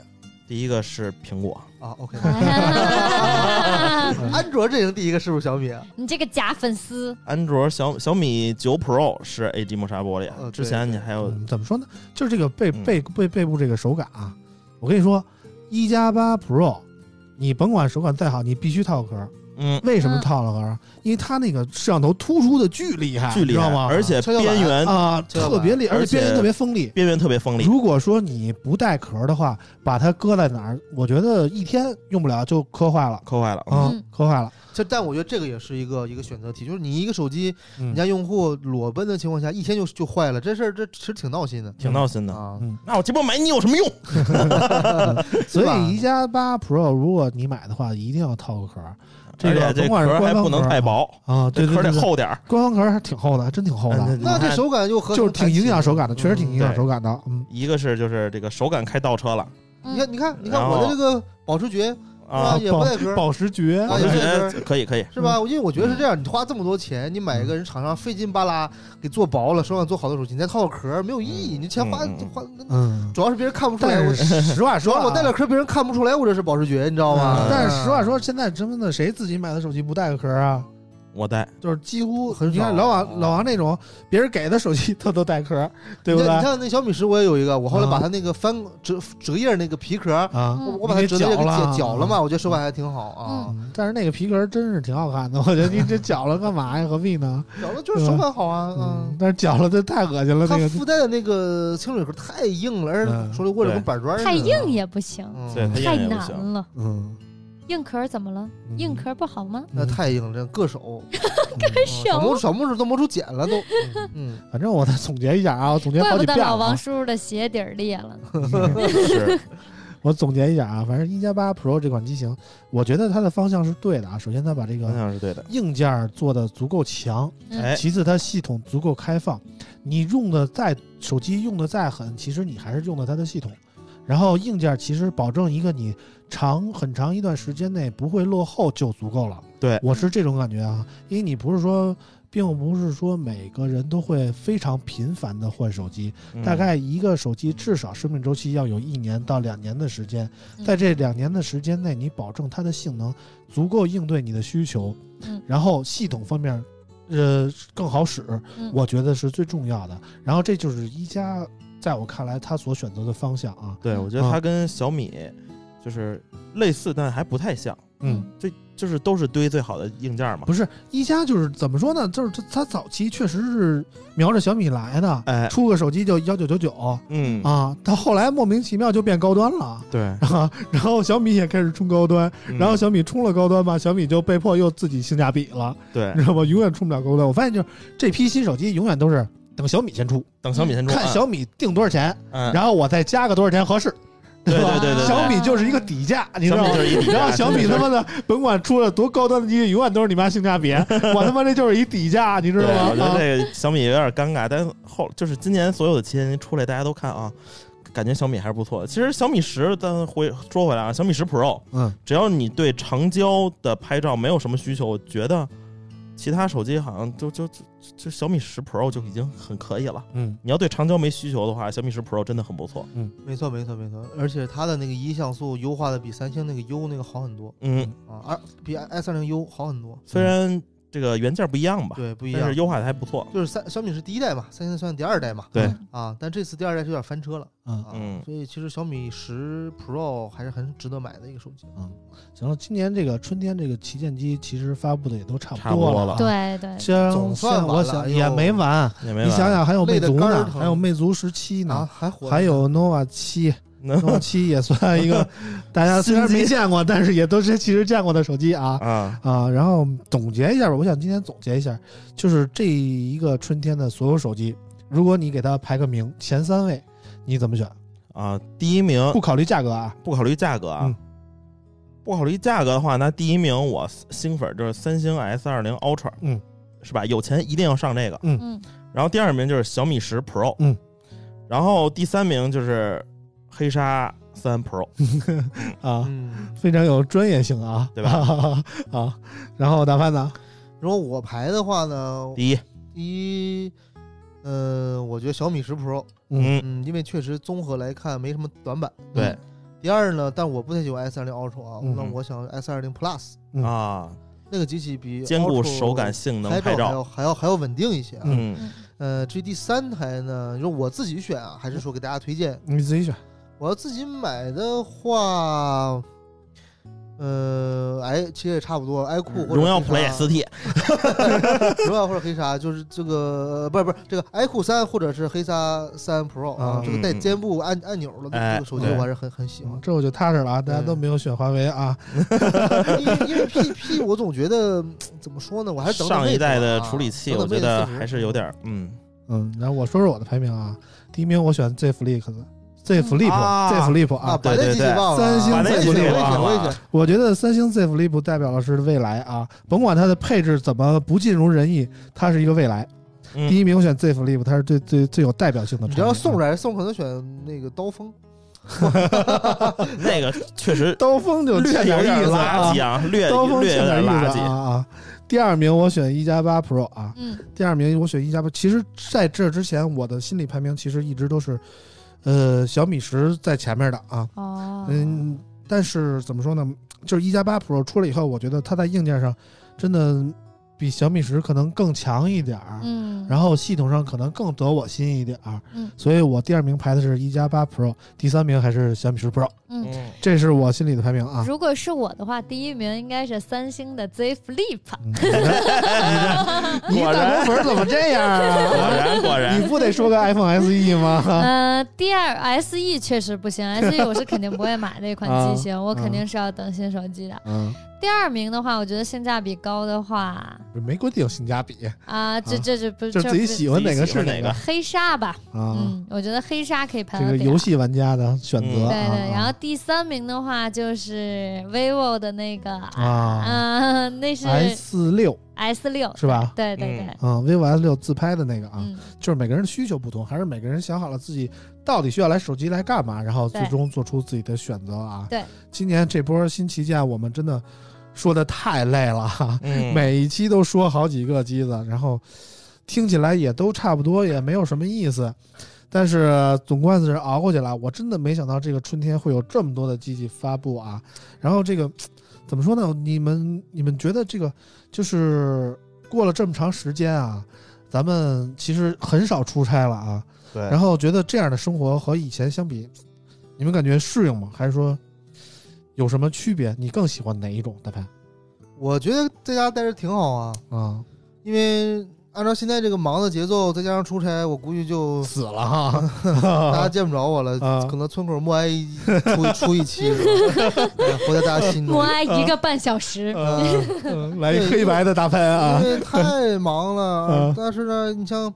D: 第一个是苹果，
C: 啊？OK，
A: 嗯哎呀
C: 安卓阵营第一个是不是小米啊？
A: 你这个假粉丝，
D: 安卓小小米九 Pro 是 AG 磨砂玻璃，
C: 呃对
D: 之前你还有
B: 哦嗯怎么说呢？就是这个背
D: 嗯
B: 背背背部这个手感啊，我跟你说，一加八 Pro，你甭管手感再好，你必须套壳，
D: 嗯，
B: 为什么
A: 嗯
B: 套了盒？因为它那个摄像头突出的巨厉害，
D: 距
B: 你
D: 离
B: 啊知道吗？
D: 而且
C: 跷跷板
D: 边缘
B: 啊，嗯
C: 这个
B: 特别厉，
D: 吧
B: 而且边
D: 而
B: 缘
D: 且
B: 特别锋利。
D: 边缘特别锋利，
B: 如果说你不带壳的话，把它搁在哪儿，我觉得一天用不了就磕坏了
D: 抠坏了。
B: 啊
A: 嗯，
B: 磕坏了。
C: 这但我觉得这个也是一个一个选择题，就是你一个手机，
B: 嗯
C: 人家用户裸奔的情况下，一天就就坏了，这事儿这其实挺闹心的
D: 挺闹心的。
C: 啊。
B: 嗯，
D: 那我这波买你有什么用？
B: 所
C: 是吧
B: 以一加八 Pro 如果你买的话，一定要套个壳儿。这个
D: 而
B: 甭
D: 且这
B: 管是
D: 壳还
B: 官方
D: 不能
B: 壳
D: 太薄，
B: 啊，对
D: 这
B: 对
D: 壳
B: 对
D: 得
B: 对，
D: 厚点儿。
B: 官方壳还挺厚的，真挺厚的，
C: 啊那这手感又和
B: 就是挺影响手感的，确实挺影响
D: 对
B: 手感的。哎嗯，
D: 一个是就是这个手感开倒车了
A: 嗯
C: 你看，你看，你看
D: 然后
C: 我的这个保时捷啊，
D: 啊，
C: 也不带壳，
B: 宝石爵
C: 啊
D: 我
C: 也
D: 就
C: 不
D: 觉
C: 带
D: 得
C: 壳，
D: 可以可以。
C: 是吧？因为我觉得是这样，你花这么多钱，你买一个人厂商费劲巴拉给做薄了，手感做好的手机，你再套个壳儿没有意义，你钱花
D: 嗯嗯嗯
C: 花，
B: 嗯，
C: 主要是别人看不出来，
B: 但
C: 我
B: 是实话
C: 主
B: 说
C: 要
B: 啊，
C: 我带了壳儿，别人看不出来我这是保时捷，你知道吗
B: 嗯？但是
C: 嗯
B: 实话，说，现在真的谁自己买的手机不带个壳啊？
D: 我带
B: 就是几乎啊
C: 很少
B: 你看老王老王那种别人给的手机，他都带壳，对不对？
C: 你看你看那小米十，我也有一个，我后来
B: 啊
C: 把它那个翻折折页那个皮壳儿，
B: 啊，
C: 我
A: 嗯
C: 我把它折页
B: 你
C: 给
B: 给绞了
C: 解绞了嘛，我觉得手感还挺好啊，
B: 嗯但是那个皮壳真是挺好看的，我觉得你这绞了干嘛呀？何必呢？
C: 绞了就是手感好啊，
B: 嗯
C: 嗯，。
B: 但是绞了这太恶心了，
C: 它
B: 那个
C: 附带的那个清水壳太硬了，而
B: 嗯
C: 且手里握着跟
D: 对
C: 板砖似的。
A: 太硬也不行，
C: 嗯，
D: 对它
A: 太
D: 硬也不
A: 难
D: 行，
A: 了。
B: 嗯，
A: 硬壳怎么了？硬壳不好吗？
C: 那太硬了，真硌手，
A: 手
C: 小拇指小拇指都磨出茧了都。嗯，
B: 反正我再总结一下啊，我总结
A: 怪
B: 好
A: 不
B: 几
A: 得
B: 遍
A: 老
B: 了
A: 王
B: 啊。
A: 叔叔的鞋底儿裂了。
D: 是
B: 我总结一下啊，反正一加八 Pro 这款机型，我觉得它的方向是对的啊。首先，它把这
D: 方
B: 个
D: 向是对的。
B: 硬件做的足够强，
A: 嗯
D: 嗯哎，
B: 其次它系统足够开放。你用的再手机用的再狠，其实你还是用的它的系统。然后硬件其实保证一个你长很长一段时间内不会落后就足够了。
D: 对
B: 我是这种感觉啊，因为你不是说，并不是说每个人都会非常频繁的换手机，
D: 嗯
B: 大概一个手机至少生命周期要有一年到两年的时间，
A: 嗯
B: 在这两年的时间内，你保证它的性能足够应对你的需求，
A: 嗯
B: 然后系统方面，呃，更好使，
A: 嗯
B: 我觉得是最重要的。然后这就是一加，在我看来，它所选择的方向啊，
D: 对，我觉得它跟小米就是类似，但还不太像。
A: 嗯
D: 就就是都是堆最好的硬件嘛
B: 不。是一加就是怎么说呢？就是它它早期确实是瞄着小米来的，
D: 哎，
B: 出个手机就幺九九九
D: 嗯，
B: 啊，到后来莫名其妙就变高端了。
D: 对，
B: 啊，然后小米也开始冲高端，
D: 嗯
B: 然后小米冲了高端吧，小米就被迫又自己性价比了，
D: 嗯对
B: 你，知道吗？永远冲不了高端。我发现就是这批新手机永远都是等小米先出，
D: 等小米先出，
B: 看
D: 嗯
B: 小米定多少钱，
D: 嗯，
B: 然后我再加个多少钱合适，
D: 对
B: 吧？
D: 对对对，对
B: 小米就是一个底价，你知
D: 小
B: 道
D: 米
B: 吗
D: 就？是一底
B: 然后
D: 价，
B: 小米
D: 真
B: 他
D: 的是
B: 妈的，甭管出了多高端的机，永远都是你妈性价 比。我他妈这就是一底价，你知
D: 对，
B: 道吗？
D: 我觉得
B: 啊
D: 这个小米有点尴尬，但是后就是今年所有的旗舰出来，大家都看啊，感觉小米还是不错的。其实小米十，咱回说回来啊，小米十 Pro，
B: 嗯，
D: 只要你对长焦的拍照没有什么需求，我觉得其他手机好像就就就就小米十 Pro 就已经很可以了。
B: 嗯
D: 你要对长焦没需求的话，小米十 Pro 真的很不错。
C: 没错没错没错，而且它的那个一像素优化的比三星那个 U 那个好很多
D: 嗯，
C: 啊，而比 i 三零 U 好很多。
B: 嗯
D: 虽然这个原件不一样吧，
C: 对，不一
D: 但
C: 样
D: 是。优化的还不错。
C: 就是三小米是第一代嘛，三星算第二代嘛，
D: 对
A: 嗯
C: 啊，但这次第二代是有点翻车了
B: 嗯
C: 啊，
D: 嗯
C: 所以其实小米十 Pro 还是很值得买的一个手机。
B: 嗯，行了，今年这个春天这个旗舰机其实发布的也都差
D: 差不
B: 多
D: 多
B: 了
D: 了
B: 啊，
A: 对对，
B: 这
C: 总算
B: 我
C: 完了
B: 想
C: 哎
B: 也
C: 呦
B: 没完，
D: 也没
B: 你想想还有魅
C: 累得
B: 族
C: 肝儿
B: 呢，
C: 疼
B: 还有魅族十七
C: 啊，
B: 呢，
C: 还火着呢，
B: 还有 nova 七
D: 能
B: ，nova 七也算一 个大家虽然没见过，但是也都是其实见过的手机啊
D: 啊，
B: 啊。然后总结一下吧，我想今天总结一下，就是这一个春天的所有手机，如果你给它排个名，前三位你怎么选？
D: 啊，第一名
B: 不考虑价格啊，
D: 不考虑价格啊，
B: 嗯
D: 不考虑价格的话，那第一名我新粉就是三星 S 二零 Ultra，
B: 嗯，
D: 是吧？有钱一定要上这个。
A: 嗯
D: 然后第二名就是小米十 Pro，
B: 嗯，
D: 然后第三名就是黑鲨三 Pro，
B: 啊，
C: 嗯，
B: 非常有专业性啊，
D: 对吧？
B: 啊，然后打饭呢？
C: 如果我排的话呢，
D: 第一，
C: 第一，呃，我觉得小米十 Pro，
D: 嗯，
C: 嗯，因为确实综合来看没什么短板。嗯
D: 对
C: 第二呢，但我不太喜欢 S 二零 Ultra 啊，
B: 嗯
C: 那我想 S 二零 Plus
B: 嗯
D: 啊，
C: 那个机器比
D: 兼顾
C: Ultra
D: 手感、性能、
C: 拍
D: 拍
C: 照还
D: 照，
C: 要还要还要稳定一些啊。
D: 嗯，
A: 嗯
C: 呃，至于第三台呢，你说我自己选啊，还是说给大家推荐？
B: 你自己选。
C: 我要自己买的话，呃，哎，其实也差不多，爱酷或者
D: 嗯荣耀
C: 黑鲨
D: Play ST，
C: 荣耀或者黑鲨，就是这个呃不是不是这个 iQOO 三或者是黑鲨三 Pro 啊
B: 啊，
C: 这个带肩部按按钮的
D: 嗯哎
C: 这个手机，我还是很很喜欢
B: 嗯。这我就踏实了啊！大家
D: 嗯
B: 都没有选华为啊，
C: 因为因为 P P 我总觉得嗯怎么说呢，我还是等等
D: 上一
C: 魅族
D: 代的
C: 啊
D: 处理器，
C: 等
D: 我
C: 等
D: 觉
C: 魅
D: 得
C: 族40
D: 还是有点儿嗯，
B: 嗯，然后我说说我的排名啊，第一名我选 Z Flip，Z
D: 啊
B: Flip，Z Flip
C: 啊，
B: 啊，
C: 把那
D: 对
C: 机器
D: 对对
C: 忘了啊，
B: 三星
D: 把那
C: 我也
D: 机器
C: 选我也
D: 忘
C: 选我也
D: 了啊嗯
C: 选，
B: 我觉得三星 Z Flip 代表的是未来啊，甭管它的配置怎么不尽如人意，它是一个未来。
D: 嗯
B: 第一名我选 Z Flip，它是最最最有代表性的产
C: 你
B: 品啊。
C: 只要送来送，可能选那个刀锋，
D: 那个 确实
B: 刀锋就
D: 略
B: 欠
D: 有
B: 点
D: 点
B: 意思
D: 垃
B: 啊
D: 圾，啊，略
B: 刀锋
D: 略
B: 欠
D: 有
B: 点
D: 点
B: 意
D: 垃
B: 思啊
D: 圾，
B: 啊。第二名我选一加八 Pro 啊，
A: 嗯，
B: 第二名我选一加八。其实在这之前，我的心理排名其实一直都是，呃，小米十在前面的啊。
A: 哦，
B: 嗯，但是怎么说呢？就是一加八 Pro 出了以后，我觉得它在硬件上真的比小米十可能更强一点儿，
A: 嗯，
B: 然后系统上可能更得我心一点儿。
A: 嗯
B: 所以我第二名排的是一加八 Pro，第三名还是小米十 Pro，
A: 嗯。
D: 嗯，
B: 这是我心里的排名啊。
A: 如果是我的话，第一名应该是三星的 Z Flip，
B: 嗯你这啊你这大公粉怎么这样
D: 果
B: 啊？
D: 然果 然
B: 你，不得说个 iPhone SE 吗？
A: 呃，第二 SE 确实 不行，SE 我是肯定不会买的一款机
B: 啊
A: 型，我肯定是要等新手机的。
B: 嗯，
A: 第二名的话，我觉得性价比高的话，
B: 嗯没规定性价比，
A: 啊、这
B: 啊
A: 这这不
B: 就
A: 这
B: 是自己
A: 不
B: 喜欢哪个
D: 自己喜
B: 是
D: 欢
B: 哪个
D: 哪
A: 黑鲨吧？
B: 啊。
A: 嗯，我觉得黑鲨可以排
B: 这
A: 到
B: 个
A: 第二。
B: 游戏玩家的选择
D: 嗯
B: 啊。
A: 对对，然后
B: 啊
A: 第三名的话就是 vivo 的那个
B: 啊
A: 啊，那是
B: ，S 六
A: S 六，
B: 是吧？
A: 对对对，
B: 啊，vivo S 六自拍的那个啊，
A: 嗯，
B: 就是每个人的需求不同，还是每个人想好了自己到底需要来手机来干嘛，然后最
A: 对
B: 终做出自己的选择啊。
A: 对，
B: 今年这波新旗舰，我们真的说的太累了啊哈哈，
D: 嗯，
B: 每一期都说好几个机子，然后听起来也都差不多，也没有什么意思。但是总算是熬过去了，我真的没想到这个春天会有这么多的机器发布啊！然后这个怎么说呢？你们你们觉得这个就是过了这么长时间啊，咱们其实很少出差了啊。
D: 对
B: 然后觉得这样的生活和以前相比，你们感觉适应吗？还是说有什么区别？你更喜欢哪一种？大潘
C: 我觉得在家待着挺好啊，
B: 啊，
C: 因为按照现在这个忙的节奏，再加上出差，我估计就
B: 死了哈。
C: 大 家见不着我了，
B: 啊
C: 可能村口默哀一出出一期， 哎活在大家心中
A: 默。哀一个半小时，
B: 呃，嗯来一黑白的大喷
C: 因
B: 啊！
C: 为太忙了
B: 啊，
C: 但是呢，你像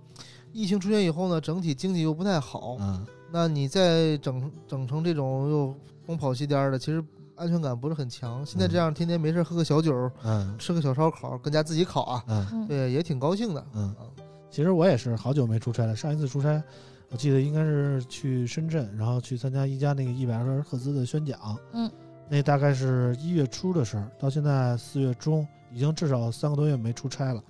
C: 疫情出现以后呢，整体经济又不太好，
B: 嗯，
C: 那你再整整成这种又东跑西颠儿的，其实安全感不是很强。现在这样天天没事喝个小酒，
B: 嗯
C: 吃个小烧烤，跟家自己烤啊，
B: 嗯
A: 嗯
C: 对，也挺高兴的。
B: 嗯，其实我也是好久没出差了，上一次出差，我记得应该是去深圳，然后去参加一家那个一百二十赫兹的宣讲，
A: 嗯，
B: 那大概是一月初的事儿，到现在四月中，已经至少三个多月没出差了。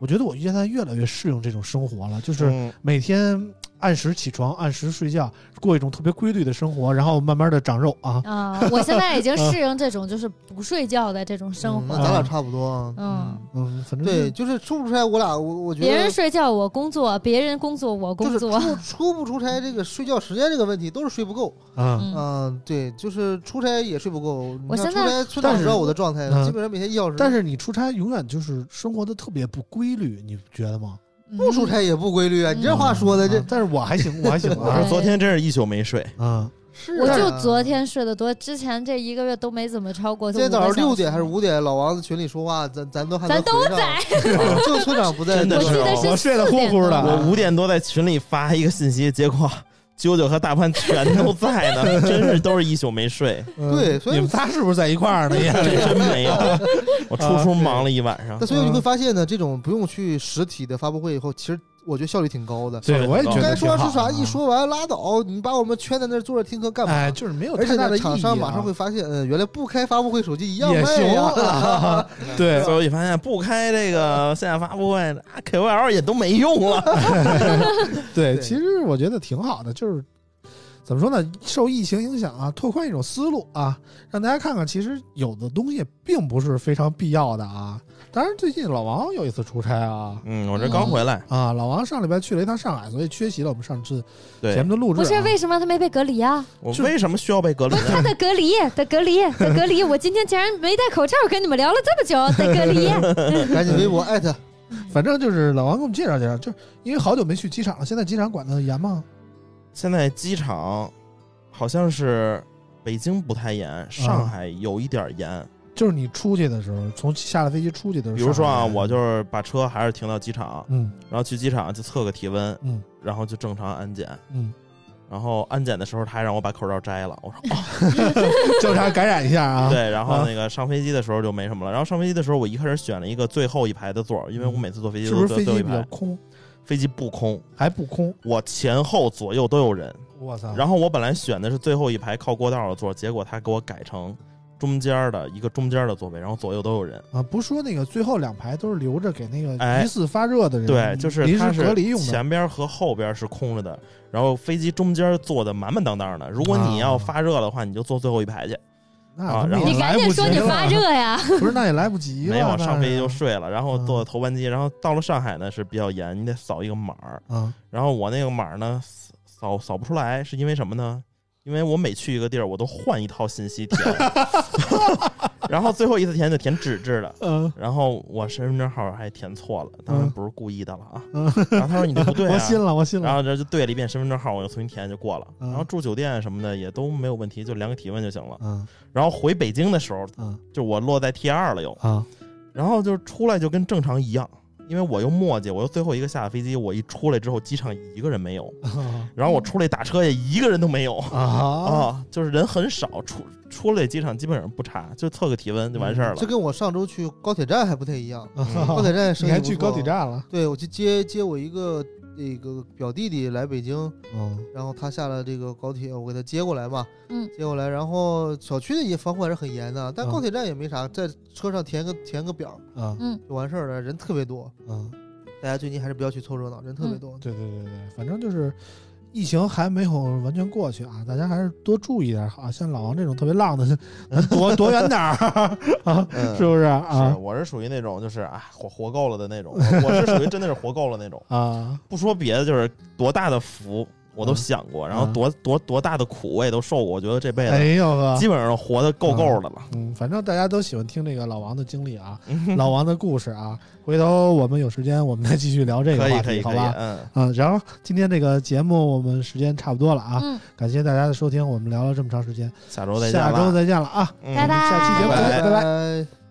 B: 我觉得我现在越来越适应这种生活了，就是
D: 嗯
B: 每天按时起床、按时睡觉，过一种特别规律的生活，然后慢慢的长肉啊。
A: 啊、我现在已经适应这种就是不睡觉的这种生
C: 嗯
A: 活
C: 那咱俩
A: 了。
C: 差不多啊。
A: 嗯，
B: 嗯，反正
C: 对，就是出不出差，我俩我我觉
A: 别人
C: 得
A: 睡觉我工作，别人工作我
C: 就
A: 工
C: 是
A: 作。
C: 出出不出差这个睡觉时间这个问题都是睡不够。
B: 啊，
A: 嗯
C: 嗯，对，就是出差也睡不够。你
A: 我
C: 像
A: 现
C: 出
A: 在
C: 差，村
B: 但
C: 长
B: 是
C: 知道我的状态，
B: 嗯
C: 基本上每天一小时。
B: 但是你出差永远就是生活的特别不规律，你觉得吗？
A: 嗯
C: 不出差也不规律啊！你这话说的，这
B: 啊但是我还行，我还行
D: 我是
B: 啊
D: 昨天真是一宿没睡，
B: 啊，
C: 是
A: 我
C: 啊
A: 就昨天睡得多，之前这一个月都没怎么超过。
C: 今天早上六点还是
A: 五？
C: 五点，老王在群里说话，咱咱都还
A: 咱
C: 能
A: 都
C: 回上
A: 在，
C: 啊就村长不在，
D: 真的
A: 我记
D: 是
C: 啊
A: 得是
B: 我睡得呼呼的
A: 4点多
D: 我
B: 啊
D: 五点多在群里发一个信息，结果啾啾和大潘全都 在呢，真是都是一宿没睡，
C: 对所
B: 嗯
C: 以
B: 你们仨是不是在一块儿呢？啊也
D: 这真没 有，我出出忙了一晚上
C: 那。所以你
B: 嗯
C: 会发现呢，这种不用去实体的发布会以后，其实我觉得效率挺高的。
B: 对，我也觉得
C: 该说
B: 挺
C: 是
B: 好
C: 啥，
B: 啊
C: 一说完拉倒，你把我们圈在那儿坐着听课干
B: 哎，
C: 嘛？
B: 就是没有
C: 而且
B: 太大
C: 呢，
B: 的
C: 厂
B: 意义
C: 商
B: 啊
C: 马上会发现，嗯，原来不开发布会手机一样
B: 也
C: 卖
B: 行
C: 呀。
B: 啊，对，
D: 所以我发现不开这个线下发布会啊 ，KOL 也都没用了。
B: 对，
C: 对
B: 其实我觉得挺好的，就是怎么说呢？受疫情影响啊，拓宽一种思路啊，让大家看看，其实有的东西并不是非常必要的啊。当然，最近老王有一次出差啊，
D: 嗯，我这刚回来，
B: 啊，老王上礼拜去了一趟上海，所以缺席了我们上次节
D: 对
B: 目的录制、啊。
A: 不是为什么他没被隔离啊？
D: 我
B: 就
D: 为什么需要被隔离？
A: 他得隔离， 得隔离，得隔离！我今天竟然没戴口罩，跟你们聊了这么久，得隔 离。
C: 赶紧微博艾特。
B: 反正就是老王给我们介绍介绍，就是因为好久没去机场了，现在机场管得严吗？
D: 现在机场好像是北京不太严，上海有一点严。
B: 就是你出去的时候，从下了飞机出去的时候，
D: 比如说啊，
B: 上海
D: 我就是把车还是停到机场，
B: 嗯
D: 然后去机场就测个体温，
B: 嗯
D: 然后就正常安检。
B: 嗯，
D: 然后安检的时候，他还让我把口罩摘了。我说、哦
B: 交叉感染一下啊。
D: 对，然后那个上飞机的时候就没什么了。然后上飞机的时候，我一个人选了一个最后一排的座儿，因为我每次坐飞机
B: 是
D: 都
B: 不是
D: 坐
B: 飞
D: 最后
B: 机
D: 一
B: 比较
D: 排。
B: 空，
D: 飞机不空，
B: 还不空？
D: 我前后左右都有人。
B: 我操！
D: 然后我本来选的是最后一排靠过道的座，结果他给我改成中间儿的一个中间儿的座位，然后左右都有人。
B: 啊，不是说那个最后两排都是留着给那个
D: 哎
B: 疑似发热的人，
D: 对，就是
B: 临
D: 它
B: 时
D: 是
B: 嗯隔离用的。
D: 前边和后边是空着的，然后飞机中间坐的满满当当的。如果你
B: 啊
D: 要发热的话，你就坐最后一排去。
B: 那
D: 啊
B: 他们
D: 然后
B: 也
A: 你赶
B: 来
A: 紧
B: 不
A: 说你
B: 及了
A: 发热，呀！
B: 不是那也来不及了。
D: 没有
B: 那
D: 上飞机
B: 是
D: 就睡了，然后
B: 嗯
D: 坐头班机，然后到了上海呢是比较严，你得扫一个码儿。
B: 啊，
D: 然后我那个码儿呢扫扫扫不出来，是因为什么呢？因为我每去一个地儿，我都换一套信 息填， 然后最后一次填就填纸质的。
B: 嗯，
D: 然后我身份证号还填错了，当然不是故意的了啊。
B: 嗯
D: 然后他说你这不对、啊，
B: 我信了，我信
D: 然
B: 了。
D: 后这就对了一遍身份证号，我又重新填就过了。
B: 嗯
D: 然后住酒店什么的也都没有问题，就量个体温就行了。
B: 嗯
D: 然后回北京的时候，
B: 嗯
D: 就我落在 T 二了又，
B: 啊，
D: 然后就出来就跟正常一样，因为我又磨叽，我又最后一个下的飞机，我一出来之后机场一个人没有，然后我出来打车也一个人都没有
B: 啊
D: 啊，就是人很少，出出来机场基本上不查，就测个体温就完事儿了
C: 这。跟我上周去高铁站还不太一样。高
B: 啊！
C: 铁站生
B: 你
C: 意
B: 还
C: 不
B: 去
C: 错
B: 高铁？站了？
C: 对，我去接接我一个那个表弟弟来北京，
B: 嗯
C: 然后他下了这个高铁，我给他接过来嘛，
A: 嗯，
C: 接过来，然后小区的也防控还是很严的，但
B: 嗯
C: 高铁站也没啥，在车上填个填个表
B: 啊
C: 就完事儿了，人特别多，
B: 啊！
C: 大家最近还是不要去凑热闹，人特别
A: 嗯
C: 多。
B: 对对对对，反正就是疫情还没有完全过去啊，大家还是多注意点好。像老王这种特别浪的，咱躲躲远点 儿啊，
D: 嗯
B: 是不是
D: 是，
B: 啊？
D: 我是属于那种就是啊，活活够了的那种，我我是属于真的是活够了那种。
B: 啊，
D: 不说别的，就是多大的福我都享过，然后多多多大的苦我也都受过。我觉得这辈
B: 嗯哎
D: 子
B: 呦呵
D: 基，本上活得够够的了。
B: 嗯，反正大家都喜欢听这个老王的经历 啊，
D: 嗯
B: 老王的故事啊。回头我们有时间，我们再继续聊这个
D: 可以
B: 话
D: 可以
B: 题，
D: 可
B: 好
D: 以，
B: 吧？
D: 嗯，
B: 啊，然后今天这个节目我们时间差不多了啊，
A: 嗯，
B: 感谢大家的收听，我们聊了这么长时间，
D: 下周再见
B: 下
D: 啦，
B: 周再见了啊，
D: 嗯
A: 拜拜
B: 下期节目
D: 拜
B: 见
D: 拜
B: 拜拜
C: 拜。